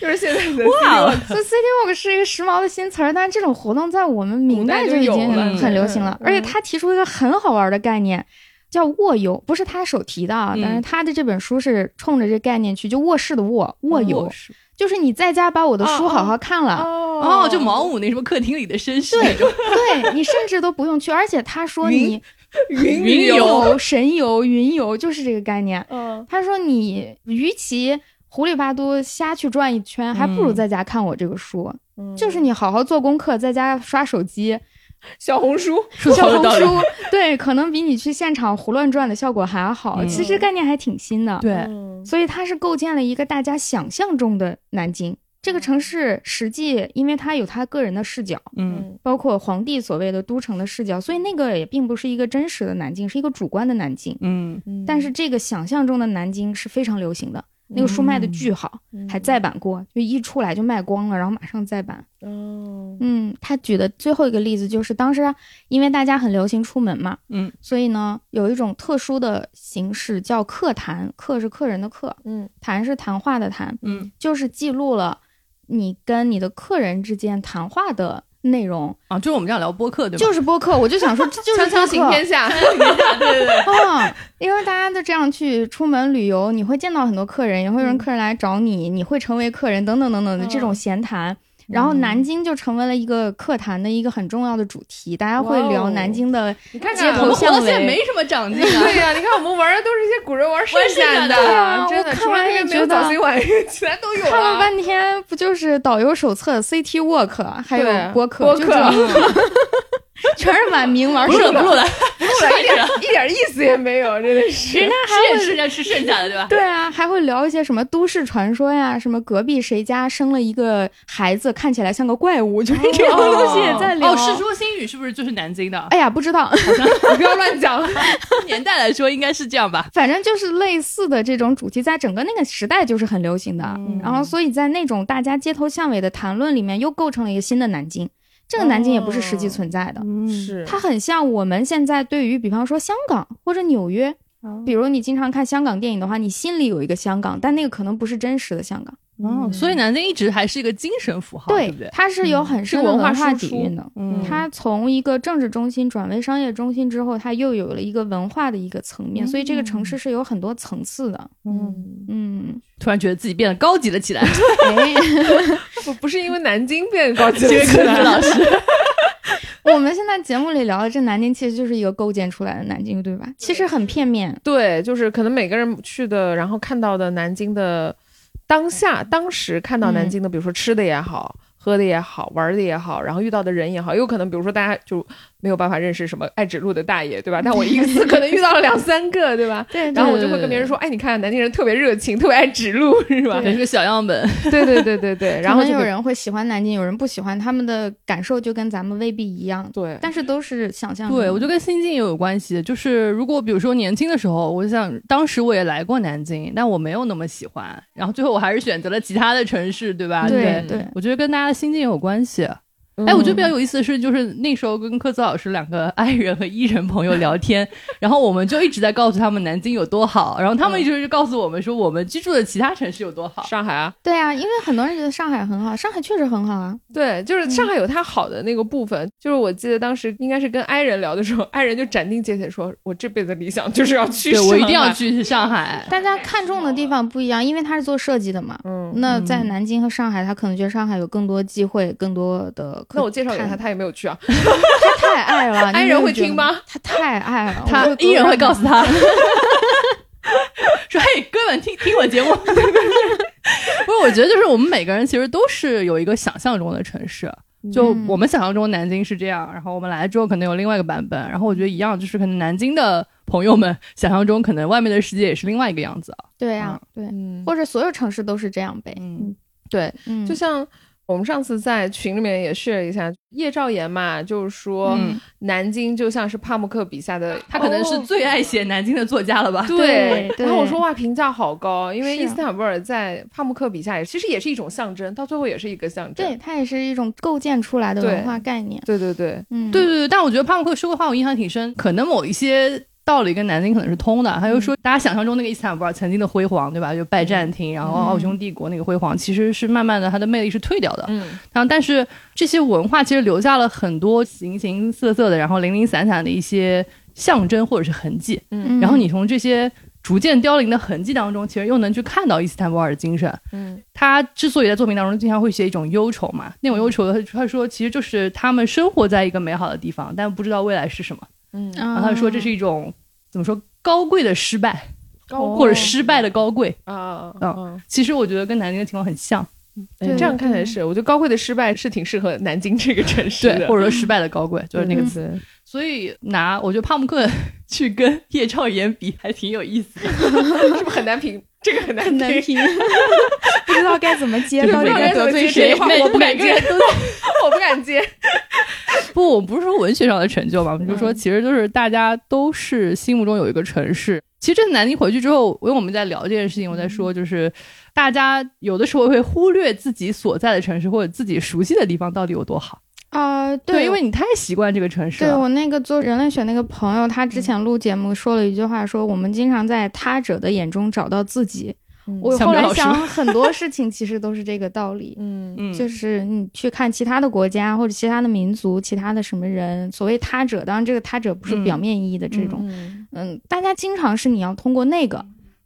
Speaker 1: 就是现在的
Speaker 3: 哇，
Speaker 2: 所以 City Walk 是一个时髦的新词儿，但是这种活动在我们明代就已经
Speaker 1: 古
Speaker 3: 代就有
Speaker 2: 很
Speaker 3: 了
Speaker 2: 很流行
Speaker 1: 嗯
Speaker 2: 了。而且他提出一个很好玩的概念，叫卧游，不是他手提的啊，
Speaker 3: 嗯
Speaker 2: 但是他的这本书是冲着这概念去，就卧室的卧，卧游，
Speaker 3: 是
Speaker 2: 就是你在家把我的书
Speaker 1: 哦
Speaker 2: 好好看了，
Speaker 1: 哦
Speaker 3: 哦，就毛姆那什么客厅里的绅士那种，
Speaker 2: 对你甚至都不用去。而且他说
Speaker 1: 云
Speaker 2: 你
Speaker 1: 云
Speaker 3: 云游
Speaker 2: 游、神游、云游，就是这个概念。
Speaker 1: 嗯
Speaker 2: 他说你与其糊里巴嘟瞎去转一圈，还不如
Speaker 3: 嗯
Speaker 2: 在家看我这个书。
Speaker 1: 嗯
Speaker 2: 就是你好好做功课，在家刷手 机、
Speaker 1: 小红书，
Speaker 3: 说
Speaker 2: 小
Speaker 3: 的
Speaker 2: 红
Speaker 3: 道理
Speaker 2: 书， 对，可能比你去现场胡乱转的效果还好。
Speaker 3: 嗯
Speaker 2: 其实概念还挺新的，
Speaker 3: 对，
Speaker 1: 嗯
Speaker 2: 所以它是构建了一个大家想象中的南京这个城市。实际，因为它有他个人的视角，
Speaker 3: 嗯，
Speaker 2: 包括皇帝所谓的都城的视角，所以那个也并不是一个真实的南京，是一个主观的南京。
Speaker 3: 嗯，
Speaker 1: 嗯
Speaker 2: 但是这个想象中的南京是非常流行的，那个书卖的巨好，
Speaker 1: 嗯
Speaker 2: 还再版过，就一出来就卖光了，然后马上再版。
Speaker 1: 哦，
Speaker 2: 嗯，他举的最后一个例子就是，当时因为大家很流行出门嘛，
Speaker 3: 嗯，
Speaker 2: 所以呢，有一种特殊的形式叫客谈，客是客人的客，
Speaker 1: 嗯
Speaker 2: 谈是谈话的谈，
Speaker 3: 嗯，
Speaker 2: 就是记录了你跟你的客人之间谈话的内容，
Speaker 3: 啊，就是我们这样聊播客对吧？
Speaker 2: 就是播客，我就想说，这就是
Speaker 1: 锵锵行
Speaker 2: 播客
Speaker 1: 天下，
Speaker 2: 啊，因为大家都这样去出门旅游，你会见到很多客人，也会有人客人来找你，你会成为客人，等等等等的这种闲谈。然后南京就成为了一个客谈的一个很重要的主题，大家会
Speaker 1: 哇
Speaker 2: 聊
Speaker 1: 哦
Speaker 2: 南京的，
Speaker 1: 你看
Speaker 2: 街
Speaker 1: 看
Speaker 2: 头
Speaker 1: 我们
Speaker 2: 巷
Speaker 3: 我现在
Speaker 2: 尾
Speaker 3: 没什么长进啊。
Speaker 1: 对呀、你看我们玩的都是一些古人玩剩下
Speaker 3: 玩剩下的
Speaker 1: 的，
Speaker 3: 对
Speaker 2: 啊
Speaker 1: 真
Speaker 2: 我
Speaker 1: 的，
Speaker 2: 看
Speaker 1: 除了
Speaker 2: 完
Speaker 1: 那
Speaker 2: 也
Speaker 1: 个没
Speaker 2: 觉
Speaker 1: 有
Speaker 2: 得
Speaker 1: 早 C 晚全都有
Speaker 2: 看了
Speaker 1: 啊。
Speaker 2: 半天不就是导游手册、CT Walk，还
Speaker 1: 对
Speaker 2: 有播客，
Speaker 1: 播
Speaker 2: 就
Speaker 1: 客
Speaker 2: 这种全是满名玩
Speaker 3: 不录
Speaker 2: 剩
Speaker 3: 了，不
Speaker 2: 的。
Speaker 3: 录 了，
Speaker 1: 后来一点一点意思也没有，真的是。
Speaker 3: 吃也吃下吃剩下的对吧？
Speaker 2: 对啊，还会聊一些什么都市传说呀，什么隔壁谁家生了一个孩子，看起来像个怪物，就是这种东西也在聊。
Speaker 3: 哦，《世说新语》是不是就是南京的？
Speaker 2: 哎呀，不知道，
Speaker 1: 你不要乱讲了，
Speaker 3: 年代来说应该是这样吧？
Speaker 2: 反正就是类似的这种主题，在整个那个时代就是很流行的。
Speaker 3: 嗯
Speaker 2: 然后，所以在那种大家街头巷尾的谈论里面，又构成了一个新的南京。这个南京也不是实际存在的，
Speaker 3: 哦
Speaker 1: 是
Speaker 2: 它很像我们现在对于，比方说香港或者纽约。
Speaker 3: 哦
Speaker 2: 比如你经常看香港电影的话，你心里有一个香港，但那个可能不是真实的香港。
Speaker 3: 哦，所以南京一直还是一个精神符号，对不对？
Speaker 2: 它是有很
Speaker 3: 是
Speaker 2: 深的
Speaker 3: 文化
Speaker 2: 文化
Speaker 3: 输
Speaker 2: 底
Speaker 3: 出
Speaker 2: 蕴的。
Speaker 3: 嗯
Speaker 2: 它从一个政治中心转为商业中心之后，它又有了一个文化的一个层
Speaker 3: 嗯
Speaker 2: 面，所以这个城市是有很多层次的。
Speaker 1: 嗯，
Speaker 2: 嗯，
Speaker 3: 突然觉得自己变得高级了起来。
Speaker 2: 哎，
Speaker 1: 不不是因为南京 变
Speaker 3: 哦
Speaker 1: 高级了，
Speaker 3: 科老师，
Speaker 2: 我们现在节目里聊的这南京，其实就是一个构建出来的南京，对吧？其实很片面。
Speaker 1: 对，就是可能每个人去的，然后看到的南京的当下，当时看到
Speaker 3: 嗯
Speaker 1: 南京的，比如说吃的也好，喝的也好，玩的也好，然后遇到的人也好，有可能比如说大家就没有办法认识什么爱指路的大爷，对吧？但我一次可能遇到了两三个，对吧？
Speaker 2: 对
Speaker 1: 然后我
Speaker 3: 对
Speaker 1: 就会跟别人说，哎，你看南京人特别热情，特别爱指路，是吧？
Speaker 3: 也是个小样本。
Speaker 1: 对对对对对，然后
Speaker 2: 可
Speaker 1: 就
Speaker 2: 能有
Speaker 1: 给
Speaker 2: 人会喜欢南京，有人不喜欢，他们的感受就跟咱们未必一样，
Speaker 1: 对，
Speaker 2: 但是都是想象力。
Speaker 3: 对，我觉得跟心境也有关系。就是如果比如说年轻的时候，我想当时我也来过南京，但我没有那么喜欢，然后最后我还是选择了其他的城市，对吧？
Speaker 2: 对
Speaker 1: 对
Speaker 2: 对，
Speaker 3: 我觉得跟大家的心境有关系。
Speaker 1: 嗯
Speaker 3: 哎，我觉得比较有意思的是，就是那时候跟科子老师两个 i 人和 e 人朋友聊天，然后我们就一直在告诉他们南京有多好，然后他们
Speaker 1: 嗯
Speaker 3: 一直就告诉我们说我们居住的其他城市有多好。
Speaker 1: 上海啊，
Speaker 2: 对啊，因为很多人觉得上海很好，上海确实很好啊。
Speaker 1: 对，就是上海有它好的那个部分，就是我记得当时应该是跟 i 人聊的时候，i 人就斩钉截铁说，我这辈子理想就是要去
Speaker 3: 对，
Speaker 1: 上海，
Speaker 3: 我一定要去上海。
Speaker 2: 大家看重的地方不一样，因为他是做设计的嘛。
Speaker 1: 嗯，
Speaker 2: 那在南京和上海，他可能觉得上海有更多机会，更多的可。
Speaker 1: 那我介绍给他，
Speaker 2: 看，
Speaker 1: 他也没有去啊。
Speaker 2: 他太爱了。
Speaker 1: 爱人
Speaker 2: 你没有
Speaker 1: 会
Speaker 2: 觉得
Speaker 1: 听吗？
Speaker 2: 他太爱了，
Speaker 3: 他
Speaker 2: 我
Speaker 3: 依然会告
Speaker 2: 我
Speaker 3: 诉他， 说：“嘿，哥们，听听我 节目。”不是，我觉得就是我们每个人其实都是有一个想象中的城市，就
Speaker 2: 嗯
Speaker 3: 我们想象中南京是这样，然后我们来之后可能有另外一个版本，然后我觉得一样，就是可能南京的朋友们想象中可能外面的世界也是另外一个样子。啊
Speaker 2: 对呀、对，
Speaker 1: 嗯，
Speaker 2: 或者所有城市都是这样呗。
Speaker 3: 嗯，
Speaker 1: 对，
Speaker 2: 嗯，
Speaker 1: 就像我们上次在群里面也 share 一下叶兆言嘛，就是说
Speaker 3: 嗯
Speaker 1: 南京就像是帕慕克笔下的，哦
Speaker 3: 他可能是
Speaker 2: 哦
Speaker 3: 最爱写南京的作家了吧？
Speaker 1: 对
Speaker 2: 对，对
Speaker 1: 然后我说哇，评价好高，啊因为
Speaker 2: 是
Speaker 3: 啊
Speaker 1: 伊斯坦布尔在帕慕克笔下也其实也是一种象征，到最后也是一个象征
Speaker 2: 对，。它也是一种构建出来的文化概念。
Speaker 1: 对对对，
Speaker 2: 嗯，
Speaker 3: 对对对，但我觉得帕慕克说过话，我印象挺深，可能某一些。道理跟南京可能是通的，他就
Speaker 2: 嗯
Speaker 3: 说大家想象中那个伊斯坦布尔曾经的辉煌，对吧？就拜占庭，然后奥匈帝国那个辉煌，其实是慢慢的它的魅力是退掉的。
Speaker 1: 嗯，
Speaker 3: 然后但是这些文化其实留下了很多形形色色的，然后零零散散的一些象征或者是痕迹。
Speaker 2: 嗯，
Speaker 3: 然后你从这些逐渐凋零的痕迹当中，其实又能去看到伊斯坦布尔的精神。
Speaker 1: 嗯，
Speaker 3: 他之所以在作品当中经常会写一种忧愁嘛，那
Speaker 1: 嗯
Speaker 3: 种忧愁，他说其实就是他们生活在一个美好的地方，但不知道未来是什么。
Speaker 1: 嗯，
Speaker 2: 啊，
Speaker 3: 然后他说这是一种怎么说高贵的失败，
Speaker 1: 高
Speaker 3: 或者失败的高贵。
Speaker 1: 啊
Speaker 3: 嗯
Speaker 1: 啊，
Speaker 3: 其实我觉得跟南京的情况很像，
Speaker 1: 哎
Speaker 2: 对
Speaker 1: 这样看来是，我觉得高贵的失败是挺适合南京这个城市的，嗯
Speaker 3: 对，或者说失败的高贵，就是那个
Speaker 1: 对
Speaker 3: 词。
Speaker 1: 对对
Speaker 3: 所以拿我觉得帕慕克 去跟叶兆言比，还挺有意思 的。
Speaker 1: 是不是很难评？这个很难
Speaker 2: 很 难
Speaker 1: 评，
Speaker 2: 评，不知道该怎么接，到
Speaker 1: 不
Speaker 2: 底
Speaker 1: 知道
Speaker 2: 该
Speaker 1: 该
Speaker 2: 怎
Speaker 1: 怎
Speaker 2: 么
Speaker 1: 么
Speaker 2: 接
Speaker 1: 接这句话，
Speaker 3: 每
Speaker 1: 我不敢
Speaker 3: 每个人
Speaker 1: 接，我不敢接。
Speaker 3: 不，我不是说文学上的成就吧，我们就
Speaker 2: 嗯
Speaker 3: 说其实就是大家都是心目中有一个城市。其实这次南京回去之后，因为我们在聊这件事情，我在
Speaker 2: 嗯
Speaker 3: 说就是大家有的时候会忽略自己所在的城市或者自己熟悉的地方到底有多好。
Speaker 2: 啊？
Speaker 3: 因为你太习惯这个城市
Speaker 2: 对
Speaker 3: 了。
Speaker 2: 我那个做人类学那个
Speaker 3: 嗯
Speaker 2: 朋友，他之前录节目说了一句话，说我们经常在他者的眼中找到自己。我
Speaker 3: 小
Speaker 2: 后
Speaker 3: 明
Speaker 2: 来
Speaker 3: 老师
Speaker 2: 想， 很多事情其实都是这个道理。
Speaker 1: 嗯
Speaker 3: 嗯，
Speaker 2: 就是你去看其他的国家或者其他的民族、其他的什么人，所谓他者，当然这个他者不是
Speaker 3: 嗯
Speaker 2: 表面意义的这种，
Speaker 1: 嗯
Speaker 2: 嗯大家经常是你要通过那个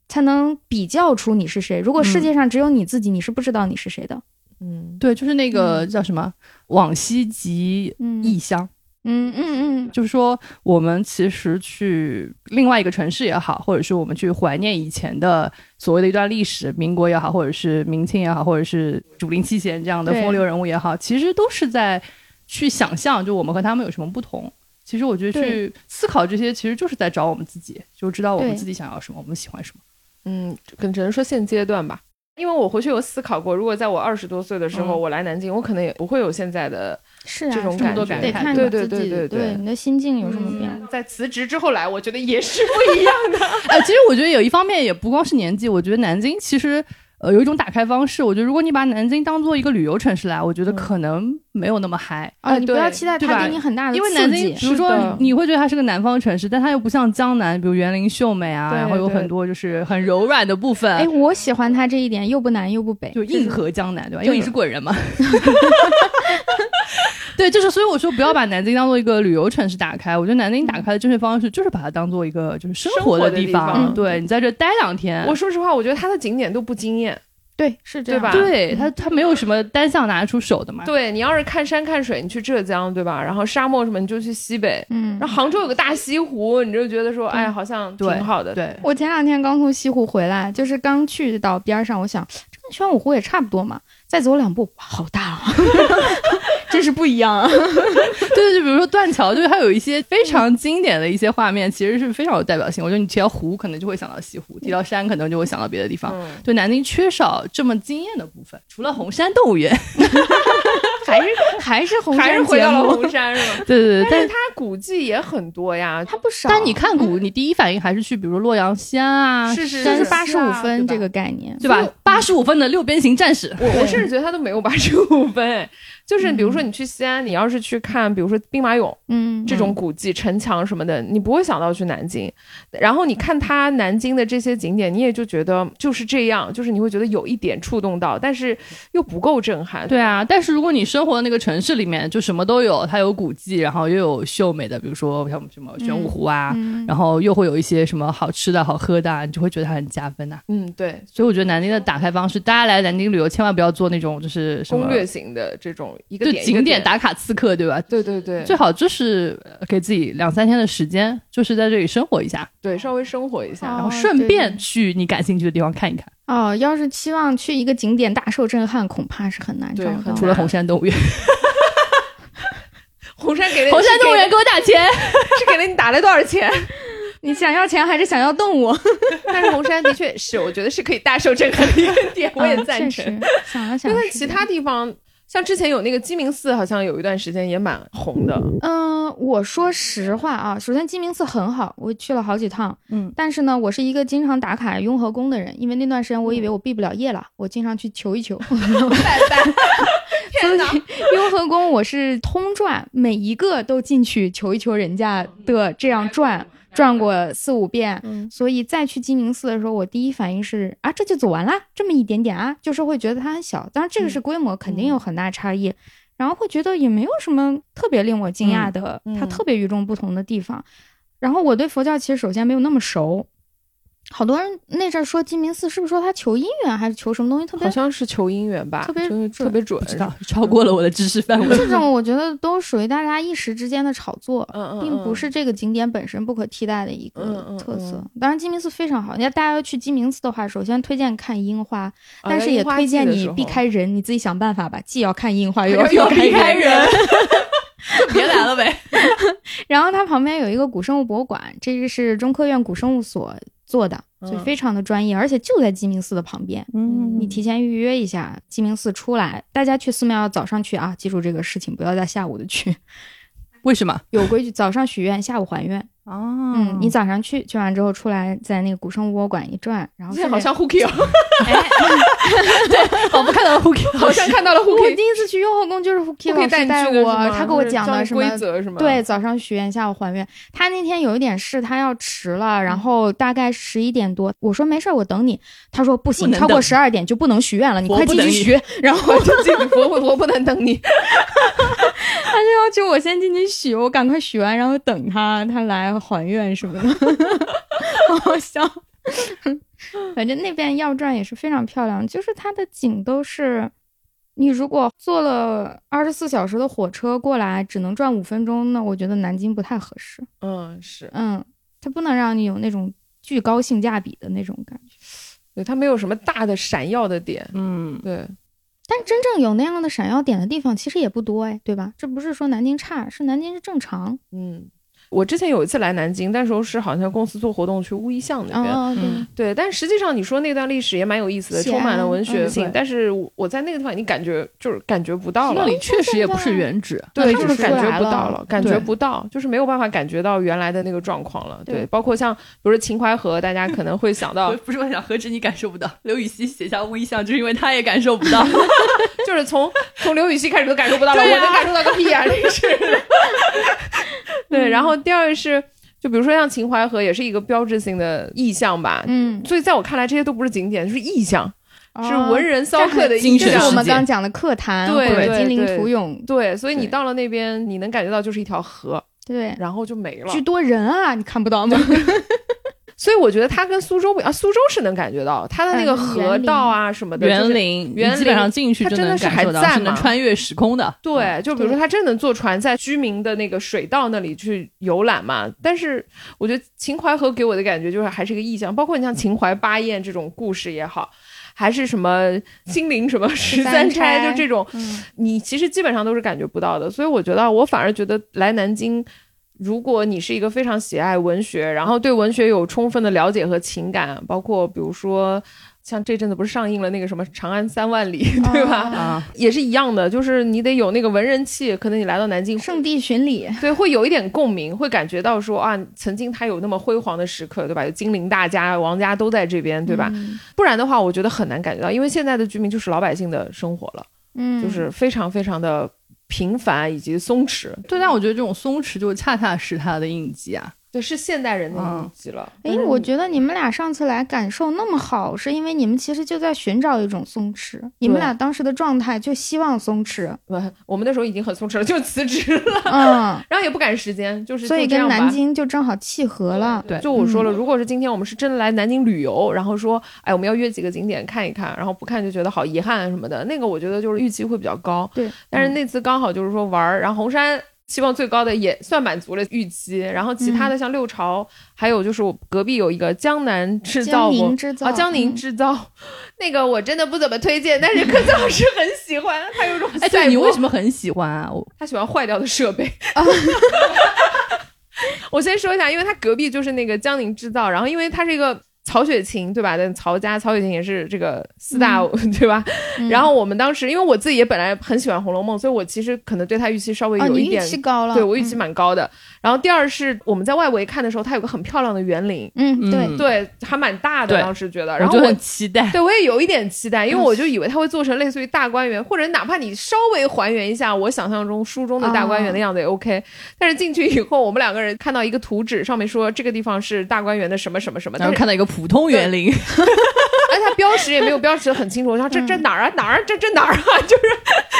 Speaker 2: 才能比较出你是谁。如果世界上只有你自己，你是不知道你是谁的。
Speaker 1: 嗯，
Speaker 3: 对，就是那个叫什么“往昔即
Speaker 2: 嗯
Speaker 3: 异乡”，
Speaker 2: 嗯嗯嗯
Speaker 3: 就是说，我们其实去另外一个城市也好，或者是我们去怀念以前的所谓的一段历史，民国也好，或者是明清也好，或者是主令七贤这样的
Speaker 2: 对
Speaker 3: 风流人物也好，其实都是在去想象，就我们和他们有什么不同。其实我觉得
Speaker 2: 对
Speaker 3: 去思考这些，其实就是在找我们自己，就知道我们
Speaker 2: 对
Speaker 3: 自己想要什么，我们喜欢什 么。
Speaker 1: 嗯，可只能说现阶段吧，因为我回去有思考过，如果在我二十多岁的时候、
Speaker 3: 嗯
Speaker 1: 我来南京，我可能也不会有现在的
Speaker 2: 是啊，
Speaker 1: 这种
Speaker 2: 是啊
Speaker 1: 感
Speaker 3: 多
Speaker 1: 觉，
Speaker 3: 感
Speaker 2: 得
Speaker 3: 慨
Speaker 2: 看你
Speaker 1: 对
Speaker 2: 自己，
Speaker 1: 对对对嗯
Speaker 2: 你的心境有什么变化。哦
Speaker 1: 在辞职之后来，我觉得也是不一样的。
Speaker 3: 呃，其实我觉得有一方面也不光是年纪，我觉得南京其实呃有一种打开方式。我觉得如果你把南京当做一个旅游城市来，我觉得
Speaker 1: 嗯
Speaker 3: 可能没有那么嗨。
Speaker 2: 啊，
Speaker 1: 哎
Speaker 2: 你不
Speaker 1: 对
Speaker 2: 要期待
Speaker 3: 对
Speaker 2: 它
Speaker 3: 吧
Speaker 2: 给你很大的
Speaker 3: 因为
Speaker 2: 刺
Speaker 3: 南
Speaker 2: 激
Speaker 3: 京，比如
Speaker 1: 是
Speaker 3: 说
Speaker 1: 的
Speaker 3: 你会觉得它是个南方城市，但它又不像江南，比如园林秀美啊，
Speaker 1: 对
Speaker 3: 然后有
Speaker 1: 对
Speaker 3: 很多就是很柔软的部
Speaker 2: 哎，
Speaker 3: 分，
Speaker 2: 我喜欢它这一点，又不南又不北，
Speaker 3: 就是硬核江南，对吧？
Speaker 2: 对
Speaker 3: 因为你是滚人嘛。 对，就是所以我说不要把南京当做一个旅游城市打开，我觉得南京打开的正确方式就是把它当做一个就是生活
Speaker 1: 生活的
Speaker 3: 地
Speaker 1: 地方
Speaker 3: 对你在这待两天，
Speaker 1: 我说实话，我觉得它的景点都不惊艳。
Speaker 2: 对，是这
Speaker 1: 对
Speaker 2: 样
Speaker 1: 吧
Speaker 2: 的
Speaker 3: 对它它没有什么单项拿得出手的嘛。
Speaker 1: 对你要是看山看水，你去浙江，对吧？然后沙漠什么，你就去西北。
Speaker 2: 嗯
Speaker 1: 然，后杭州有个大西湖，你就觉得说，哎，好像挺好的。
Speaker 3: 对，
Speaker 2: 我前两天刚从西湖回来，就是刚去到边儿上，我想这跟玄武湖也差不多嘛，再走两步，哇，好大啊， 真是不一样啊！
Speaker 3: 对 对，就比如说断桥，就是它有一些非常经典的一些画面，其实是非常有代表性。我觉得你提到湖，可能就会想到西湖；提到山，可能就会想到别的地方。
Speaker 1: 嗯，
Speaker 3: 对，南京缺少这么惊艳的部分，除了红山动 物园。
Speaker 2: 还是还是红
Speaker 1: 还是
Speaker 2: 山
Speaker 1: 回
Speaker 2: 节
Speaker 1: 到了
Speaker 2: 目，
Speaker 1: 红山是吗？
Speaker 3: 对对对，
Speaker 1: 但是
Speaker 3: 但
Speaker 1: 它古迹也很多呀，
Speaker 2: 它不少，
Speaker 3: 但你看古，你第一反应还是去，比如说洛阳西安啊，
Speaker 1: 嗯是是
Speaker 2: 这是
Speaker 1: 是
Speaker 2: 八十五
Speaker 3: 啊
Speaker 2: 分这
Speaker 3: 对吧
Speaker 2: 个概念，
Speaker 3: 对吧？八十五分的六边形战士，
Speaker 1: 我我甚至觉得它都没有八十五分，哎就是比如说你去西安，你要是去看，比如说兵马俑
Speaker 2: 嗯，
Speaker 1: 这种古迹、城墙什么的，你不会想到去南京。然后你看它南京的这些景点，你也就觉得就是这样，就是你会觉得有一点触动到，但是又不够震撼。
Speaker 3: 对啊，但是如果你生活的那个城市里面，就什么都有，它有古迹，然后又有秀美的，比如说像什么玄武湖啊，
Speaker 2: 嗯，
Speaker 3: 然后又会有一些什么好吃的好喝的啊，你就会觉得它很加分啊呐、
Speaker 1: 嗯，对，
Speaker 3: 所以我觉得南京的打开方式，大家来南京旅游千万不要做那种就是什么
Speaker 1: 攻略型的这种一个
Speaker 3: 对
Speaker 1: 点一个
Speaker 3: 景点，打卡刺客，对吧？
Speaker 1: 对对对，
Speaker 3: 最好就是呃给自己两三天的时间，就是在这里生活一下，
Speaker 1: 对稍微生活一下。
Speaker 2: 哦
Speaker 3: 然后顺
Speaker 2: 对
Speaker 3: 便去你感兴趣的地方看一看。
Speaker 2: 哦，要是期望去一个景点大受震撼，恐怕是很难找
Speaker 1: 对啊很
Speaker 2: 到
Speaker 1: 难
Speaker 3: 除
Speaker 2: 的。
Speaker 3: 了红山动物园，
Speaker 1: 红山给了
Speaker 3: 红山动物园
Speaker 1: 是
Speaker 3: 给我打钱。
Speaker 1: 给 是给了你打了多少钱？
Speaker 2: 你想要钱还是想要动物？
Speaker 1: 但是红山的确是，我觉得是可以大受震撼的一个 点，我也
Speaker 2: 嗯
Speaker 1: 赞
Speaker 2: 确
Speaker 1: 成。
Speaker 2: 实想了想
Speaker 1: 但
Speaker 2: 是
Speaker 1: 是
Speaker 2: 这样，
Speaker 1: 其他地方，像之前有那个鸡鸣寺，好像有一段时间也蛮红的。
Speaker 2: 嗯，我说实话啊，首先鸡鸣寺很好，我去了好几趟。
Speaker 3: 嗯，
Speaker 2: 但是呢，我是一个经常打卡雍和宫的人，因为那段时间我以为我毕不了业了，我经常去求一求。
Speaker 1: 拜拜， 天哪！
Speaker 2: 雍和宫我是通转，每一个都进去求一求人家的，这样转转过四五遍。
Speaker 1: 嗯
Speaker 2: 所以再去鸡鸣寺的时候，我第一反应是啊，这就走完啦，这么一点点啊，就是会觉得它很小。当然，这个是规模，肯定有很大差异。然后会觉得也没有什么特别令我惊讶的，
Speaker 1: 嗯嗯
Speaker 2: 它特别与众不同的地方。然后我对佛教其实首先没有那么熟，好多人那阵儿说鸡鸣寺是不是说他求姻缘还是求什么东西特别
Speaker 1: 好像是求姻缘吧，
Speaker 2: 特别
Speaker 1: 就是
Speaker 2: 准
Speaker 1: 特别准
Speaker 3: 不，知道，超过了我的知识范围。
Speaker 2: 这种我觉得都属于大家一时之间的炒作，
Speaker 1: 嗯嗯，嗯
Speaker 2: 并不是这个景点本身不可替代的一
Speaker 1: 嗯
Speaker 2: 个
Speaker 1: 嗯
Speaker 2: 特色
Speaker 1: 嗯。
Speaker 2: 当然，鸡鸣寺非常好，那大家要去鸡鸣寺的话，首先推荐看樱花，
Speaker 1: 啊
Speaker 2: 但是也推荐你避。
Speaker 1: 在
Speaker 2: 开人，你自己想办法吧，既要看樱花，又
Speaker 1: 樱花
Speaker 2: 要
Speaker 1: 季 的时候
Speaker 2: 避开人。
Speaker 1: 人，
Speaker 3: 别来了呗。
Speaker 2: 然后它旁边有一个古生物博物馆，这个是中科院古生物所做的，
Speaker 1: 嗯
Speaker 2: 就非常的专业，而且就在鸡鸣寺的旁边。
Speaker 1: 嗯
Speaker 2: 你提前预约一下，鸡鸣寺出来，大家去寺庙早上去啊，记住这个事情，不要在下午的去。
Speaker 3: 为什么？
Speaker 2: 有规矩，早上许愿，下午还愿。
Speaker 3: 哦
Speaker 2: 嗯，你早上去去完之后出来，在那个古生博物馆一转，然后
Speaker 1: 这
Speaker 2: 顺
Speaker 1: 好
Speaker 2: 便哎
Speaker 1: 像 Hooky，哦
Speaker 3: 哦我不看到 Hooky，
Speaker 1: 好像看到了
Speaker 2: 我
Speaker 1: Hooky。
Speaker 2: 第一次去雍和宫就是 Huki 老
Speaker 1: Hooky 带
Speaker 2: 师
Speaker 1: 你去
Speaker 2: 带
Speaker 1: 的是
Speaker 2: 我，
Speaker 1: 吗
Speaker 2: 他给我
Speaker 1: 就是
Speaker 2: 讲了
Speaker 1: 教
Speaker 2: 什么
Speaker 1: 规则是吗？
Speaker 2: 对，，早上许愿，下午还愿。他那天有一点事，他要迟了，
Speaker 1: 嗯
Speaker 2: 然后大概十一点多，我说没事儿，我等你。他说不行，
Speaker 3: 能
Speaker 2: 超过
Speaker 3: 等
Speaker 2: 十二点就不能许愿了， 你
Speaker 3: 我
Speaker 2: 快
Speaker 3: 不
Speaker 2: 进去
Speaker 3: 等你
Speaker 2: 许。然后
Speaker 1: 我就进我我我不能等你。
Speaker 2: 他就要求我先进去许，我赶快许完，然后等他，他来还愿什 么的，好好笑。 反正那边药转也是非常漂亮，就是它的景都是，你如果坐了二十四小时的火车过来，只能转五分钟，那我觉得南京不太合适。
Speaker 1: 嗯，是
Speaker 2: 嗯，它不能让你有那种巨高性价比的那种感觉。
Speaker 1: 对，它没有什么大的闪耀的点。
Speaker 3: 嗯，
Speaker 1: 对，
Speaker 2: 但真正有那样的闪耀点的地方其实也不多哎，对吧？这不是说南京差，是南京是正常。
Speaker 1: 嗯，我之前有一次来南京，那时候是好像公司做活动去乌衣巷那边。
Speaker 2: 嗯，对。
Speaker 3: 嗯
Speaker 1: 对，但实际上你说那段历史也蛮有意思的，
Speaker 2: 写
Speaker 1: 充满了
Speaker 2: 啊
Speaker 1: 文学
Speaker 2: 嗯
Speaker 1: 性。
Speaker 3: 对
Speaker 1: 但是我我在那个地方已经感觉就是感觉不到了，
Speaker 3: 那里确实也不是原址，
Speaker 1: 对，
Speaker 2: 看
Speaker 1: 就
Speaker 2: 不
Speaker 1: 是感
Speaker 2: 出
Speaker 1: 觉
Speaker 2: 来
Speaker 1: 不到
Speaker 2: 了
Speaker 1: 了，感
Speaker 3: 对
Speaker 1: 觉不到，就是没有办法感觉到原来的那个状况了。对，
Speaker 2: 对
Speaker 1: 包括像比如说秦淮河，大家可能会想到
Speaker 3: 我，不是我想，何止你感受不到，刘禹锡写下乌衣巷，就是因为他也感受不到。
Speaker 1: 就是从从刘禹锡开始都感受不到了，
Speaker 3: 对
Speaker 1: 我
Speaker 3: 啊
Speaker 1: 能感受到个屁啊！这个 是。对，然
Speaker 2: 嗯
Speaker 1: 后第二是，就比如说像秦淮河，也是一个标志性的意象吧。
Speaker 2: 嗯，
Speaker 1: 所以在我看来，这些都不是景点，就是意象，是
Speaker 2: 哦
Speaker 1: 文人骚
Speaker 2: 这
Speaker 1: 客的
Speaker 2: 很
Speaker 1: 意
Speaker 3: 精神
Speaker 2: 就是
Speaker 1: 象
Speaker 2: 我。们
Speaker 3: 世界
Speaker 2: 刚讲的课坛
Speaker 1: 对
Speaker 2: 或者
Speaker 1: 对
Speaker 2: 金陵
Speaker 1: 对
Speaker 2: 土涌，
Speaker 1: 对，所以你
Speaker 2: 对
Speaker 1: 到了那边，你能感觉到就是一条河，
Speaker 2: 对，
Speaker 1: 然后就没了。
Speaker 2: 巨多人啊，你看不到吗？
Speaker 1: 所以我觉得它跟苏州不一样，啊苏州是能感觉到它的那个
Speaker 2: 嗯
Speaker 1: 河
Speaker 2: 园林
Speaker 1: 道啊什么的，就是
Speaker 3: 园林，
Speaker 1: 园
Speaker 3: 你基本
Speaker 1: 林
Speaker 3: 上进去
Speaker 1: 它
Speaker 3: 就
Speaker 1: 真的
Speaker 3: 能
Speaker 1: 是
Speaker 3: 感
Speaker 1: 还
Speaker 3: 受到，
Speaker 1: 在
Speaker 3: 是
Speaker 1: 吗
Speaker 3: 能
Speaker 1: 啊
Speaker 3: 穿越时空的。
Speaker 1: 对，就比如说
Speaker 2: 对
Speaker 1: 他真的坐船在居民的那个水道那里去游览嘛。但是我觉得秦淮河给我的感觉就是还是一个意象，包括你像秦淮八艳这种故事也好，还是什么金陵什么十三
Speaker 2: 三
Speaker 1: 钗，
Speaker 2: 钗
Speaker 1: 就这种，
Speaker 2: 嗯，
Speaker 1: 你其实基本上都是感觉不到的。所以我觉得，我反而觉得来南京。如果你是一个非常喜爱文学，然后对文学有充分的了解和情感，包括比如说像这阵子不是上映了那个什么《长安三万里》，对吧？
Speaker 2: 哦
Speaker 3: 啊，
Speaker 1: 也是一样的，就是你得有那个文人气，可能你来到南京，
Speaker 2: 圣地巡礼，
Speaker 1: 对，会有一点共鸣，会感觉到说啊，曾经他有那么辉煌的时刻，对吧？有金陵大家、王家都在这边，对吧？
Speaker 2: 嗯？
Speaker 1: 不然的话，我觉得很难感觉到，因为现在的居民就是老百姓的生活了，
Speaker 2: 嗯，
Speaker 1: 就是非常非常的平凡以及松弛，
Speaker 3: 对，但我觉得这种松弛就恰恰是它的印记啊。
Speaker 1: 对，是现代人的
Speaker 3: 嗯
Speaker 1: 印记了。
Speaker 2: 哎，
Speaker 1: 就是
Speaker 2: 我
Speaker 1: 你
Speaker 2: 觉得你们俩上次来感受那么好，是因为你们其实就在寻找一种松弛，你们
Speaker 1: 对
Speaker 2: 俩当时的状态就希望松 弛，
Speaker 1: 不，嗯我们那时候已经很松弛了，就辞职了，
Speaker 2: 嗯，
Speaker 1: 然后也不赶时间，就是
Speaker 2: 所以
Speaker 1: 就这
Speaker 2: 跟
Speaker 1: 样吧
Speaker 2: 南京就正好契合了。
Speaker 3: 对
Speaker 1: 就我说了，
Speaker 2: 嗯
Speaker 1: 如果是今天我们是真的来南京旅游，然后说，哎，我们要约几个景点看一看，然后不看就觉得好遗憾什么的，那个我觉得就是预期会比较高。
Speaker 2: 对，
Speaker 1: 但是那次刚好就是说玩儿，然后红山期望最高的也算满足了预期，然后其
Speaker 3: 嗯
Speaker 1: 他的像六朝，还有就是我隔壁有一个江南制造
Speaker 2: 江
Speaker 1: 我
Speaker 2: 宁。制造嗯
Speaker 1: 啊，江宁制造，
Speaker 3: 嗯
Speaker 1: 那个我真的不怎么推荐，但是柯子老师很喜欢，他有种赛
Speaker 3: 哎，对你为
Speaker 1: 博
Speaker 3: 什么很喜欢啊？我
Speaker 1: 他喜欢坏掉的设 备。我先说一下，因为他隔壁就是那个江宁制造，然后因为他是一个曹雪芹，对吧？但曹家曹雪芹也是这个四大， 对吧？
Speaker 2: 嗯
Speaker 1: 然后我们当时，因为我自己也本来很喜欢《红楼梦》，所以我其实可能对他预期稍微
Speaker 2: 哦，
Speaker 1: 有
Speaker 2: 你
Speaker 1: 一
Speaker 2: 预
Speaker 1: 点，
Speaker 2: 期高了，
Speaker 1: 对我预
Speaker 2: 嗯
Speaker 1: 期，蛮高的。然后第二是我们在外围看的时候，它有个很漂亮的园林，
Speaker 2: 嗯，对，
Speaker 3: 嗯
Speaker 1: 对，还蛮大的，
Speaker 3: 对
Speaker 1: 当时觉得。然后
Speaker 3: 就
Speaker 1: 我
Speaker 3: 很期待。
Speaker 1: 对，我也有一点期待，因为我就以为它会做成类似于大观园，或者哪怕你稍微还原一下我想象中书中的大观园的样子也 OK、但是进去以后，我们两个人看到一个图纸，上面说这个地方是大观园的什么什么什么，
Speaker 3: 然
Speaker 1: 但
Speaker 3: 后
Speaker 1: 是
Speaker 3: 看到一个普通园林，
Speaker 1: 哎，它标识也没有标识的很清楚。我想这这哪儿啊哪儿啊这这哪儿啊？ 就是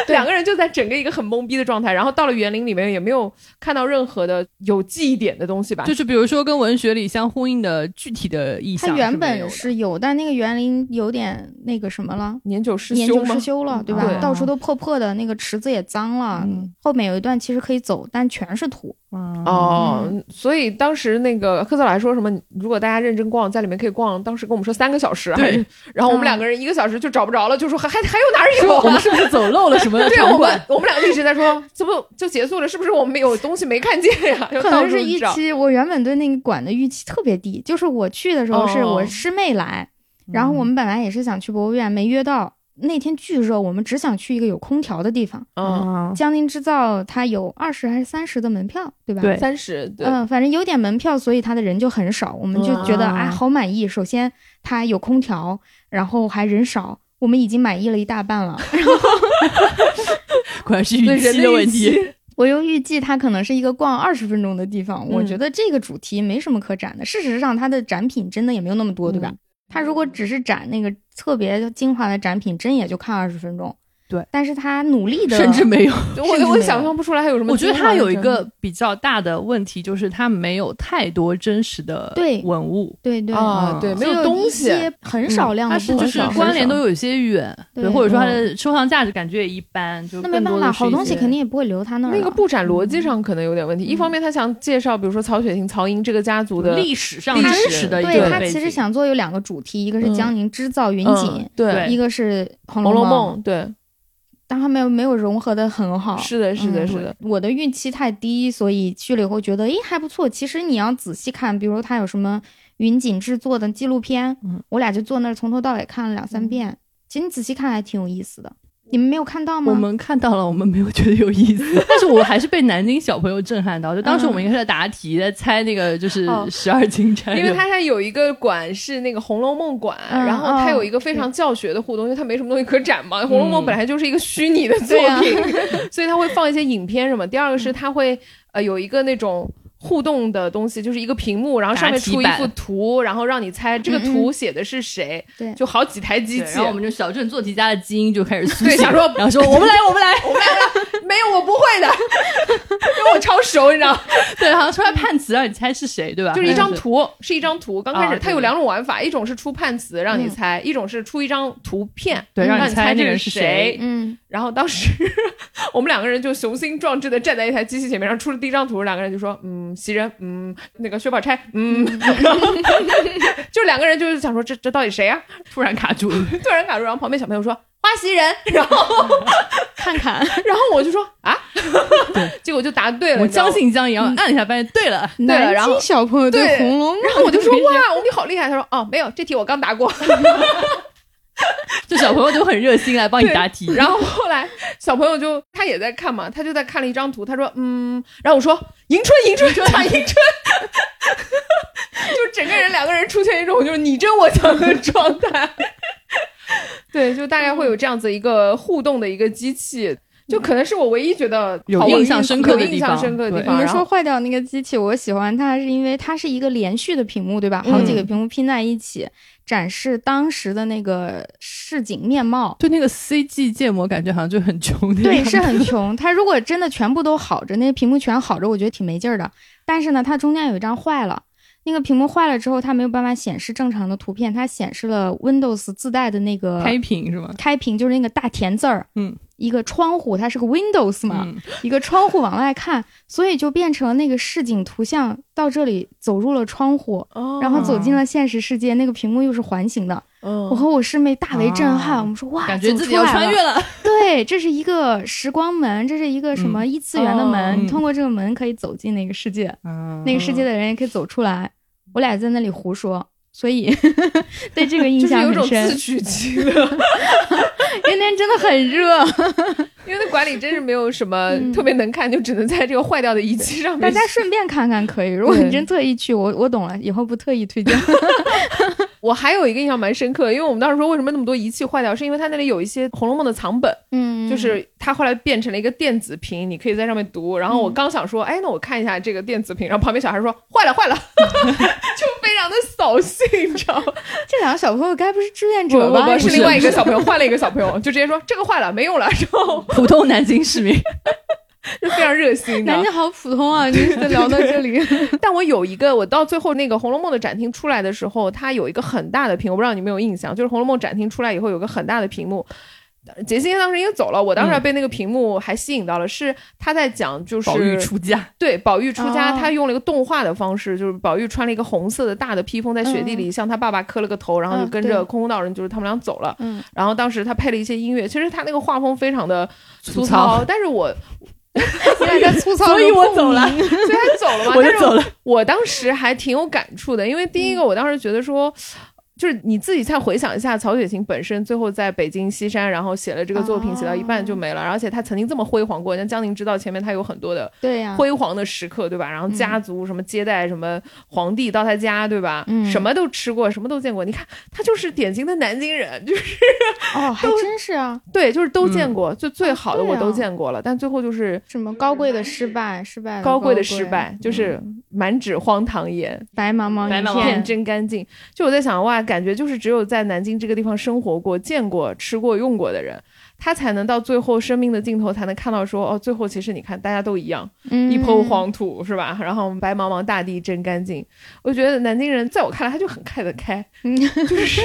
Speaker 2: 对
Speaker 1: 两个人就在整个一个很懵逼的状态。然后到了园林里面，也没有看到任何的有记忆点的东西吧？
Speaker 3: 就是比如说跟文学里相呼应的具体的意象
Speaker 2: 它
Speaker 3: 是没有的。
Speaker 2: 原本是有，但那个园林有点那个什么了。
Speaker 1: 年久失
Speaker 2: 年
Speaker 1: 修
Speaker 2: 久
Speaker 1: 吗
Speaker 2: 失？修了，对吧？
Speaker 1: 对
Speaker 2: 到处都破破的，那个池子也脏了。
Speaker 1: 嗯
Speaker 2: 后面有一段其实可以走，但全是土。
Speaker 3: 嗯
Speaker 1: 哦，所以当时那个科特来说什么，如果大家认真逛，在里面可以逛，当时跟我们说三个小时，还是
Speaker 3: 对，嗯
Speaker 1: 然后我们两个人一个小时就找不着了，就说还还还有哪儿有
Speaker 3: 说我
Speaker 1: 啊
Speaker 3: 们？是不是走漏了什么
Speaker 1: 对我
Speaker 3: 场
Speaker 1: 们
Speaker 3: 馆？
Speaker 1: 我们两个一直在说，怎么就结束了？是不是我们有东西没看见呀？就
Speaker 2: 可
Speaker 1: 到
Speaker 2: 能
Speaker 1: 处
Speaker 2: 是预
Speaker 1: 找
Speaker 2: 期，我原本对那个馆的预期特别低，就是我去的时候是
Speaker 1: 哦嗯
Speaker 2: 我师妹来，然后我们本来也是想去博物院，没约到。那天巨热，我们只想去一个有空调的地方。
Speaker 1: 嗯，
Speaker 2: 江宁织造它有二十还是三十的门票，对吧？
Speaker 3: 对
Speaker 1: 三十对，
Speaker 2: 嗯，反正有点门票，所以它的人就很少，我们就觉得
Speaker 3: 哇
Speaker 2: 哎，好满意。首先它有空调，然后还人少，我们已经满意了一大半了。
Speaker 3: 果然是
Speaker 1: 对
Speaker 3: 预
Speaker 1: 人
Speaker 3: 期的问
Speaker 1: 预期
Speaker 3: 题。
Speaker 2: 我又预计它可能是一个逛二十分钟的地方，我
Speaker 1: 嗯
Speaker 2: 觉得这个主题没什么可展的。事实上，它的展品真的也没有那么多，对吧？
Speaker 3: 嗯
Speaker 2: 它如果只是展那个特别精华的展品，真也就看二十分钟。
Speaker 3: 对，
Speaker 2: 但是他努力的，
Speaker 3: 甚至没有，
Speaker 2: 甚至
Speaker 1: 我
Speaker 2: 没
Speaker 1: 我
Speaker 2: 有
Speaker 1: 想象不出来还有什么
Speaker 3: 我觉
Speaker 1: 精
Speaker 3: 得
Speaker 1: 华的
Speaker 3: 它
Speaker 1: 整理。
Speaker 3: 有一个比较大的问题，就是它没有太多真实的
Speaker 2: 对
Speaker 3: 文物，
Speaker 2: 对对，
Speaker 1: 啊，
Speaker 3: 嗯
Speaker 1: 对，
Speaker 2: 只
Speaker 1: 没有东西
Speaker 2: 一，些很少量的啊
Speaker 3: 它
Speaker 2: 部
Speaker 3: 是
Speaker 2: 分，
Speaker 3: 就是
Speaker 1: 很少
Speaker 3: 关联都有一些远，
Speaker 2: 对
Speaker 3: 或者说它的收藏价值感觉也一般，就
Speaker 2: 那没
Speaker 3: 更
Speaker 2: 办
Speaker 3: 多的
Speaker 2: 法，
Speaker 3: 是一
Speaker 2: 好东西
Speaker 3: 些
Speaker 2: 肯定也不会留他那儿啊了。
Speaker 1: 那个布展逻辑上可能有点问题。
Speaker 2: 嗯
Speaker 1: 一方面，他想介绍，比如说曹雪芹、曹寅这个家族的
Speaker 3: 历史上
Speaker 1: 历
Speaker 3: 真
Speaker 1: 史
Speaker 3: 实的一
Speaker 1: 对
Speaker 2: 对
Speaker 3: 个
Speaker 2: 他
Speaker 3: 背
Speaker 2: 其实
Speaker 3: 景。嗯
Speaker 2: 想做有两个主题，一个是江宁织造云
Speaker 1: 嗯
Speaker 2: 锦，
Speaker 1: 对
Speaker 2: 一个是《红
Speaker 1: 《红楼
Speaker 2: 梦》，
Speaker 1: 梦》，对，
Speaker 2: 但他没有没有融合的很好。
Speaker 1: 是的，是的，
Speaker 2: 嗯
Speaker 1: 是的，
Speaker 2: 我的运气太低，所以去了以后觉得，诶，还不错。其实你要仔细看，比如他有什么云锦制作的纪录片，
Speaker 3: 嗯
Speaker 2: 我俩就坐那儿从头到尾看了两三遍。其实你仔细看还挺有意思的。你们没有看到吗？
Speaker 3: 我们看到了，我们没有觉得有意思，但是我还是被南京小朋友震撼到。就当时我们应该是在答题，在猜那个就是
Speaker 1: 哦
Speaker 3: 十二金钗，
Speaker 1: 因为它现在有一个馆是那个《红楼梦》馆，
Speaker 2: 嗯
Speaker 1: 然后它有一个非常教学的互动，因为它没什么东西可展嘛，红楼
Speaker 3: 嗯
Speaker 1: 梦》本来就是一个虚拟的作品， 所以它会放一些影片什么。第二
Speaker 3: 嗯
Speaker 1: 个是它会呃有一个那种。互动的东西就是一个屏幕，然后上面出一
Speaker 3: 答题
Speaker 1: 幅
Speaker 3: 板
Speaker 1: 图，然后让你猜这个图写的是谁，
Speaker 2: 对
Speaker 1: 就好几台机
Speaker 3: 嗯对
Speaker 1: 器，
Speaker 3: 然后我们就小镇做题家的基因就开始苏醒，
Speaker 1: 对想说
Speaker 3: 然后说我们来，我们来，
Speaker 1: 我们俩 没有我不会的， 因为我超熟，你知道吗，
Speaker 3: 对，好像出来判词啊让你猜是谁，对吧？
Speaker 1: 就是一张
Speaker 3: 好像
Speaker 1: 图，是一张图。刚开始
Speaker 3: 嗯啊嗯
Speaker 1: 它有两种玩法，一种是出判词让你猜，一种是出一张图片，
Speaker 3: 对让
Speaker 1: 让
Speaker 3: 你猜
Speaker 1: 这
Speaker 3: 那个
Speaker 1: 个
Speaker 3: 人是谁。
Speaker 2: 嗯，
Speaker 1: 然后当时我们两个人就雄心壮志的站在一台机器前面，然后出了第一张图，两个人就说：“嗯，袭人，嗯，那个薛宝钗，嗯。 然后就两个人就是想说这这到底谁啊？
Speaker 3: 突然卡住了，
Speaker 1: 突然卡住，然后旁边小朋友说：“花袭人。”然 后
Speaker 2: 看看
Speaker 1: 然后我就说：“啊！” 结果就答对了。
Speaker 3: 我
Speaker 1: 你知道吗
Speaker 3: 将信将疑，然后按一下发现对了，
Speaker 1: 了然
Speaker 2: 南
Speaker 1: 后
Speaker 2: 京小朋友
Speaker 1: 对
Speaker 2: 《红楼梦》，
Speaker 1: 然后我就 说哇，你好厉害！他说哦，没有，这题我刚答过。
Speaker 3: 就小朋友都很热心来帮你答题，
Speaker 1: 然后后来小朋友就他也在看嘛，他就在看了一张图，他说嗯，然后我说迎春，迎春，贾迎春， 就整个人两个人出现一种就是你争我抢的状态。 对，就大概会有这样子一个互动的一个机器。就可能是我唯一觉得
Speaker 3: 有
Speaker 1: 好玩
Speaker 3: 印象深刻的
Speaker 1: 有印
Speaker 3: 地
Speaker 1: 象
Speaker 3: 方
Speaker 1: 深刻的地
Speaker 3: 对
Speaker 2: 你
Speaker 1: 方。
Speaker 2: 们
Speaker 1: 然后
Speaker 2: 说坏掉那个机器，我喜欢它是因为它是一个连续的屏幕，对吧？好几个屏幕拼在一起，展示当时的那个市井面貌。
Speaker 3: 对那个 CG 建模感觉好像就很穷 的
Speaker 2: 对，
Speaker 3: 样子
Speaker 2: 是很穷。它如果真的全部都好着，那屏幕全好着，我觉得挺没劲儿的。但是呢，它中间有一张坏了，那个屏幕坏了之后，它没有办法显示正常的图片，它显示了 Windows 自带的那个
Speaker 3: 开屏是吗？
Speaker 2: 开屏，就是那个大田字儿，
Speaker 3: 嗯，
Speaker 2: 一个窗户，它是个 Windows 嘛，
Speaker 3: 嗯，
Speaker 2: 一个窗户往外看，所以就变成了那个市井图像到这里走入了窗户，
Speaker 1: 哦
Speaker 2: 然后走进了现实世界，那个屏幕又是环形的，我
Speaker 1: 嗯，
Speaker 2: 和我师妹大为震撼，
Speaker 3: 啊
Speaker 2: 我们说哇，
Speaker 3: 哦感觉
Speaker 2: 走
Speaker 3: 自己
Speaker 2: 出
Speaker 3: 要
Speaker 2: 来
Speaker 3: 穿
Speaker 2: 了
Speaker 3: 越了，
Speaker 2: 对，这是一个时光门，这是一个什
Speaker 1: 嗯
Speaker 2: 么异次元的门，
Speaker 3: 哦
Speaker 2: 你通过这个门可以走进那个世界，那
Speaker 3: 那
Speaker 2: 个世
Speaker 1: 嗯
Speaker 2: 界的人也可以走出来。我俩在那里胡说，所以 对这个 印
Speaker 1: 就是
Speaker 2: 象
Speaker 1: 有
Speaker 2: 很
Speaker 1: 种
Speaker 2: 深。
Speaker 1: 自取其乐。
Speaker 2: 因为那天真的很热，
Speaker 1: 因为那馆里真是没有什么
Speaker 2: 嗯
Speaker 1: 特别能看，就只能在这个坏掉的仪器上
Speaker 2: 大
Speaker 1: 面。
Speaker 2: 家顺便看看可以。如果
Speaker 1: 对
Speaker 2: 你真特意去，我我懂了，以后不特意推荐。
Speaker 1: 我还有一个印象蛮深刻，因为我们当时说为什么那么多仪器坏掉，是因为它那里有一些《红楼梦》的藏本，
Speaker 2: 嗯，
Speaker 1: 就是它后来变成了一个电子屏，你可以在上面读。然后我刚想说，哎，那我看一下这个电子屏，然后旁边小孩说坏了 坏了，就非常的扫兴，你知道吗？
Speaker 2: 这两个小朋友该不是志愿
Speaker 1: 不
Speaker 2: 者
Speaker 1: 不
Speaker 2: 吧？
Speaker 1: 不，是
Speaker 3: 不是
Speaker 1: 另外一个小朋友换了一个小朋友，就直接说这个坏了没用了，然后
Speaker 3: 普通南京市民，
Speaker 1: 就非常热心的
Speaker 2: 南。京好普 通啊！你聊到这里，
Speaker 1: 但我有一个，我到最后那个《红楼梦》的展厅出来的时候，它有一个很大的屏，我不知道你有没有印象，就是《红楼梦》展厅出来以后有个很大的屏幕。杰西当时已经走了，我当时还被那个屏幕还吸引到了，是他在讲就是
Speaker 3: 宝玉出嫁，
Speaker 1: 对宝玉出家，
Speaker 2: 哦
Speaker 1: 他用了一个动画的方式，就是宝玉穿了一个红色的大的披风，在雪地里向他爸爸磕了个头，然后就
Speaker 2: 嗯
Speaker 1: 跟着
Speaker 2: 对
Speaker 1: 空空道人，就是他们俩走了。
Speaker 2: 嗯，
Speaker 1: 然后当时他配了一些音乐，其实他那个画风非常的粗
Speaker 3: 粗糙
Speaker 1: 但是我
Speaker 2: 大家粗糙，
Speaker 3: 所以我走了，
Speaker 1: 虽然走了嘛，
Speaker 3: 我
Speaker 1: 但
Speaker 3: 就是走了。
Speaker 2: 嗯
Speaker 1: 我当时还挺有感触的，因为第一个，我当时觉得说，就是你自己再回想一下，曹雪芹本身最后在北京西山，然后写了这个作品，
Speaker 2: 哦
Speaker 1: 写到一半就没了。而且他曾经这么辉煌过，像江宁知道前面他有很多的
Speaker 2: 对呀、
Speaker 1: 辉煌的时刻，对吧？
Speaker 2: 嗯
Speaker 1: 然后家族什么接待什么皇帝到他家，对吧？
Speaker 2: 嗯
Speaker 1: 什么都吃过，什么都见过。你看他就是典型的南京人，就是
Speaker 2: 哦，还真是啊，
Speaker 1: 对，就是都见过，就最好的
Speaker 2: 对
Speaker 1: 我
Speaker 2: 啊
Speaker 1: 都见过了。但最后就是
Speaker 2: 什么高贵的失败，失败的
Speaker 1: 高
Speaker 2: 嗯贵嗯
Speaker 1: 贵的失败，就是满纸荒唐言，
Speaker 2: 白茫茫
Speaker 3: 白茫
Speaker 2: 一
Speaker 3: 茫
Speaker 1: 片
Speaker 2: 片，
Speaker 1: 真干净。就我在想，哇，感觉就是只有在南京这个地方生活过、见过、吃过、用过的人，他才能到最后生命的尽头，才能看到说，哦，最后其实你看，大家都一样，
Speaker 2: 嗯
Speaker 1: 一抔黄土是吧？然后白茫茫大地真干净。我觉得南京人在我看来，他就很看得开，
Speaker 2: 嗯
Speaker 1: 就是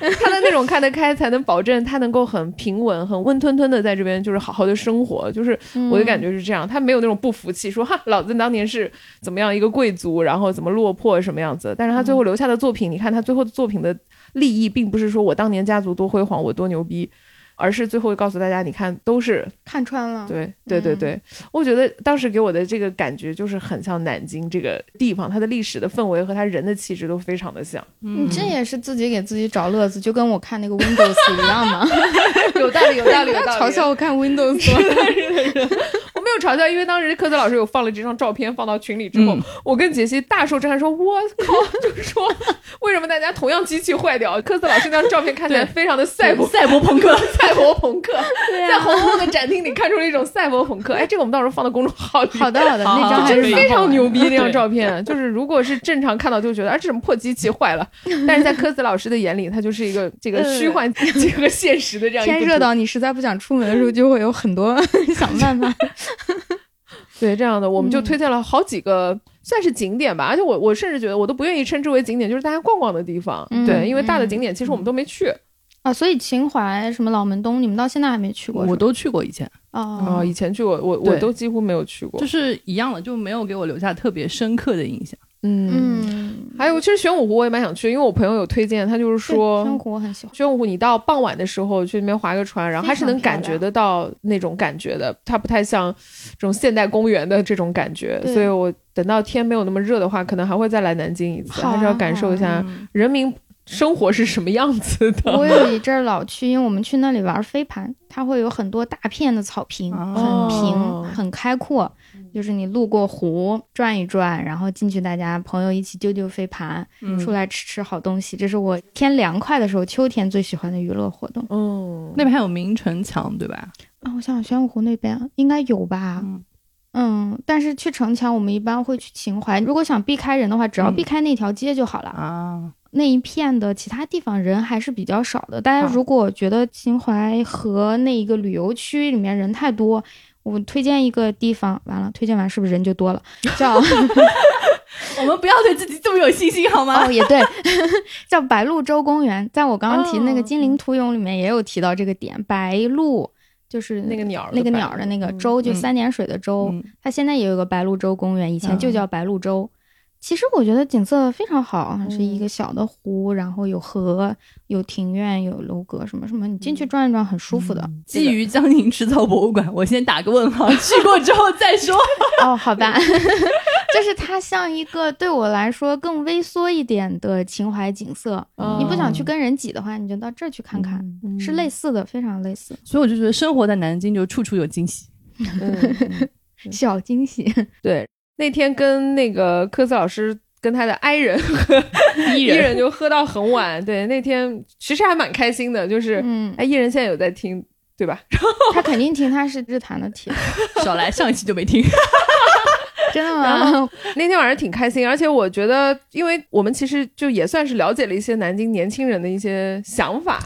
Speaker 1: 他的那种看得开，才能保证他能够很平稳、很温吞吞的在这边，就是好好的生活，就是
Speaker 2: 嗯
Speaker 1: 我的感觉是这样，他没有那种不服气，说哈，老子当年是怎么样一个贵族，然后怎么落魄什么样子。但是他最后留下的作品，你看他最后的作品的立意，并不是说我当年家族多辉煌，我多牛逼，而是最后告诉大家，你看都是
Speaker 2: 看穿了，
Speaker 1: 对对对对。我觉得当时给我的这个感觉就是很像南京这个地方，它的历史的氛围和它人的气质都非常的像，
Speaker 2: 你这也是自己给自己找乐子，就跟我看那个 Windows 一 样嘛，
Speaker 1: 有道理，有道理，有
Speaker 2: 嘲笑我看 Windows 吗。
Speaker 1: 我没有嘲笑，因为当时科子老师有放了这张照片放到群里之后，
Speaker 3: 嗯
Speaker 1: 我跟杰西大受震撼，说我靠， 就是说为什么大家同样机器坏掉？科子老师那张照片看起来
Speaker 3: 对
Speaker 1: 非常的赛 博
Speaker 3: 赛博朋克，
Speaker 1: 赛博朋克，
Speaker 2: 啊对啊
Speaker 1: 在红红的展厅里看出了一种赛博朋克。哎，这个我们到时候放到公众号里。
Speaker 2: 好的好的，
Speaker 3: 好
Speaker 2: 那
Speaker 3: 好
Speaker 2: 张还
Speaker 1: 真
Speaker 2: 是
Speaker 1: 是
Speaker 3: 可
Speaker 2: 蛮
Speaker 3: 以
Speaker 1: 非
Speaker 2: 好玩
Speaker 1: 常
Speaker 2: 的
Speaker 1: 牛逼那张
Speaker 3: 对
Speaker 1: 照片，就是如果是正常看到就觉得啊，这什么破机器坏了，但是在科子老师的眼里，它就是一个这个
Speaker 2: 嗯
Speaker 1: 虚幻结合现实的这样一个
Speaker 2: 天
Speaker 1: 主
Speaker 2: 热到你实在不想出门的时候，就会有很多 想办法。
Speaker 1: 对，这样的我们就
Speaker 2: 嗯
Speaker 1: 推荐了好几个、算是景点吧，而且我我甚至觉得我都不愿意称之为景点，就是大家逛逛的地方。
Speaker 2: 嗯
Speaker 1: 对，因为大的
Speaker 2: 嗯
Speaker 1: 景点其实我们都没去。
Speaker 2: 啊，所以秦淮什么老门东，你们到现在还没去过是
Speaker 3: 我
Speaker 2: 吧？
Speaker 3: 都去过以前，
Speaker 1: 啊、
Speaker 2: 哦，
Speaker 1: 以前去过，我我
Speaker 3: 对
Speaker 1: 都几乎没有去过
Speaker 3: 就。是一样的，就没有给我留下特别深刻的印象。
Speaker 1: 嗯，
Speaker 2: 嗯，
Speaker 1: 还有其实玄武湖我也蛮想去，因为我朋友有推荐，他就是
Speaker 2: 对天
Speaker 1: 说。
Speaker 2: 湖我很喜欢。
Speaker 1: 玄武湖，你到傍晚的时候去那边划个船，然后还是
Speaker 2: 非常
Speaker 1: 能感
Speaker 2: 漂
Speaker 1: 觉
Speaker 2: 亮
Speaker 1: 得到那种感觉的，它不太像这种现代公园的这种感觉。
Speaker 2: 对
Speaker 1: 所以我等到天没有那么热的话，可能还会再来南京一次，
Speaker 2: 好
Speaker 1: 还是要
Speaker 2: 啊
Speaker 1: 感
Speaker 2: 好
Speaker 1: 受一
Speaker 2: 啊
Speaker 1: 下人民生活是什么样子的。
Speaker 2: 我有一阵儿老去，因为我们去那里玩飞盘，它会有很多大片的草坪，
Speaker 3: 哦
Speaker 2: 很平，
Speaker 1: 哦
Speaker 2: 很开阔。就是你路过湖转一转，然后进去大家朋友一起丢丢飞盘，
Speaker 3: 嗯
Speaker 2: 出来吃吃好东西，这是我天凉快的时候，秋天最喜欢的娱乐活动。
Speaker 1: 嗯，
Speaker 3: 那边还有明城墙，对吧？
Speaker 2: 啊，我想想，玄武湖那边啊应该有吧？
Speaker 3: 嗯
Speaker 2: 嗯但是去城墙，我们一般会去秦淮。如果想避开人的话，只要
Speaker 3: 嗯
Speaker 2: 避开那条街就好了。
Speaker 3: 啊，
Speaker 2: 那一片的其他地方人还是比较少的。大家
Speaker 3: 好
Speaker 2: 如果觉得秦淮河那一个旅游区里面人太多，我推荐一个地方，完了推荐完是不是人就多了？叫
Speaker 3: 我们不要对自己这么有信心好吗？
Speaker 2: 哦也对， 叫白鹭洲公园。在我刚刚提那个
Speaker 1: 哦
Speaker 2: 《金陵图咏》里面也有提到这个点，白鹭就是
Speaker 1: 那个鸟儿的
Speaker 2: 那个
Speaker 1: 白
Speaker 2: 鸟儿的那个
Speaker 1: 嗯
Speaker 2: 洲，就
Speaker 3: 嗯
Speaker 2: 三点水的洲。
Speaker 3: 嗯
Speaker 2: 它现在也有个白鹭洲公园，以前就
Speaker 3: 嗯
Speaker 2: 叫白鹭洲。其实我觉得景色非常好，啊是
Speaker 1: 嗯
Speaker 2: 一个小的湖，然后有河、有庭院、有楼阁什么什么，你进去转一转很舒服的。
Speaker 3: 基于江宁制造博物馆，我先打个问号，去过之后再说。
Speaker 2: 哦，好吧， 就是它像一个对我来说更微缩一点的秦淮景色。你不想去跟人挤的话，你就到这儿去看看，
Speaker 1: 嗯
Speaker 2: 是类似的，非常类似，
Speaker 3: 所以我就觉得生活在南京就处处有 惊喜。
Speaker 1: 嗯嗯
Speaker 2: 小惊喜。
Speaker 1: 对，那天跟那个科斯老师跟他的 I 人
Speaker 3: 伊
Speaker 1: 艺
Speaker 3: 人
Speaker 1: 人就喝到很晚。对，那天其实还蛮开心的，就是
Speaker 2: 嗯，
Speaker 1: 哎，艺人现在有在听。对吧？
Speaker 2: 他肯定听他是日坛的题，
Speaker 3: 少来，上一期就没听。
Speaker 2: 真的吗？
Speaker 1: 那天晚上挺开心，而且我觉得，因为我们其实就也算是了解了一些南京年轻人的一些想法，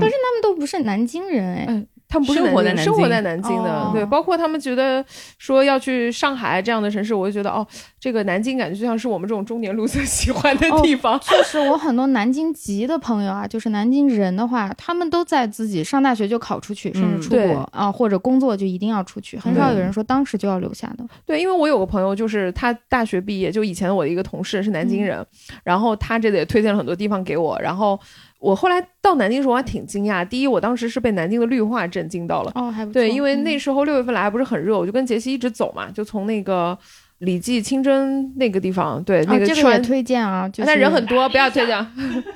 Speaker 2: 他
Speaker 3: 是
Speaker 2: 们都不是南京人哎。
Speaker 1: 他们不是
Speaker 3: 生活
Speaker 1: 南
Speaker 3: 在
Speaker 1: 京
Speaker 3: 南
Speaker 1: 生活
Speaker 3: 京
Speaker 1: 在南京的，
Speaker 2: 哦
Speaker 1: 对，包括他们觉得说要去上海这样的城市，我就觉得哦，这个南京感觉就像是我们这种中年 loser 喜欢的
Speaker 2: 哦
Speaker 1: 地方，
Speaker 2: 确实，我很多南京籍的朋友啊，就是南京人的话，他们都在自己上大学就考出去，甚至
Speaker 1: 嗯
Speaker 2: 出
Speaker 1: 对
Speaker 2: 国啊、或者工作就一定要出去，很少有
Speaker 3: 对
Speaker 2: 人说当时就要留下的。
Speaker 1: 对，因为我有个朋友，就是他大学毕业，就以前我的一个同事是南京人，
Speaker 2: 嗯
Speaker 1: 然后他这里也推荐了很多地方给我，然后我后来到南京的时候我还挺惊讶，第一，我当时是被南京的绿化震惊到了，
Speaker 2: 哦，还不错。
Speaker 1: 对，因为那
Speaker 2: 嗯
Speaker 1: 时候六月份来还不是很热，我就跟杰西一直走嘛，就从那个。李记清真那个地方，对、那
Speaker 2: 啊，这个也
Speaker 1: 川，
Speaker 2: 推荐啊，就是、
Speaker 1: 但人很多，不要推荐。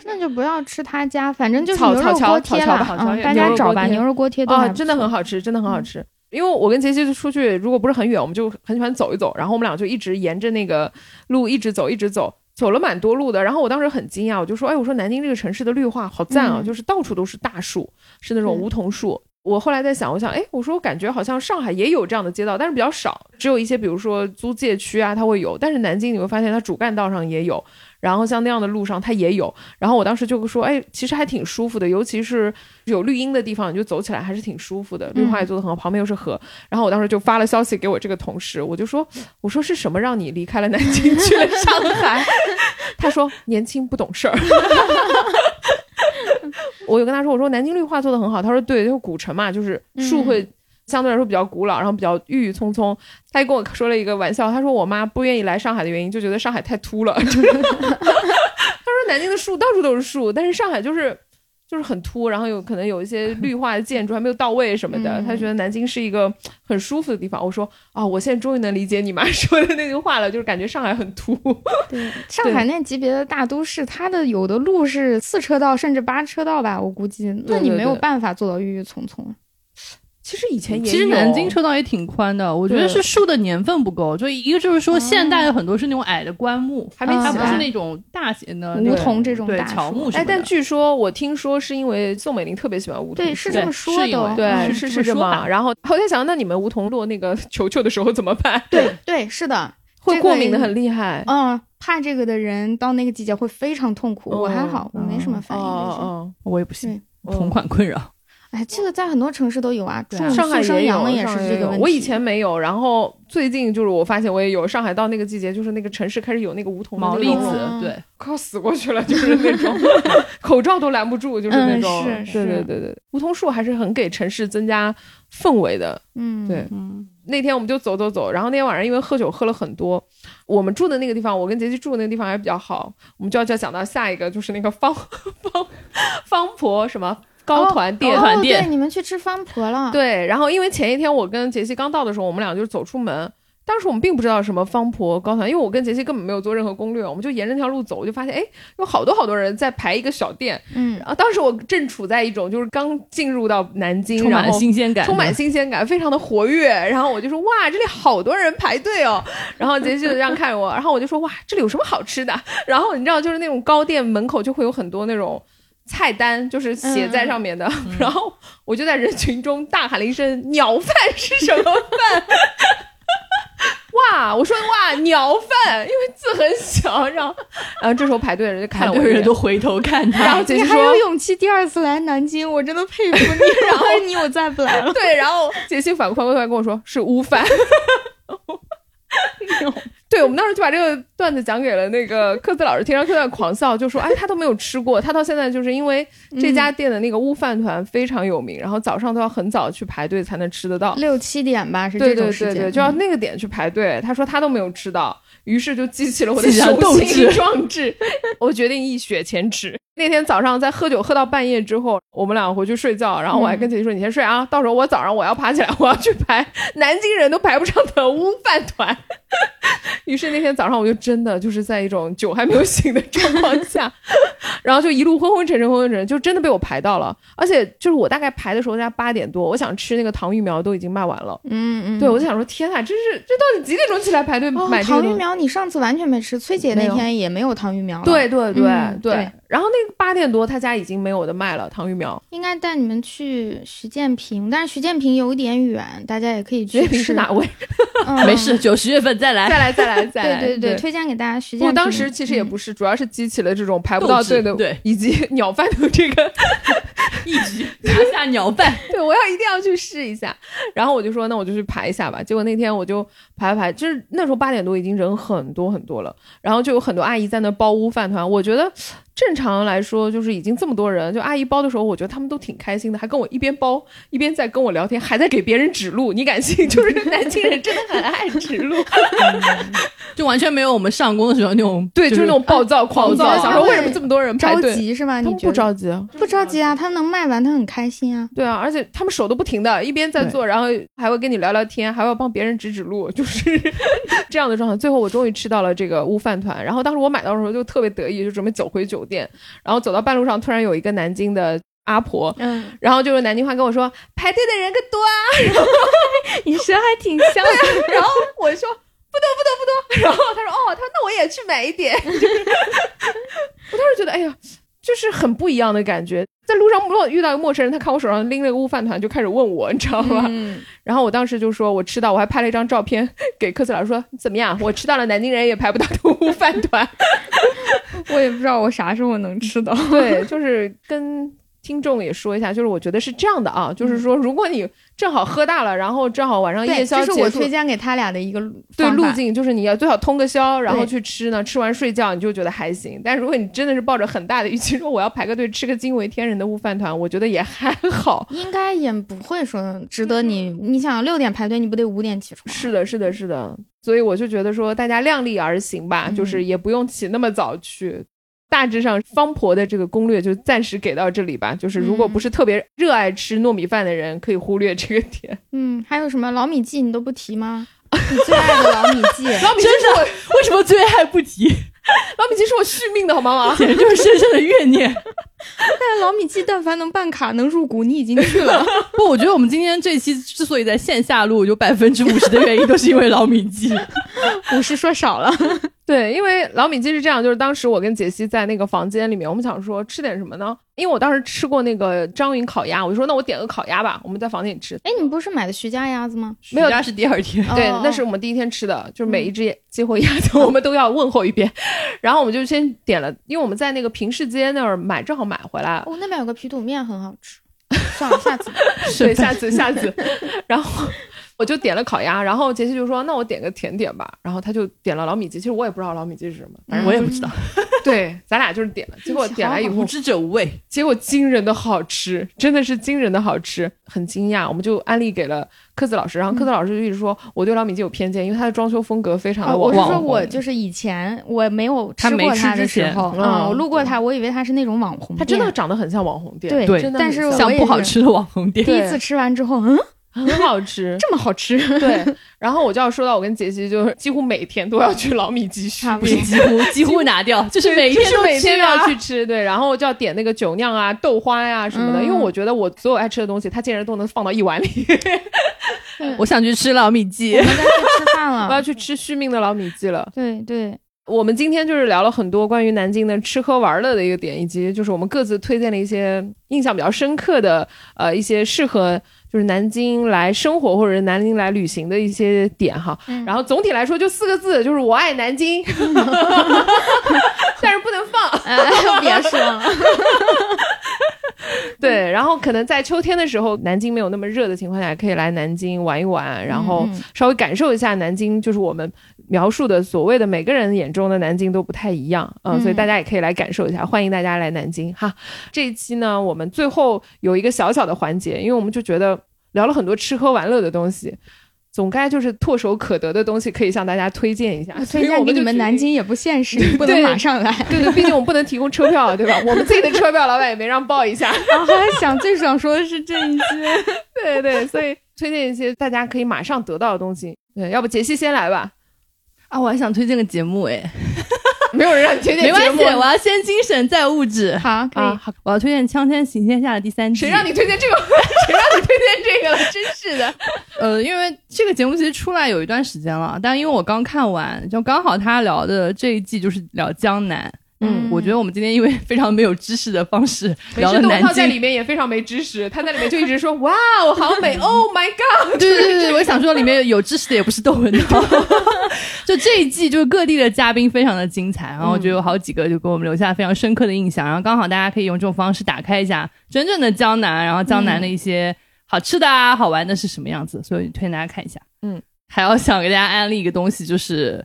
Speaker 2: 那就不要吃他家，反正就是
Speaker 1: 草
Speaker 2: 牛肉
Speaker 1: 草桥
Speaker 2: 锅贴
Speaker 1: 草
Speaker 2: 啦
Speaker 1: 桥吧草桥
Speaker 2: 嗯，
Speaker 1: 也
Speaker 2: 大
Speaker 1: 牛
Speaker 2: 家
Speaker 1: 肉
Speaker 2: 找
Speaker 1: 锅
Speaker 2: 吧，
Speaker 1: 贴
Speaker 2: 牛肉锅贴都
Speaker 1: 啊，
Speaker 2: 还不
Speaker 1: 真的
Speaker 2: 错嗯
Speaker 1: 很好吃，真的很好吃。因为我跟杰西就出去，如果不是很远，我们就很喜欢走一走。然后我们俩就一直沿着那个路一直走，一直走，走了蛮多路的。然后我当时很惊讶，我就说：“哎，我说南京这个城市的绿化好赞啊，
Speaker 2: 嗯
Speaker 1: 就是到处都是大树，是那种
Speaker 2: 对
Speaker 1: 梧桐树。”我后来在想，我想，哎，我说我感觉好像上海也有这样的街道，但是比较少，只有一些比如说租界区啊，它会有。但是南京你会发现，它主干道上也有，然后像那样的路上它也有。然后我当时就说，哎，其实还挺舒服的，尤其是有绿荫的地方，你就走起来还是挺舒服的，绿化也做得很好，旁边又是河。然后我当时就发了消息给我这个同事，我就说，我说是什么让你离开了南京去了上海？ 他说年轻不懂事儿。 我有跟他说，我说南京绿化做得很好，他说对，就是古城嘛，就是树会。相对来说比较古老，然后比较郁郁葱葱。他还跟我说了一个玩笑，他说我妈不愿意来上海的原因，就觉得上海太秃了。 就是他说南京的树到处都是树，但是上海就是就是很秃，然后有可能有一些绿化的建筑还没有到位什么的。
Speaker 2: 嗯
Speaker 1: 他觉得南京是一个很舒服的地方。我说啊、我现在终于能理解你妈 说的那句话了，就是感觉上海很秃。
Speaker 2: 对，上海那级别的大都市，它的有的路是四车道甚至八车道吧，我估计，那
Speaker 1: 对
Speaker 2: 你
Speaker 1: 对
Speaker 2: 没有
Speaker 1: 对
Speaker 2: 办法做到郁郁葱葱。
Speaker 1: 其实以前也有
Speaker 3: 其实南京车道也挺宽的，我觉得
Speaker 1: 对哦
Speaker 3: 是树的年份不够，就一个就是说现代的很多是那种矮的灌木，
Speaker 1: 还没
Speaker 2: 起
Speaker 3: 它不
Speaker 2: 来
Speaker 3: 是那种大型的
Speaker 2: 梧桐这种
Speaker 3: 对
Speaker 2: 大
Speaker 3: 乔
Speaker 2: 树
Speaker 3: 木什
Speaker 1: 哎
Speaker 3: 么，的。
Speaker 1: 但据说我听说是因为宋美龄特别喜欢梧桐树，
Speaker 2: 对，是这
Speaker 3: 对
Speaker 2: 么
Speaker 3: 是
Speaker 2: 说
Speaker 3: 因
Speaker 2: 的哦、
Speaker 3: 为
Speaker 1: 对，
Speaker 2: 嗯
Speaker 1: 是
Speaker 3: 这么
Speaker 1: 是这
Speaker 3: 说
Speaker 1: 么。
Speaker 3: 法
Speaker 1: 然后我在想，那你们梧桐落那个球球的时候怎么办？
Speaker 2: 对对，是的，
Speaker 1: 会
Speaker 2: 这
Speaker 1: 过
Speaker 2: 个
Speaker 1: 敏的很厉害。
Speaker 2: 嗯，怕这个的人到那个季节会非常痛苦。我还
Speaker 1: 嗯
Speaker 2: 好，我没什么
Speaker 1: 哦
Speaker 2: 反应这些。
Speaker 1: 哦
Speaker 3: 我也不行，
Speaker 1: 哦，
Speaker 3: 同款困扰。
Speaker 2: 哎，这个在很多城市都有啊，
Speaker 3: 对
Speaker 2: 种
Speaker 3: 啊
Speaker 2: 速
Speaker 1: 上海
Speaker 2: 生
Speaker 1: 也
Speaker 2: 阳
Speaker 1: 有，
Speaker 2: 了也
Speaker 1: 上
Speaker 2: 是
Speaker 1: 海
Speaker 2: 这
Speaker 1: 也
Speaker 2: 个
Speaker 1: 有
Speaker 2: 问题。
Speaker 1: 我以前没有，然后最近就是我发现我也有。上海到那个季节，就是那个城市开始有那个哦梧桐的
Speaker 3: 毛
Speaker 1: 那
Speaker 3: 栗
Speaker 1: 种
Speaker 3: 子
Speaker 2: 嗯，
Speaker 3: 对，
Speaker 1: 靠死过去了，就是那 种口罩都拦不住，就是那种。
Speaker 2: 嗯是
Speaker 1: 对对
Speaker 2: 是
Speaker 1: 对对，梧桐树还是很给城市增加氛围的。
Speaker 2: 嗯，
Speaker 1: 对
Speaker 3: 嗯，
Speaker 1: 那天我们就走走走，然后那天晚上因为喝酒喝了很多，我们住的那个地方，我跟杰西住的那个地方还比较好，我们就要再讲到下一个，就是那个方 方方婆什么高团店。
Speaker 3: 高团
Speaker 2: 哦，
Speaker 3: 店
Speaker 2: 对，你们去吃方婆 了。
Speaker 1: 对，然后因为前一天我跟杰西刚到的时候，我们俩就走出门。当时我们并不知道什么方婆高团，因为我跟杰西根本没有做任何攻略，我们就沿着那条路走，我就发现哎，有好多好多人在排一个小店。
Speaker 2: 嗯，
Speaker 1: 然后当时我正处在一种就是刚进入到南京，
Speaker 3: 充
Speaker 1: 然
Speaker 3: 满
Speaker 1: 后
Speaker 3: 新鲜感，
Speaker 1: 哦充满新鲜感，非常的活跃。然后我就说哇，这里好多人排队哦。然后杰西就这样看着我，然后我就说哇，这里有什么好吃的？然后你知道，就是那种糕店门口就会有很多那种菜单，就是写在上面的。然后我就在人群中大喊了一声：“鸟饭是什么饭？” 哇！我说哇，鸟饭，因为字很小，然后，然后这时候排队的人就看
Speaker 3: 很
Speaker 1: 了
Speaker 3: 多
Speaker 1: 我一
Speaker 3: 人
Speaker 1: 眼
Speaker 3: 都，回头看
Speaker 1: 然后
Speaker 3: 他。
Speaker 1: 杰
Speaker 2: 你
Speaker 1: 西
Speaker 2: 还
Speaker 1: 说
Speaker 2: 有勇气第二次来南京，我真的佩服你。 然后你我再 不来了。
Speaker 1: 对，然后杰西反反过头来跟我说是乌饭。对，我们当时就把这个段子讲给了那个克斯老师听，让克斯老师狂笑，就说：“哎，他都没有吃过，他到现在就是因为这家店的那个乌饭团非常有名，然后早上都要很早去排队才能吃得到。
Speaker 2: 六七点吧，”是
Speaker 1: 对
Speaker 2: 这
Speaker 1: 对
Speaker 2: 种时
Speaker 1: 对
Speaker 2: 间，
Speaker 1: 对，就要
Speaker 3: 嗯
Speaker 1: 那个点去排队。他说他都没有吃到，于是就激起了我的
Speaker 3: 激起了
Speaker 1: 雄
Speaker 3: 斗
Speaker 1: 心
Speaker 3: 志
Speaker 1: 壮志。我决定一雪前耻。那天早上在喝酒喝到半夜之后，我们俩回去睡觉，然后我
Speaker 3: 嗯
Speaker 1: 还跟姐姐说：“你先睡啊，到时候我早上我要爬起来，我要去排南京人都排不上的乌饭团。” 于是那天早上我就真的就是在一种酒还没有醒的状况下， 然后就一路昏昏沉沉，昏昏沉沉，就真的被我排到了。而且就是我大概排的时候，大概八点多，我想吃那个糖芋苗都已经卖完了。
Speaker 2: 嗯嗯，
Speaker 1: 对，我就想说，天呐，真是这到底几点钟起来排队
Speaker 2: 哦
Speaker 1: 买，这个
Speaker 2: 糖
Speaker 1: 东
Speaker 2: 芋
Speaker 1: 西？
Speaker 2: 苗，你上次完全没吃，崔姐
Speaker 1: 没
Speaker 2: 那
Speaker 1: 有
Speaker 2: 天也没有糖芋苗了。
Speaker 1: 对，对对、
Speaker 2: 嗯
Speaker 1: 对
Speaker 2: 对
Speaker 1: 然后那个八点多，他家已经没有的卖了糖芋 苗。
Speaker 2: 应该带你们去徐建平，但是徐建平有点远，大家也可以
Speaker 1: 徐
Speaker 2: 去
Speaker 1: 建平 是
Speaker 2: 吃。
Speaker 1: 哪位？
Speaker 2: 嗯、
Speaker 3: 没事，九十月份再 来
Speaker 1: 再。来再来再
Speaker 2: 对
Speaker 1: 来。
Speaker 2: 对对，推荐给大家徐建
Speaker 1: 不，
Speaker 2: 平。
Speaker 1: 当时其实也
Speaker 2: 嗯
Speaker 1: 不是，主要是激起了这种排不
Speaker 3: 斗
Speaker 1: 到
Speaker 3: 志
Speaker 1: 队的，
Speaker 3: 对
Speaker 1: 以及 鸟饭的这个，
Speaker 3: 一举拿下鸟饭，
Speaker 1: 对我要一定要去试一下。然后我就说，那我就去排一下吧。结果那天我就排排，就是那时候八点多已经人很多很多了，然后就有很多阿姨在那包乌饭团。我觉得正常来说，就是已经这么多人，就阿姨包的时候，我觉得他们都挺开心的，还跟我一边包一边在跟我聊天，还在给别人指路。你敢信？ 就是南京人真的很爱指路。
Speaker 3: 就完全没有我们上工的时候那 种，
Speaker 1: 对，就是那种暴躁、狂
Speaker 3: 暴
Speaker 1: 躁，
Speaker 3: 躁
Speaker 1: 想说为什么这么多人排
Speaker 2: 着
Speaker 1: 队？
Speaker 2: 急是吧？
Speaker 1: 他
Speaker 2: 你
Speaker 1: 们
Speaker 2: 觉
Speaker 1: 不
Speaker 2: 得
Speaker 1: 着急啊，
Speaker 2: 不着急啊？他们能卖完，他很开心啊。
Speaker 1: 对啊，而且他们手都不停的，一边在做，然后还会跟你聊聊天，还要帮别人指指路，就是 这样的状态。最后我终于吃到了这个乌饭团，然后当时我买到的时候就特别得意，就准备走回酒店，然后走到半路上，突然有一个南京的阿婆，
Speaker 2: 嗯，
Speaker 1: 然后就是南京话跟我说排队的人可多啊，
Speaker 2: 你舌还挺香的。
Speaker 1: 然后我说。不多不多不多，然后他说哦，他说那我也去买一点。 就是我当时觉得，哎呀，就是很不一样的感觉。在路上，如果遇到一个陌生人，他看我手上拎了个乌饭团，就开始问我，你知道吗？
Speaker 2: 嗯，
Speaker 1: 然后我当时就说，我吃到，我还拍了一张照片给科斯老师说，怎么样？我吃到了南京人也排不到的乌饭团。
Speaker 2: 我也不知道我啥时候能吃到。
Speaker 1: 对，就是跟听众也说一下，就是我觉得是这样的啊，就是说，如果你正好喝大了，然后正好晚上夜
Speaker 2: 嗯对，
Speaker 1: 宵
Speaker 2: 这
Speaker 1: 结
Speaker 2: 是
Speaker 1: 束，
Speaker 2: 我推荐给他俩的一个
Speaker 1: 对
Speaker 2: 方
Speaker 1: 路
Speaker 2: 法。
Speaker 1: 径就是你要最好通个宵，然后
Speaker 2: 对
Speaker 1: 去吃呢，吃完睡觉你就觉得还行。但如果你真的是抱着很大的预期说我要排个队吃个惊为天人的乌饭团，我觉得也还好。
Speaker 2: 应该也不会说值得你，你想六点排队，你不得五点起床？啊
Speaker 1: 是的，是的，是的。所以我就觉得说大家量力而行吧，就是也不用起那么早去。大致上，方婆的这个攻略就暂时给到这里吧。就是如果不是特别热爱吃糯米饭的人，可以忽略这个点。
Speaker 2: 嗯，还有什么老米记你都不提吗？你最爱的老米记，
Speaker 1: 老米真是我，
Speaker 3: 为什么最爱不提？
Speaker 1: 老米其实我续命的好吗？王
Speaker 3: 简直就是深深的怨念。
Speaker 2: 但老米记但凡能办卡能入股，你已经去了。
Speaker 3: 不，我觉得我们今天这期之所以在线下录，有百分之五十的原因都是因为老米 记。
Speaker 2: 我是说少了，
Speaker 1: 对，因为老米记是这样，就是当时我跟杰西在那个房间里面，我们想说吃点什么呢？因为我当时吃过那个张云烤鸭，我就说那我点个烤鸭吧，我们在房间里吃。
Speaker 2: 哎，你不是买的徐家鸭子吗？
Speaker 1: 没有
Speaker 3: 徐家是第二天，
Speaker 2: 哦嗯
Speaker 1: 对，那是我们第一天吃的，就是每一只鸡或鸭子 我们都要问候一遍， 然后我们就先点了，因为我们在那个平市街那儿买，正好买回来，
Speaker 2: 哦，那边有个皮肚面很好吃，算了，下次吧。
Speaker 1: 对，下次下次， 然后我就点了烤鸭，然后杰西就说那我点个甜点吧，然后他就点了老米记，其实我也不知道老米记是什 么，反正
Speaker 3: 我也不知道，
Speaker 1: 对，咱俩就是点了，结果点来以后
Speaker 3: 无知者无畏。
Speaker 1: 结果惊人的好吃，真的是惊人的好吃，很惊讶。我们就安利给了科子老师，然后科
Speaker 2: 嗯
Speaker 1: 子老师就一直说、我对老米记有偏见，因为他的装修风格非常的
Speaker 2: 哦 我
Speaker 1: 网
Speaker 2: 是
Speaker 1: 网
Speaker 2: 说
Speaker 1: 红。
Speaker 2: 我就是以前我没有
Speaker 3: 他
Speaker 2: 吃
Speaker 3: 没
Speaker 2: 过
Speaker 3: 吃
Speaker 2: 它的
Speaker 3: 之
Speaker 2: 时
Speaker 3: 前
Speaker 2: 候，
Speaker 1: 嗯
Speaker 2: 嗯，我路过它，我以为它是那种网红
Speaker 1: 他真的
Speaker 2: 店
Speaker 1: 长得很像网红店，
Speaker 2: 对
Speaker 3: 对
Speaker 1: 真的
Speaker 2: 但
Speaker 1: 很
Speaker 2: 是
Speaker 1: 像
Speaker 2: 我
Speaker 3: 像
Speaker 2: 也
Speaker 3: 不好
Speaker 2: 是
Speaker 3: 吃的网红店，
Speaker 2: 第一
Speaker 1: 对
Speaker 2: 次吃完之后，嗯，。
Speaker 1: 很好吃
Speaker 2: 这么好吃，
Speaker 1: 对，然后我就要说到我跟杰西，就是几乎每天都要去老米记续
Speaker 2: 差不
Speaker 3: 不
Speaker 1: 命
Speaker 3: 是几 乎几乎拿掉，就是 每
Speaker 1: 就
Speaker 3: 天
Speaker 1: 是
Speaker 3: 都
Speaker 1: 每
Speaker 3: 吃
Speaker 1: 天
Speaker 3: 啊
Speaker 1: 要去吃，对，然后就要点那个酒酿啊、豆花呀、什么的，
Speaker 2: 嗯
Speaker 1: 因为我觉得我所有爱吃的东西，他竟然都能放到一碗里。
Speaker 3: 我想去吃老米记
Speaker 2: 我。们该去吃饭
Speaker 1: 我要
Speaker 2: 了。
Speaker 1: 去吃续命的老米记了。
Speaker 2: 对对，
Speaker 1: 我们今天就是聊了很多关于南京的吃喝玩乐的一个点，以及就是我们各自推荐了一些印象比较深刻的呃一些适合就是南京来生活或者南京来旅行的一些点哈。
Speaker 2: 嗯
Speaker 1: 然后总体来说就四个字，就是我爱南京，但是不能放。
Speaker 2: 哎，别说 了，嗯
Speaker 1: 对，然后可能在秋天的时候，南京没有那么热的情况下，可以来南京玩一玩，然后
Speaker 2: 嗯嗯
Speaker 1: 稍微感受一下南京，就是我们描述的所谓的每个人眼中的南京都不太一样，嗯，
Speaker 2: 嗯
Speaker 1: 所以大家也可以来感受一下，欢迎大家来南京哈。这一期呢，我们最后有一个小小的环节，因为我们就觉得聊了很多吃喝玩乐的东西。总该就是唾手可得的东西，可以向大家推荐一下。
Speaker 2: 我
Speaker 1: 所以
Speaker 2: 啊推荐
Speaker 1: 我
Speaker 2: 给你
Speaker 1: 就
Speaker 2: 们
Speaker 1: 决
Speaker 2: 南
Speaker 1: 定
Speaker 2: 京也不现实，你不
Speaker 1: 对
Speaker 2: 能马上来。
Speaker 1: 对对，毕竟我们不能提供车票，对吧？我们自己的车票，老板也没让报一 下。
Speaker 2: 然后还想最想说的是这一句，
Speaker 1: 对对，所以推荐一些大家可以马上得到的东西。对，要不杰西先来吧，
Speaker 3: 啊，我还想推荐个节目哎，
Speaker 1: 没有人让你推荐
Speaker 3: 没
Speaker 1: 节
Speaker 3: 关
Speaker 1: 目
Speaker 3: 系，我要先精神再物质。
Speaker 2: 好，可
Speaker 1: 啊
Speaker 2: 以。，
Speaker 1: 好
Speaker 3: 我要推荐《锵锵行天下》的第三季。
Speaker 1: 谁让你推荐这个？ 谁让你推荐这个 了？真是的。
Speaker 3: 呃，因为这个节目其实出来有一段时间了，但因为我刚看完，就刚好他聊的这一季就是聊江南。
Speaker 2: 嗯
Speaker 3: 我觉得我们今天因为非常没有知识的方式
Speaker 1: 每
Speaker 3: 聊
Speaker 1: 次
Speaker 3: 了
Speaker 1: 东
Speaker 3: 南
Speaker 1: 浩在
Speaker 3: 京，
Speaker 1: 里面也非常没知识，他在里面就一直说：“ 哇，我好美，Oh my god！”
Speaker 3: 对对对对，我想说里面有知识的也不是窦文涛。就这一季，就是各地的嘉宾非常的精彩，然后就有好几个就给我们留下非常深刻的印象。然后刚好大家可以用这种方式打开一下真正的江南，然后江南的一些好吃的啊、好玩的是什么样子，所以推荐大家看一下。
Speaker 1: 嗯，
Speaker 3: 还要想给大家安利一个东西，就是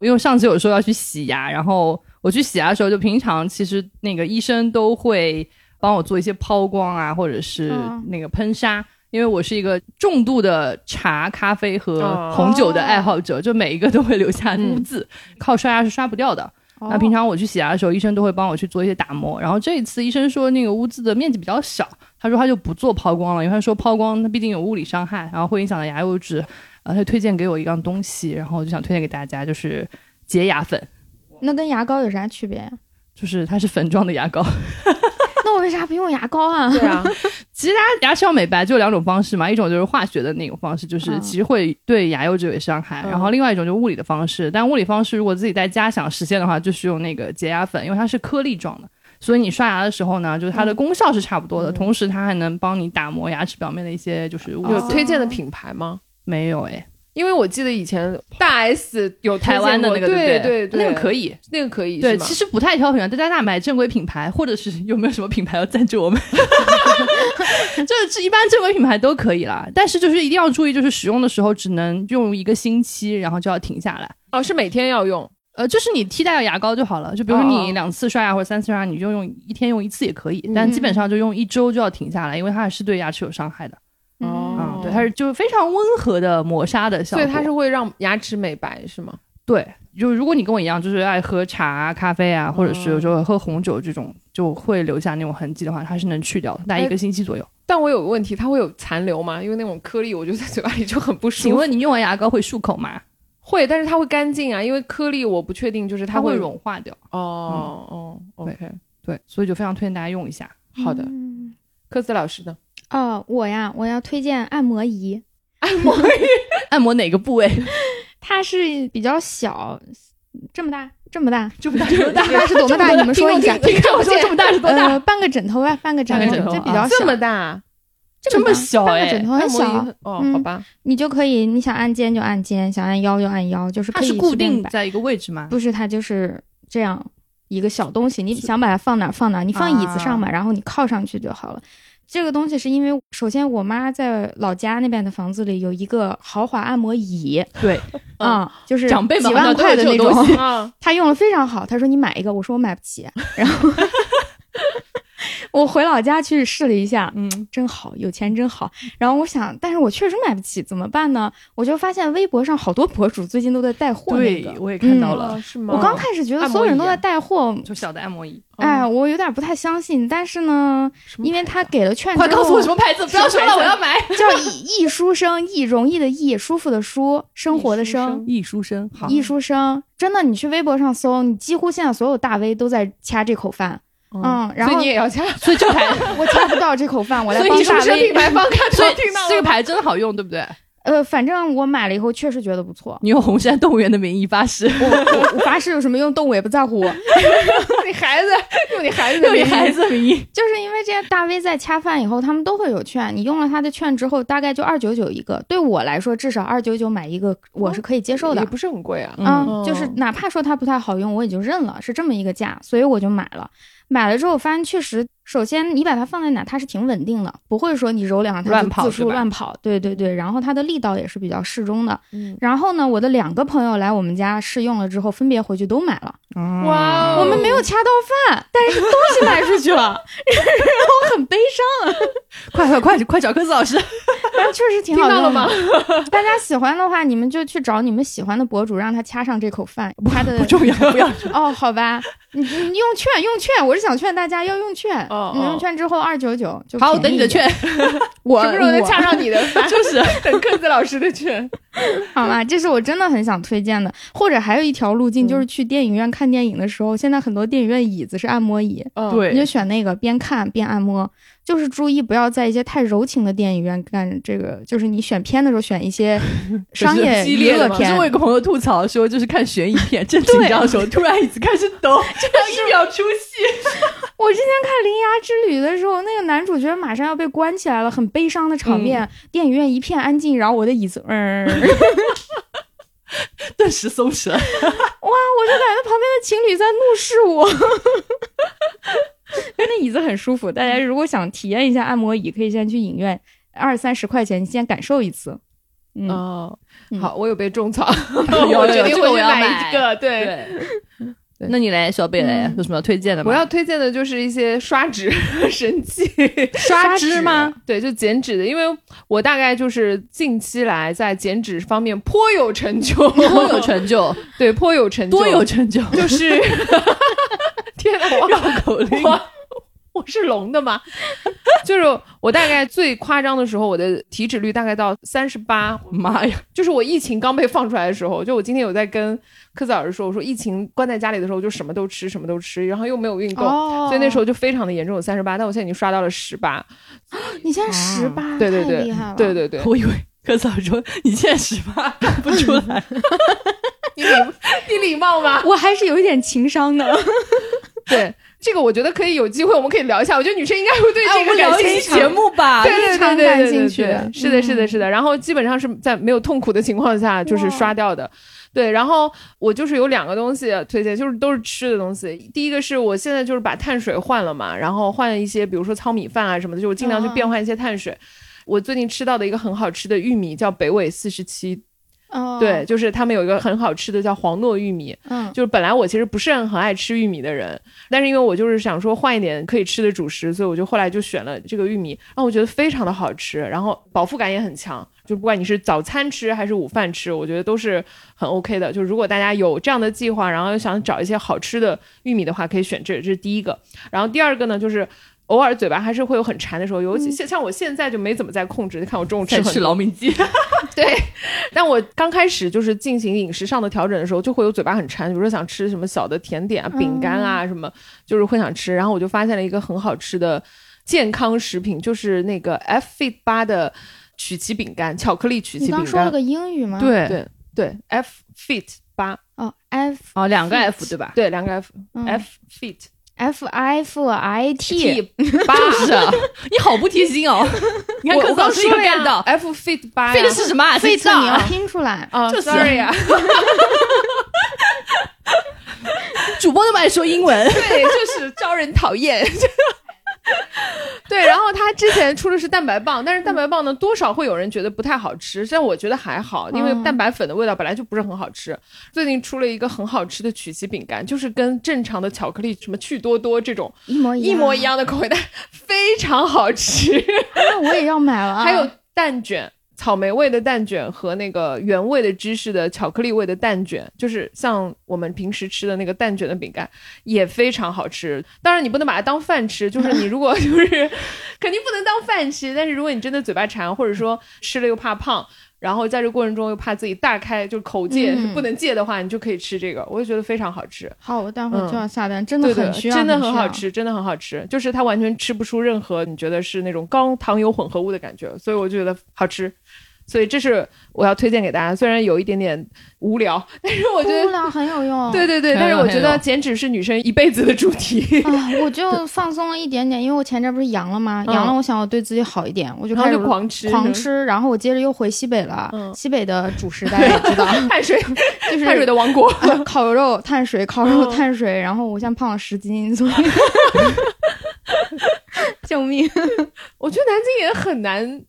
Speaker 3: 因为我上次有说要去洗牙，然后我去洗牙的时候，就平常其实那个医生都会帮我做一些抛光啊，或者是
Speaker 2: 嗯
Speaker 3: 那个喷砂。因为我是一个重度的茶、咖啡和红酒的爱好者，就每一个都会留下污渍，靠刷牙是刷不掉的。
Speaker 2: 哦
Speaker 3: 那平常我去洗牙的时候，医生都会帮我去做一些打磨。然后这一次医生说那个污渍的面积比较小，他说他就不做抛光了，因为他说抛光它毕竟有物理伤害，然后会影响到牙釉质。呃，他就推荐给我一样东西，然后我就想推荐给大家，就是洁牙粉，
Speaker 2: 那跟牙膏有啥区别呀？
Speaker 3: 就是它是粉状的牙膏。
Speaker 2: 那我为啥不用牙膏啊？
Speaker 1: 对啊，
Speaker 3: 其实大家牙齿要美白就有两种方式嘛，一种就是化学的那种方式，就是
Speaker 2: 嗯
Speaker 3: 其实会对牙釉质有伤害，
Speaker 1: 嗯
Speaker 3: 然后另外一种就是物理的方式。但物理方式如果自己在家想实现的话，就是用那个洁牙粉，因为它是颗粒状的，所以你刷牙的时候呢，就是它的功效是差不多的，
Speaker 1: 嗯
Speaker 3: 同时它还能帮你打磨牙齿表面的一些就是物 质。
Speaker 1: 有
Speaker 2: 哦
Speaker 1: 推荐的品牌吗？
Speaker 3: 没有哎，
Speaker 1: 因为我记得以前大 S 有推
Speaker 3: 台湾的那个
Speaker 1: 荐过对
Speaker 3: 不
Speaker 1: 对对，
Speaker 3: 那个可
Speaker 1: 以，
Speaker 3: 以。
Speaker 1: 那个可以，
Speaker 3: 对，
Speaker 1: 是吗
Speaker 3: 其实不太挑品牌，在加拿大买正规品牌，或者是 有没有什么品牌要赞助我们？ 就是一般正规品牌都可以啦，但是就是一定要注意，就是使用的时候只能用一个星期，然后就要停下来。
Speaker 1: 哦是每天要用，
Speaker 3: 呃，就是你替代牙膏就好了，就比如说
Speaker 1: 哦嗯
Speaker 3: 你两次刷牙或者三次刷牙，你就用一天用一次也可以，但基本上就用一周就要停下来，因为它还是对牙齿有伤害的。
Speaker 1: 哦
Speaker 3: 啊、
Speaker 2: 嗯
Speaker 3: 对，它是就是非常温和的磨砂的效
Speaker 1: 所
Speaker 3: 果。
Speaker 1: 以它是会让牙齿美白是吗？
Speaker 3: 对，就是如果你跟我一样，就是爱喝茶啊、咖啡啊，或者是有时候喝红酒这种，就会留下那种痕迹的话，它是能去掉的，大概一个星期左右。
Speaker 1: 但我有个问题，它会有残留吗？因为那种颗粒，我觉得在嘴巴里就很不舒服。
Speaker 3: 请问你用完牙膏会漱口吗？
Speaker 1: 会，但是它会干净啊，因为颗粒我不确定，就是
Speaker 3: 它
Speaker 1: 会
Speaker 3: 会。融化掉。
Speaker 1: 哦、哦，OK，
Speaker 3: 对，所以就非常推荐大家用一下。
Speaker 1: 好的。
Speaker 2: 嗯
Speaker 1: 科子老师呢？
Speaker 2: 哦，我呀，我要推荐按摩仪，
Speaker 3: 按摩哪个部 位？
Speaker 2: 它是比较小，这么大，这么大，
Speaker 3: 这么大，这么大，
Speaker 2: 它是多么大？你们说一下。
Speaker 3: 听看我说这么大是多大？
Speaker 2: 呃，半个枕头吧，半个枕
Speaker 3: 半
Speaker 2: 头，
Speaker 3: 个枕头啊
Speaker 2: 这比较小，
Speaker 1: 这么大，
Speaker 2: 这么
Speaker 3: 这么小
Speaker 2: 半
Speaker 3: 哎
Speaker 2: 个枕头
Speaker 1: 按
Speaker 2: 很
Speaker 1: 摩仪
Speaker 2: 小，
Speaker 1: 很哦，
Speaker 2: 嗯
Speaker 1: 好吧，
Speaker 2: 你就可以，你想按肩就按肩，想按腰就按腰，就是
Speaker 3: 它
Speaker 2: 可以
Speaker 3: 是固
Speaker 2: 随便
Speaker 3: 定
Speaker 2: 摆，
Speaker 3: 在一个位置吗？
Speaker 2: 不是它就是这样一个小东西，你想把它放哪儿放哪儿，你放椅子上
Speaker 3: 啊
Speaker 2: 嘛，然后你靠上去就好了。这个东西是因为，首先我妈在老家那边的房子里有一个豪华按摩椅，
Speaker 3: 对，
Speaker 2: 啊、就是
Speaker 3: 嗯长辈们
Speaker 2: 几
Speaker 3: 好
Speaker 2: 万
Speaker 3: 像都有
Speaker 2: 块的
Speaker 3: 这
Speaker 2: 那
Speaker 3: 种东
Speaker 2: 种
Speaker 3: 西，
Speaker 1: 啊，
Speaker 2: 他用了非常好，他说你买一个，我说我买不起，然 后我回老家去试了一下，
Speaker 3: 嗯，
Speaker 2: 真好，有钱真好。然后我想，但是我确实买不起，怎么办呢？我就发现微博上好多博主最近都在带货那
Speaker 3: 对
Speaker 2: 个，，
Speaker 3: 我也看到
Speaker 2: 好
Speaker 3: 了，
Speaker 1: 哦是吗？
Speaker 2: 我刚开始觉得
Speaker 1: 按摩嗯
Speaker 2: 所有人
Speaker 1: 椅
Speaker 2: 都在带货，
Speaker 3: 嗯就小的按摩椅。
Speaker 2: 哎，
Speaker 1: 哦，
Speaker 2: 我有点不太相信。但是呢，
Speaker 1: 什么啊
Speaker 2: 因为
Speaker 1: 牌
Speaker 2: 他
Speaker 1: 子
Speaker 2: 给了券之后，
Speaker 3: 快告诉我什么牌子，不要说
Speaker 1: 什么
Speaker 3: 了，
Speaker 1: 牌子
Speaker 3: 我要买。
Speaker 2: 叫易易舒生，易容易的易，舒服的舒，生活的生。
Speaker 3: 易舒生，好
Speaker 2: 艺术生，真的，你去微博上搜，你几乎现在所有大 V 都在掐这口饭，
Speaker 1: 嗯
Speaker 2: 嗯，然后
Speaker 1: 所以你也要加，
Speaker 3: 所以这牌，
Speaker 2: 我掐不到这口 饭，我来
Speaker 3: 所以
Speaker 2: 帮
Speaker 3: 艺术
Speaker 2: 大
Speaker 3: 生
Speaker 2: V
Speaker 3: 品。牌方看，所以
Speaker 1: 听到了吗
Speaker 3: 这个牌真的好用，对不对？，
Speaker 2: 呃，反正我买了以后确实觉得不错
Speaker 3: 你用红山动物园的名义发誓，
Speaker 2: 我我我发誓有什么用，动物也不在乎我，
Speaker 1: 你孩子用你孩子 的
Speaker 3: 用你
Speaker 1: 名义
Speaker 3: 孩子的名义，
Speaker 2: 就是因为这些大 V 在掐饭以后，他们都会有券，你用了他的券之后，大概就二九九一个，对我来说至少二九九买一个，我是可以接受的
Speaker 1: 也。不是很贵啊，
Speaker 3: 嗯，
Speaker 2: 嗯，就是哪怕说它不太好用，我也就认了，是这么一个价，所以我就买了。买了之后发现，确实，首先你把它放在哪，它是挺稳定的，不会说你揉两下它就
Speaker 3: 乱跑
Speaker 2: 自
Speaker 3: 是
Speaker 2: 处
Speaker 3: 吧
Speaker 2: 乱跑。对对对，然后它的力道也是比较适中的。
Speaker 1: 嗯
Speaker 2: 然后呢，我的两个朋友来我们家试用了之后，分别回去都买了，
Speaker 1: 哇哦
Speaker 2: 我们没有掐到饭，但是东西卖出 去了，然后很悲伤。
Speaker 3: 快快快快找科斯老师，
Speaker 2: 但确实挺
Speaker 1: 听
Speaker 2: 好
Speaker 1: 到了
Speaker 2: 用的
Speaker 1: 吗？？
Speaker 2: 大家喜欢的话，你们就去找你们喜欢的博主，让他掐上这口 饭。他的
Speaker 3: 不重要，不要。
Speaker 2: 哦，好吧，你你你用券用券，我是想劝大家要用券。
Speaker 1: 哦
Speaker 2: 你
Speaker 1: 哦
Speaker 2: 用券之后二九九就
Speaker 3: 好，我
Speaker 2: 便
Speaker 3: 等
Speaker 2: 宜
Speaker 3: 你的
Speaker 2: 一点。
Speaker 3: 券，
Speaker 2: 我
Speaker 1: 什么时候能
Speaker 2: 我
Speaker 1: 加上你 的饭？
Speaker 3: 就是
Speaker 1: 等科子老师的券。
Speaker 2: 好吧，这是我真的很想推荐的。或者还有一条路
Speaker 3: 嗯
Speaker 2: 径，就是去电影院看电影的时候，现在很多电影院椅子是按摩椅，
Speaker 1: 嗯，
Speaker 2: 你就，选那个边看边按摩。就是注意不要在一些太柔情的电影院干这个，就是你选片的时候选一些商业
Speaker 3: 激
Speaker 2: 娱
Speaker 3: 烈
Speaker 2: 乐
Speaker 3: 的嘛。 就是
Speaker 2: 片
Speaker 3: 我。有个朋友吐槽说，就是看悬疑 片，正紧张的时候，突然椅子开始抖，就是一秒出戏。
Speaker 2: 我之前看《铃芽之旅》的时候，那个男主角马上要被关起来了，很悲伤的
Speaker 1: 嗯
Speaker 2: 场面，电影院一片安静，然后我的椅子，嗯、
Speaker 3: 顿时松弛了。
Speaker 2: 哇！我就感觉旁边的情侣在怒视我。 因为那椅子很舒服，大家如果想体验一下按摩椅，可以先去影院，二三十块钱，你先感受一次。嗯，
Speaker 1: 哦，
Speaker 2: 嗯
Speaker 1: 好，我有被种草，
Speaker 3: 有有
Speaker 1: 我决定回
Speaker 3: 这个
Speaker 1: 去
Speaker 3: 我要
Speaker 1: 买一
Speaker 3: 买
Speaker 1: 个，对。对
Speaker 3: 那你嘞，小贝嘞，有什嗯么要推荐的吗？
Speaker 1: 我要推荐的就是一些刷脂 神器，
Speaker 3: 刷脂吗？
Speaker 1: 对，就减脂的，因为我大概就是近期来在减脂方面颇有成就，
Speaker 3: 多有成就，
Speaker 1: 对，颇有成就，
Speaker 3: 多有成就，
Speaker 1: 就是 天哪，我
Speaker 3: 绕口令。
Speaker 1: 我我是聋的吗？ 就是我大概最夸张的时候，我的体脂率大概到三十八，
Speaker 3: 妈呀！
Speaker 1: 就是我疫情刚被放出来的时候，就我今天有在跟科子老师说，我说疫情关在家里的时候，我就什么都吃，什么都吃，然后又没有运动，
Speaker 2: 哦
Speaker 1: 所以那时候就非常的严重，有三十八，但我现在已经刷到了十八，
Speaker 2: 你现在十八，
Speaker 1: 啊对对
Speaker 2: 太
Speaker 1: 对
Speaker 2: 厉害了，，
Speaker 1: 对对对，
Speaker 3: 我以为哥嫂说你现在十八看不出 来，
Speaker 1: 你礼你礼貌吗？
Speaker 2: 我还是有一点情商的。
Speaker 1: 对，这个我觉得可以有机会，我们可以聊一下，我觉得女生应该会对这
Speaker 3: 哎，我
Speaker 1: 个
Speaker 3: 们
Speaker 1: 感
Speaker 3: 聊一
Speaker 1: 兴
Speaker 3: 期
Speaker 1: 趣。
Speaker 3: 节目啊 吧。
Speaker 1: 对对
Speaker 2: 非
Speaker 1: 对
Speaker 2: 常
Speaker 1: 对
Speaker 2: 感
Speaker 1: 对
Speaker 2: 兴
Speaker 1: 对
Speaker 2: 趣
Speaker 1: 对是的，是的，是的。然后基本上是在没有痛苦的情况下，就是刷掉的。对，然后我就是有两个东西推荐，就是都是吃的东西。第一个是我现在就是把碳水换了嘛，然后换一些比如说糙米饭啊什么的，就是尽量去变换一些碳水。我最近吃到的一个很好吃的玉米叫北纬四十七，
Speaker 2: 哦
Speaker 1: 对，，就是他们有一个很好吃的叫黄糯玉米，
Speaker 2: 嗯，
Speaker 1: 就是本来我其实不是很很爱吃玉米的人，但是因为我就是想说换一点可以吃的主食，所以我就后来就选了这个玉米，啊然后我觉得非常的好吃，然后饱腹感也很强。就不管你是早餐吃还是午饭吃，我觉得都是很 OK 的。就如果大家有这样的计划，然后又想找一些好吃的玉米的话，可以选这，这是第一个。然后第二个呢，就是偶尔嘴巴还是会有很馋的时候，尤其像像我现在就没怎么在控制，就看我中午吃
Speaker 3: 再
Speaker 1: 很
Speaker 3: 吃
Speaker 1: 多
Speaker 3: 劳命鸡，
Speaker 1: 对，但我刚开始就是进行饮食上的调整的时候，就会有嘴巴很馋，比如说想吃什么小的甜点啊、饼干啊什么，就是会想吃。然后我就发现了一个很好吃的健康食品，就是那个 F Fit 八的曲奇饼干，巧克力曲奇
Speaker 2: 你
Speaker 1: 饼
Speaker 2: 刚说了
Speaker 1: 干。
Speaker 2: 个英语吗？，
Speaker 3: 对，
Speaker 1: 对对，F Fit 八，
Speaker 2: 哦，f
Speaker 3: 哦，两个 F 对吧？
Speaker 1: 对，两个 F、
Speaker 2: 嗯
Speaker 1: F Fit
Speaker 2: f i f i t，
Speaker 1: 八。
Speaker 3: 是啊， 你好不贴心哦。 你看
Speaker 1: 我
Speaker 3: 哥
Speaker 1: 我
Speaker 3: 嫂
Speaker 1: 刚
Speaker 3: 是一
Speaker 1: 说
Speaker 3: 个
Speaker 1: 了
Speaker 3: 干
Speaker 1: 呀
Speaker 3: 道，
Speaker 1: ，F Fit 八
Speaker 3: 费
Speaker 1: 呀
Speaker 3: 的是什么啊？
Speaker 2: 费
Speaker 3: 知
Speaker 2: 字
Speaker 3: 道
Speaker 2: 你要
Speaker 3: 啊
Speaker 2: 拼出来。
Speaker 1: 啊
Speaker 3: 就是
Speaker 1: ，sorry 啊，
Speaker 3: 主播那么爱说英 文，
Speaker 1: 对，就是招人讨厌。对，然后它之前出的是蛋白棒，但是蛋白棒呢，多少会有人觉得不太好吃，但我觉得还好，因为
Speaker 2: 嗯
Speaker 1: 蛋白粉的味道本来就不是很好吃。最近出了一个很好吃的曲奇饼干，就是跟正常的巧克力什么趣多多这种
Speaker 2: 一模 一
Speaker 1: 一模一，样的口味，但非常好吃。
Speaker 2: 那我也要买了啊。
Speaker 1: 还有蛋卷，草莓味的蛋卷和那个原味的芝士的巧克力味的蛋卷，就是像我们平时吃的那个蛋卷的饼干，也非常好吃。当然你不能把它当饭吃，就是你如果 就是肯定不能当饭吃，但是如果你真的嘴巴馋，或者说吃了又怕胖。然后在这过程中又怕自己大开，就是口戒、
Speaker 2: 嗯
Speaker 1: 是不能戒的话，你就可以吃这个，我就觉得非常好吃。
Speaker 2: 好，我待会儿就要下单，真
Speaker 1: 对
Speaker 2: 的
Speaker 1: 对
Speaker 2: 很，需要，
Speaker 1: 真的
Speaker 2: 需
Speaker 1: 很好
Speaker 2: 要。
Speaker 1: 吃，真的很好吃，就是它完全吃不出任何你觉得是那种高糖油混合物的感觉，所以我就觉得好吃。所以这是我要推荐给大家，虽然有一点点无聊，但是我
Speaker 2: 我
Speaker 1: 觉得，
Speaker 2: 很有用。
Speaker 1: 对对对，
Speaker 3: 很
Speaker 1: 但是
Speaker 3: 有
Speaker 1: 我觉
Speaker 3: 很
Speaker 1: 得
Speaker 3: 有
Speaker 1: 减脂是女生一辈子的主题，
Speaker 2: 啊，我就放松了一点点，因为我前阵不是阳了吗？
Speaker 1: 嗯
Speaker 2: 阳了，我想我对自己好一点，我就
Speaker 1: 然
Speaker 2: 开
Speaker 1: 后
Speaker 2: 始
Speaker 1: 就狂吃，
Speaker 2: 狂吃，然后我接着又回西北了。
Speaker 1: 嗯
Speaker 2: 西北的主食 大家也知道，
Speaker 1: 碳水
Speaker 2: 就是
Speaker 1: 碳水的王国。
Speaker 2: 啊烤肉、碳水、烤肉、
Speaker 1: 嗯
Speaker 2: 碳水，然后我现在胖了十 斤，所以 救命
Speaker 1: 我觉得南京也很难，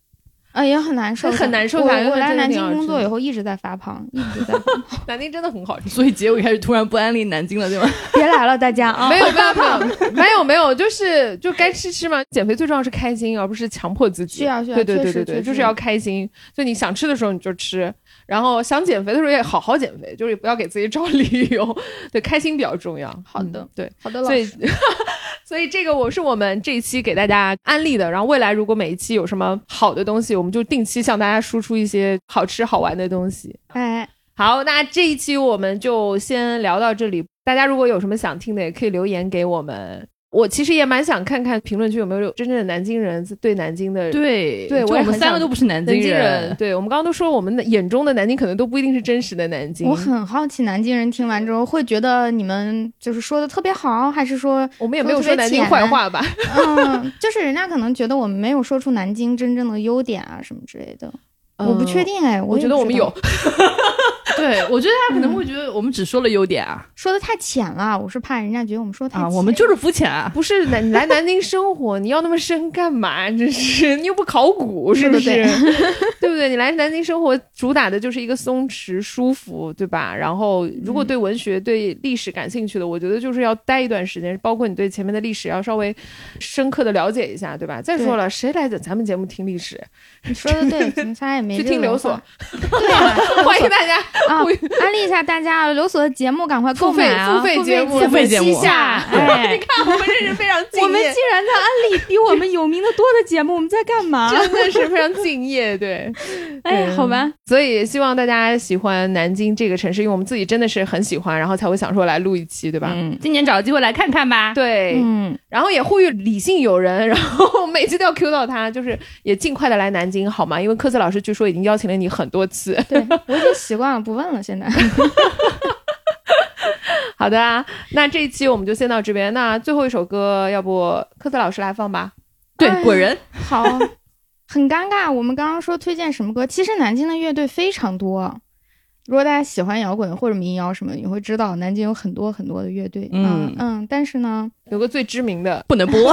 Speaker 2: 啊，也很难受，
Speaker 1: 很难受
Speaker 2: 我
Speaker 1: 感觉
Speaker 2: 我来
Speaker 1: 真的
Speaker 2: 南
Speaker 1: 挺
Speaker 2: 京
Speaker 1: 好
Speaker 2: 工
Speaker 1: 吃
Speaker 2: 作
Speaker 1: 的
Speaker 2: 以后一直在发 胖，一直在发胖
Speaker 1: 南京真的很好吃。
Speaker 3: 所以结尾开始突然不安利南京了，对吗？
Speaker 2: 别来了，大家啊！
Speaker 1: 没有没有没 有没有没有，就是就该吃吃嘛。减肥最重要是开心，而不是强迫自己。
Speaker 2: 需要需要
Speaker 1: 对对
Speaker 2: 啊确
Speaker 1: 对
Speaker 2: 实
Speaker 1: 对对，
Speaker 2: 确
Speaker 1: 就是
Speaker 2: 实
Speaker 1: 要开心。所以你想吃的时候你就吃，然后想减肥的时候也好好减肥，就是也不要给自己找理由。 对，开心比较重要。
Speaker 2: 好的
Speaker 1: 嗯对。
Speaker 2: 好的，老
Speaker 1: 所以
Speaker 2: 师，，
Speaker 1: 所以这个我是我们这一期给大家安利的。然后未来如果每一期有什么好的东西，我们就定期向大家输出一些好吃好玩的东西。
Speaker 2: 哎，
Speaker 1: 好，那这一期我们就先聊到这里。大家如果有什么想听的，也可以留言给我们。我其实也蛮想看看评论区有没有真正的南京人对南京的
Speaker 3: 对
Speaker 1: 对
Speaker 3: 就
Speaker 1: 我也
Speaker 3: 我们
Speaker 1: 很
Speaker 3: 三
Speaker 1: 想
Speaker 3: 个都不是南
Speaker 1: 南京人。
Speaker 3: 人，
Speaker 1: 对我们刚刚都说，我们的眼中的南京可能都不一定是真实的南京。
Speaker 2: 我很好奇，南京人听完之后会觉得你们就是说的特别好，还是说，
Speaker 1: 我们也没有
Speaker 2: 我
Speaker 1: 说
Speaker 2: 特别
Speaker 1: 南京
Speaker 2: 浅啊
Speaker 1: 坏话吧？
Speaker 2: 嗯，就是人家可能觉得我们没有说出南京真正的优点啊什么之类的，我不确
Speaker 1: 嗯。
Speaker 2: 定哎，
Speaker 1: 我
Speaker 2: 也
Speaker 1: 觉得
Speaker 2: 不
Speaker 1: 我们
Speaker 2: 知道
Speaker 1: 有，
Speaker 3: 对，我觉得大家可能会觉得我们只说了优点啊，
Speaker 2: 说的太浅了，我是怕人家觉得我们说的太
Speaker 3: 啊，
Speaker 2: 浅。
Speaker 3: 我们就是肤浅啊。
Speaker 1: 不是南你来南京生活，你要那么深干嘛？真是你又不考古，是不是？
Speaker 2: 对
Speaker 1: 对不对？你来南京生活，主打的就是一个松弛、舒服，对吧？然后，如果对文学、对历史感兴趣的，我觉得就是要待一段时间，包括你对前面的历史要稍微深刻的了解一下，对吧？再说了，谁来咱们节目听历史？
Speaker 2: 你说的 对，咱们仨也没
Speaker 1: 去
Speaker 2: 这个
Speaker 1: 听
Speaker 2: 文
Speaker 1: 刘
Speaker 2: 化
Speaker 1: 所，
Speaker 2: 对啊，
Speaker 1: 欢迎大家
Speaker 2: 啊，安利一下大家刘所的节目，赶快购
Speaker 1: 付费
Speaker 2: 买啊！
Speaker 1: 付费节目
Speaker 3: 付费节目
Speaker 2: 旗 下，哎，
Speaker 1: 看，我们这是非常敬
Speaker 2: 我们
Speaker 1: 业，
Speaker 2: 既然在安利比我们有名的多的节 目，我们在干 嘛？
Speaker 1: 真的是非常敬业，对。
Speaker 2: 哎，好吧，
Speaker 1: 所以希望大家喜欢南京这个城市，因为我们自己真的是很喜欢，然后才会想说来录一期，对吧？
Speaker 3: 嗯，今年找个机会来看看吧。
Speaker 1: 对，
Speaker 2: 嗯，
Speaker 1: 然后也呼吁理性友人，然后每次都要 Q 到他，就是也尽快的来南京好吗？因为科斯老师据说已经邀请了你很多次。
Speaker 2: 对我已经习惯了，不问了，现 在
Speaker 1: 好的啊，那这一期我们就先到这边。那最后一首歌，要不科斯老师来放吧？
Speaker 3: 对，
Speaker 2: 哎
Speaker 3: 滚人。
Speaker 2: 好，很尴尬。我们刚刚说推荐什么歌，其实南京的乐队非常多。如果大家喜欢摇滚或者民谣什么，你会知道南京有很多很多的乐队，
Speaker 3: 嗯
Speaker 2: 嗯嗯，但是呢，
Speaker 1: 有个最知名的，
Speaker 3: 不能播，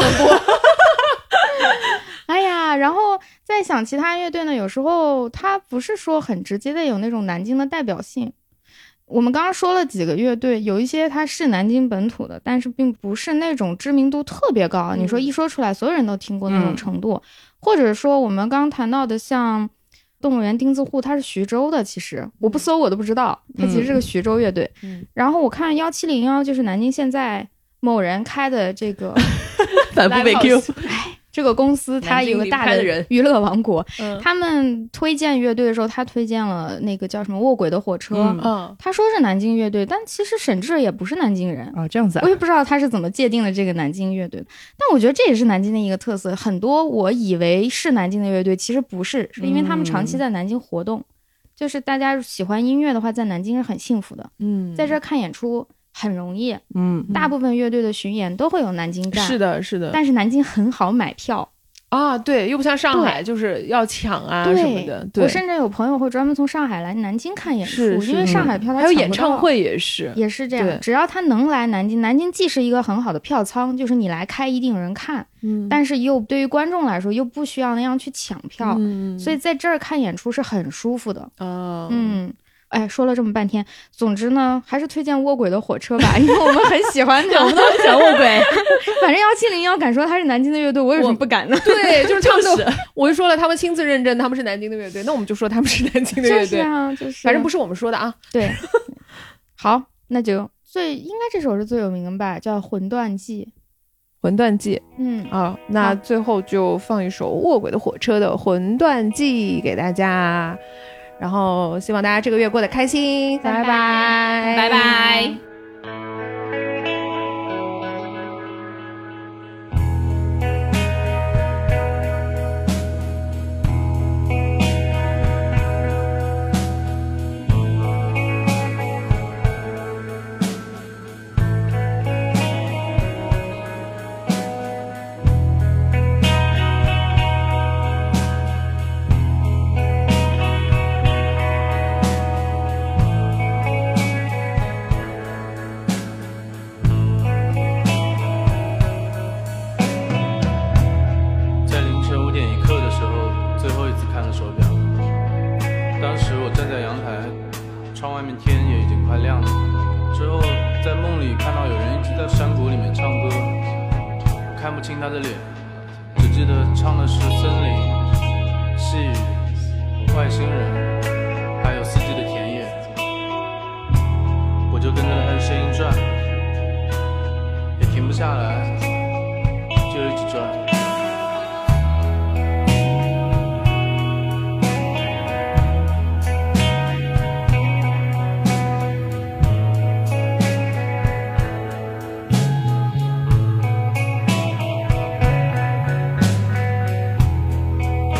Speaker 2: 哎呀，然后再想其他乐队呢，有时候它不是说很直接的有那种南京的代表性。我们刚刚说了几个乐队，有一些它是南京本土的，但是并不是那种知名度特别高，啊你说
Speaker 3: 嗯
Speaker 2: 一说出来所有人都听过那种程度，或者说我们刚谈到的像动物园钉子户，它是徐州的，其实我
Speaker 3: 嗯
Speaker 2: 不搜我都不知道，它其实是个徐州乐队。
Speaker 1: 嗯
Speaker 2: 然后我看幺七零幺就是南京现在某人开的这个
Speaker 3: 反复被 Q。
Speaker 2: 这个公司它
Speaker 3: 南京
Speaker 2: 有个大
Speaker 3: 离开的
Speaker 2: 的
Speaker 3: 人
Speaker 2: 娱乐王国，
Speaker 1: 嗯
Speaker 2: 他们推荐乐队的时候，他推荐了那个叫什么《卧轨的火车》
Speaker 3: 嗯
Speaker 1: 嗯，
Speaker 2: 他说是南京乐队，但其实沈志也不是南京人。
Speaker 3: 啊，这样子啊
Speaker 2: 我，也不知道他是怎么界定的这个南京乐队的，但我觉得这也是南京的一个特色。很多我以为是南京的乐队，其实不是，是因为他们长
Speaker 1: 嗯
Speaker 2: 期在南京活动。就是大家喜欢音乐的话，在南京是很幸福的，
Speaker 1: 嗯
Speaker 2: 在这儿看演出很容易。
Speaker 3: 嗯，
Speaker 2: 大部分乐队的巡演都会有南京站，
Speaker 1: 是的，是的
Speaker 2: 但是南京很好买票，
Speaker 1: 啊，对，又不像上海，就是要抢啊
Speaker 2: 对
Speaker 1: 什么的，对
Speaker 2: 我，甚至有朋友会专门从上海来南京看演出，
Speaker 1: 是是嗯
Speaker 2: 因为上海票他
Speaker 1: 还有
Speaker 2: 抢不
Speaker 1: 演唱
Speaker 2: 到。
Speaker 1: 会也是，
Speaker 2: 也是这
Speaker 1: 对
Speaker 2: 样，只要他能来南京，南京既是一个很好的票仓，就是你来开一定有人看，
Speaker 1: 嗯
Speaker 2: 但是又对于观众来说又不需要那样去抢票，
Speaker 1: 嗯
Speaker 2: 所以在这儿看演出是很舒服的。
Speaker 3: 哦
Speaker 1: 啊，
Speaker 2: 嗯，哎，说了这么半天，总之呢，还是推荐卧轨的火车吧，因为我们很喜欢 他们。
Speaker 3: 小误会，
Speaker 2: 反正幺七零幺敢说他是南京的乐队，我有什么不 敢呢？
Speaker 1: 对，就是他们都
Speaker 3: 就，是
Speaker 1: 我就说了，他们亲自认证他们是南京的乐队，那我们就说他们是南京的
Speaker 2: 就
Speaker 1: 乐
Speaker 2: 是
Speaker 1: 队，
Speaker 2: 啊，就是，
Speaker 1: 反正不是我们说的啊。
Speaker 2: 对，好，那就最应该这首是最有名的吧，叫《魂断记》。
Speaker 1: 魂断记
Speaker 2: 嗯，
Speaker 1: 啊，那
Speaker 2: 好
Speaker 1: 最后就放一首卧轨的火车的《魂断记》给大家，然后希望大家这个月过得开心，拜
Speaker 2: 拜
Speaker 1: 拜，
Speaker 3: 拜拜。
Speaker 4: 在凌晨五点一刻的时候，最后一次看了手表。当时我站在阳台，窗外面天也已经快亮了。之后在梦里看到有人一直在山谷里面唱歌，我看不清他的脸，只记得唱的是森林、细雨、外星人，还有四季的田野。我就跟着他的声音转，也停不下来，就一直转。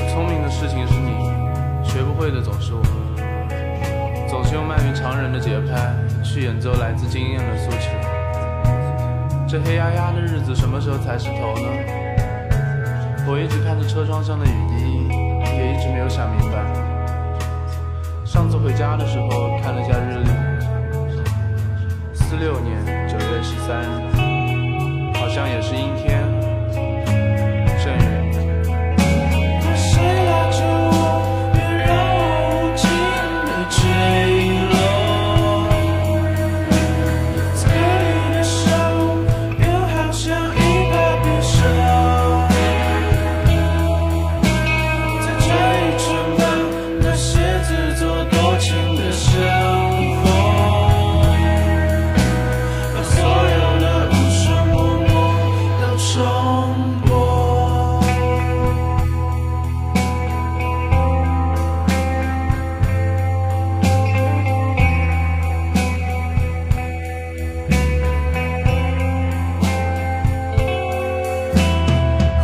Speaker 4: 聪明的事情是你，学不会的总是我。总是用慢于常人的节拍去演奏来自经验的诉求。这黑压压的日子什么时候才是头呢？我一直看着车窗上的雨滴，也一直没有想明白，
Speaker 5: 上次回家的时候看了下日历，四六年九月十三日，好像也是阴天，阵雨。
Speaker 4: 谁拉着我，别让我无情的坠落。嘴里的笑，又好像一把匕首，在这里充满那些自作多情的生活，把所有的无声默默都冲破。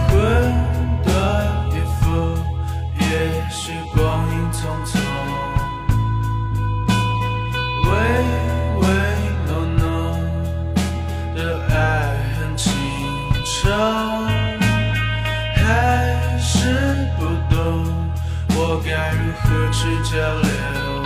Speaker 4: 混沌的复也许光阴匆匆，唯唯诺诺的爱很清澈，还是不懂我该如何去交流。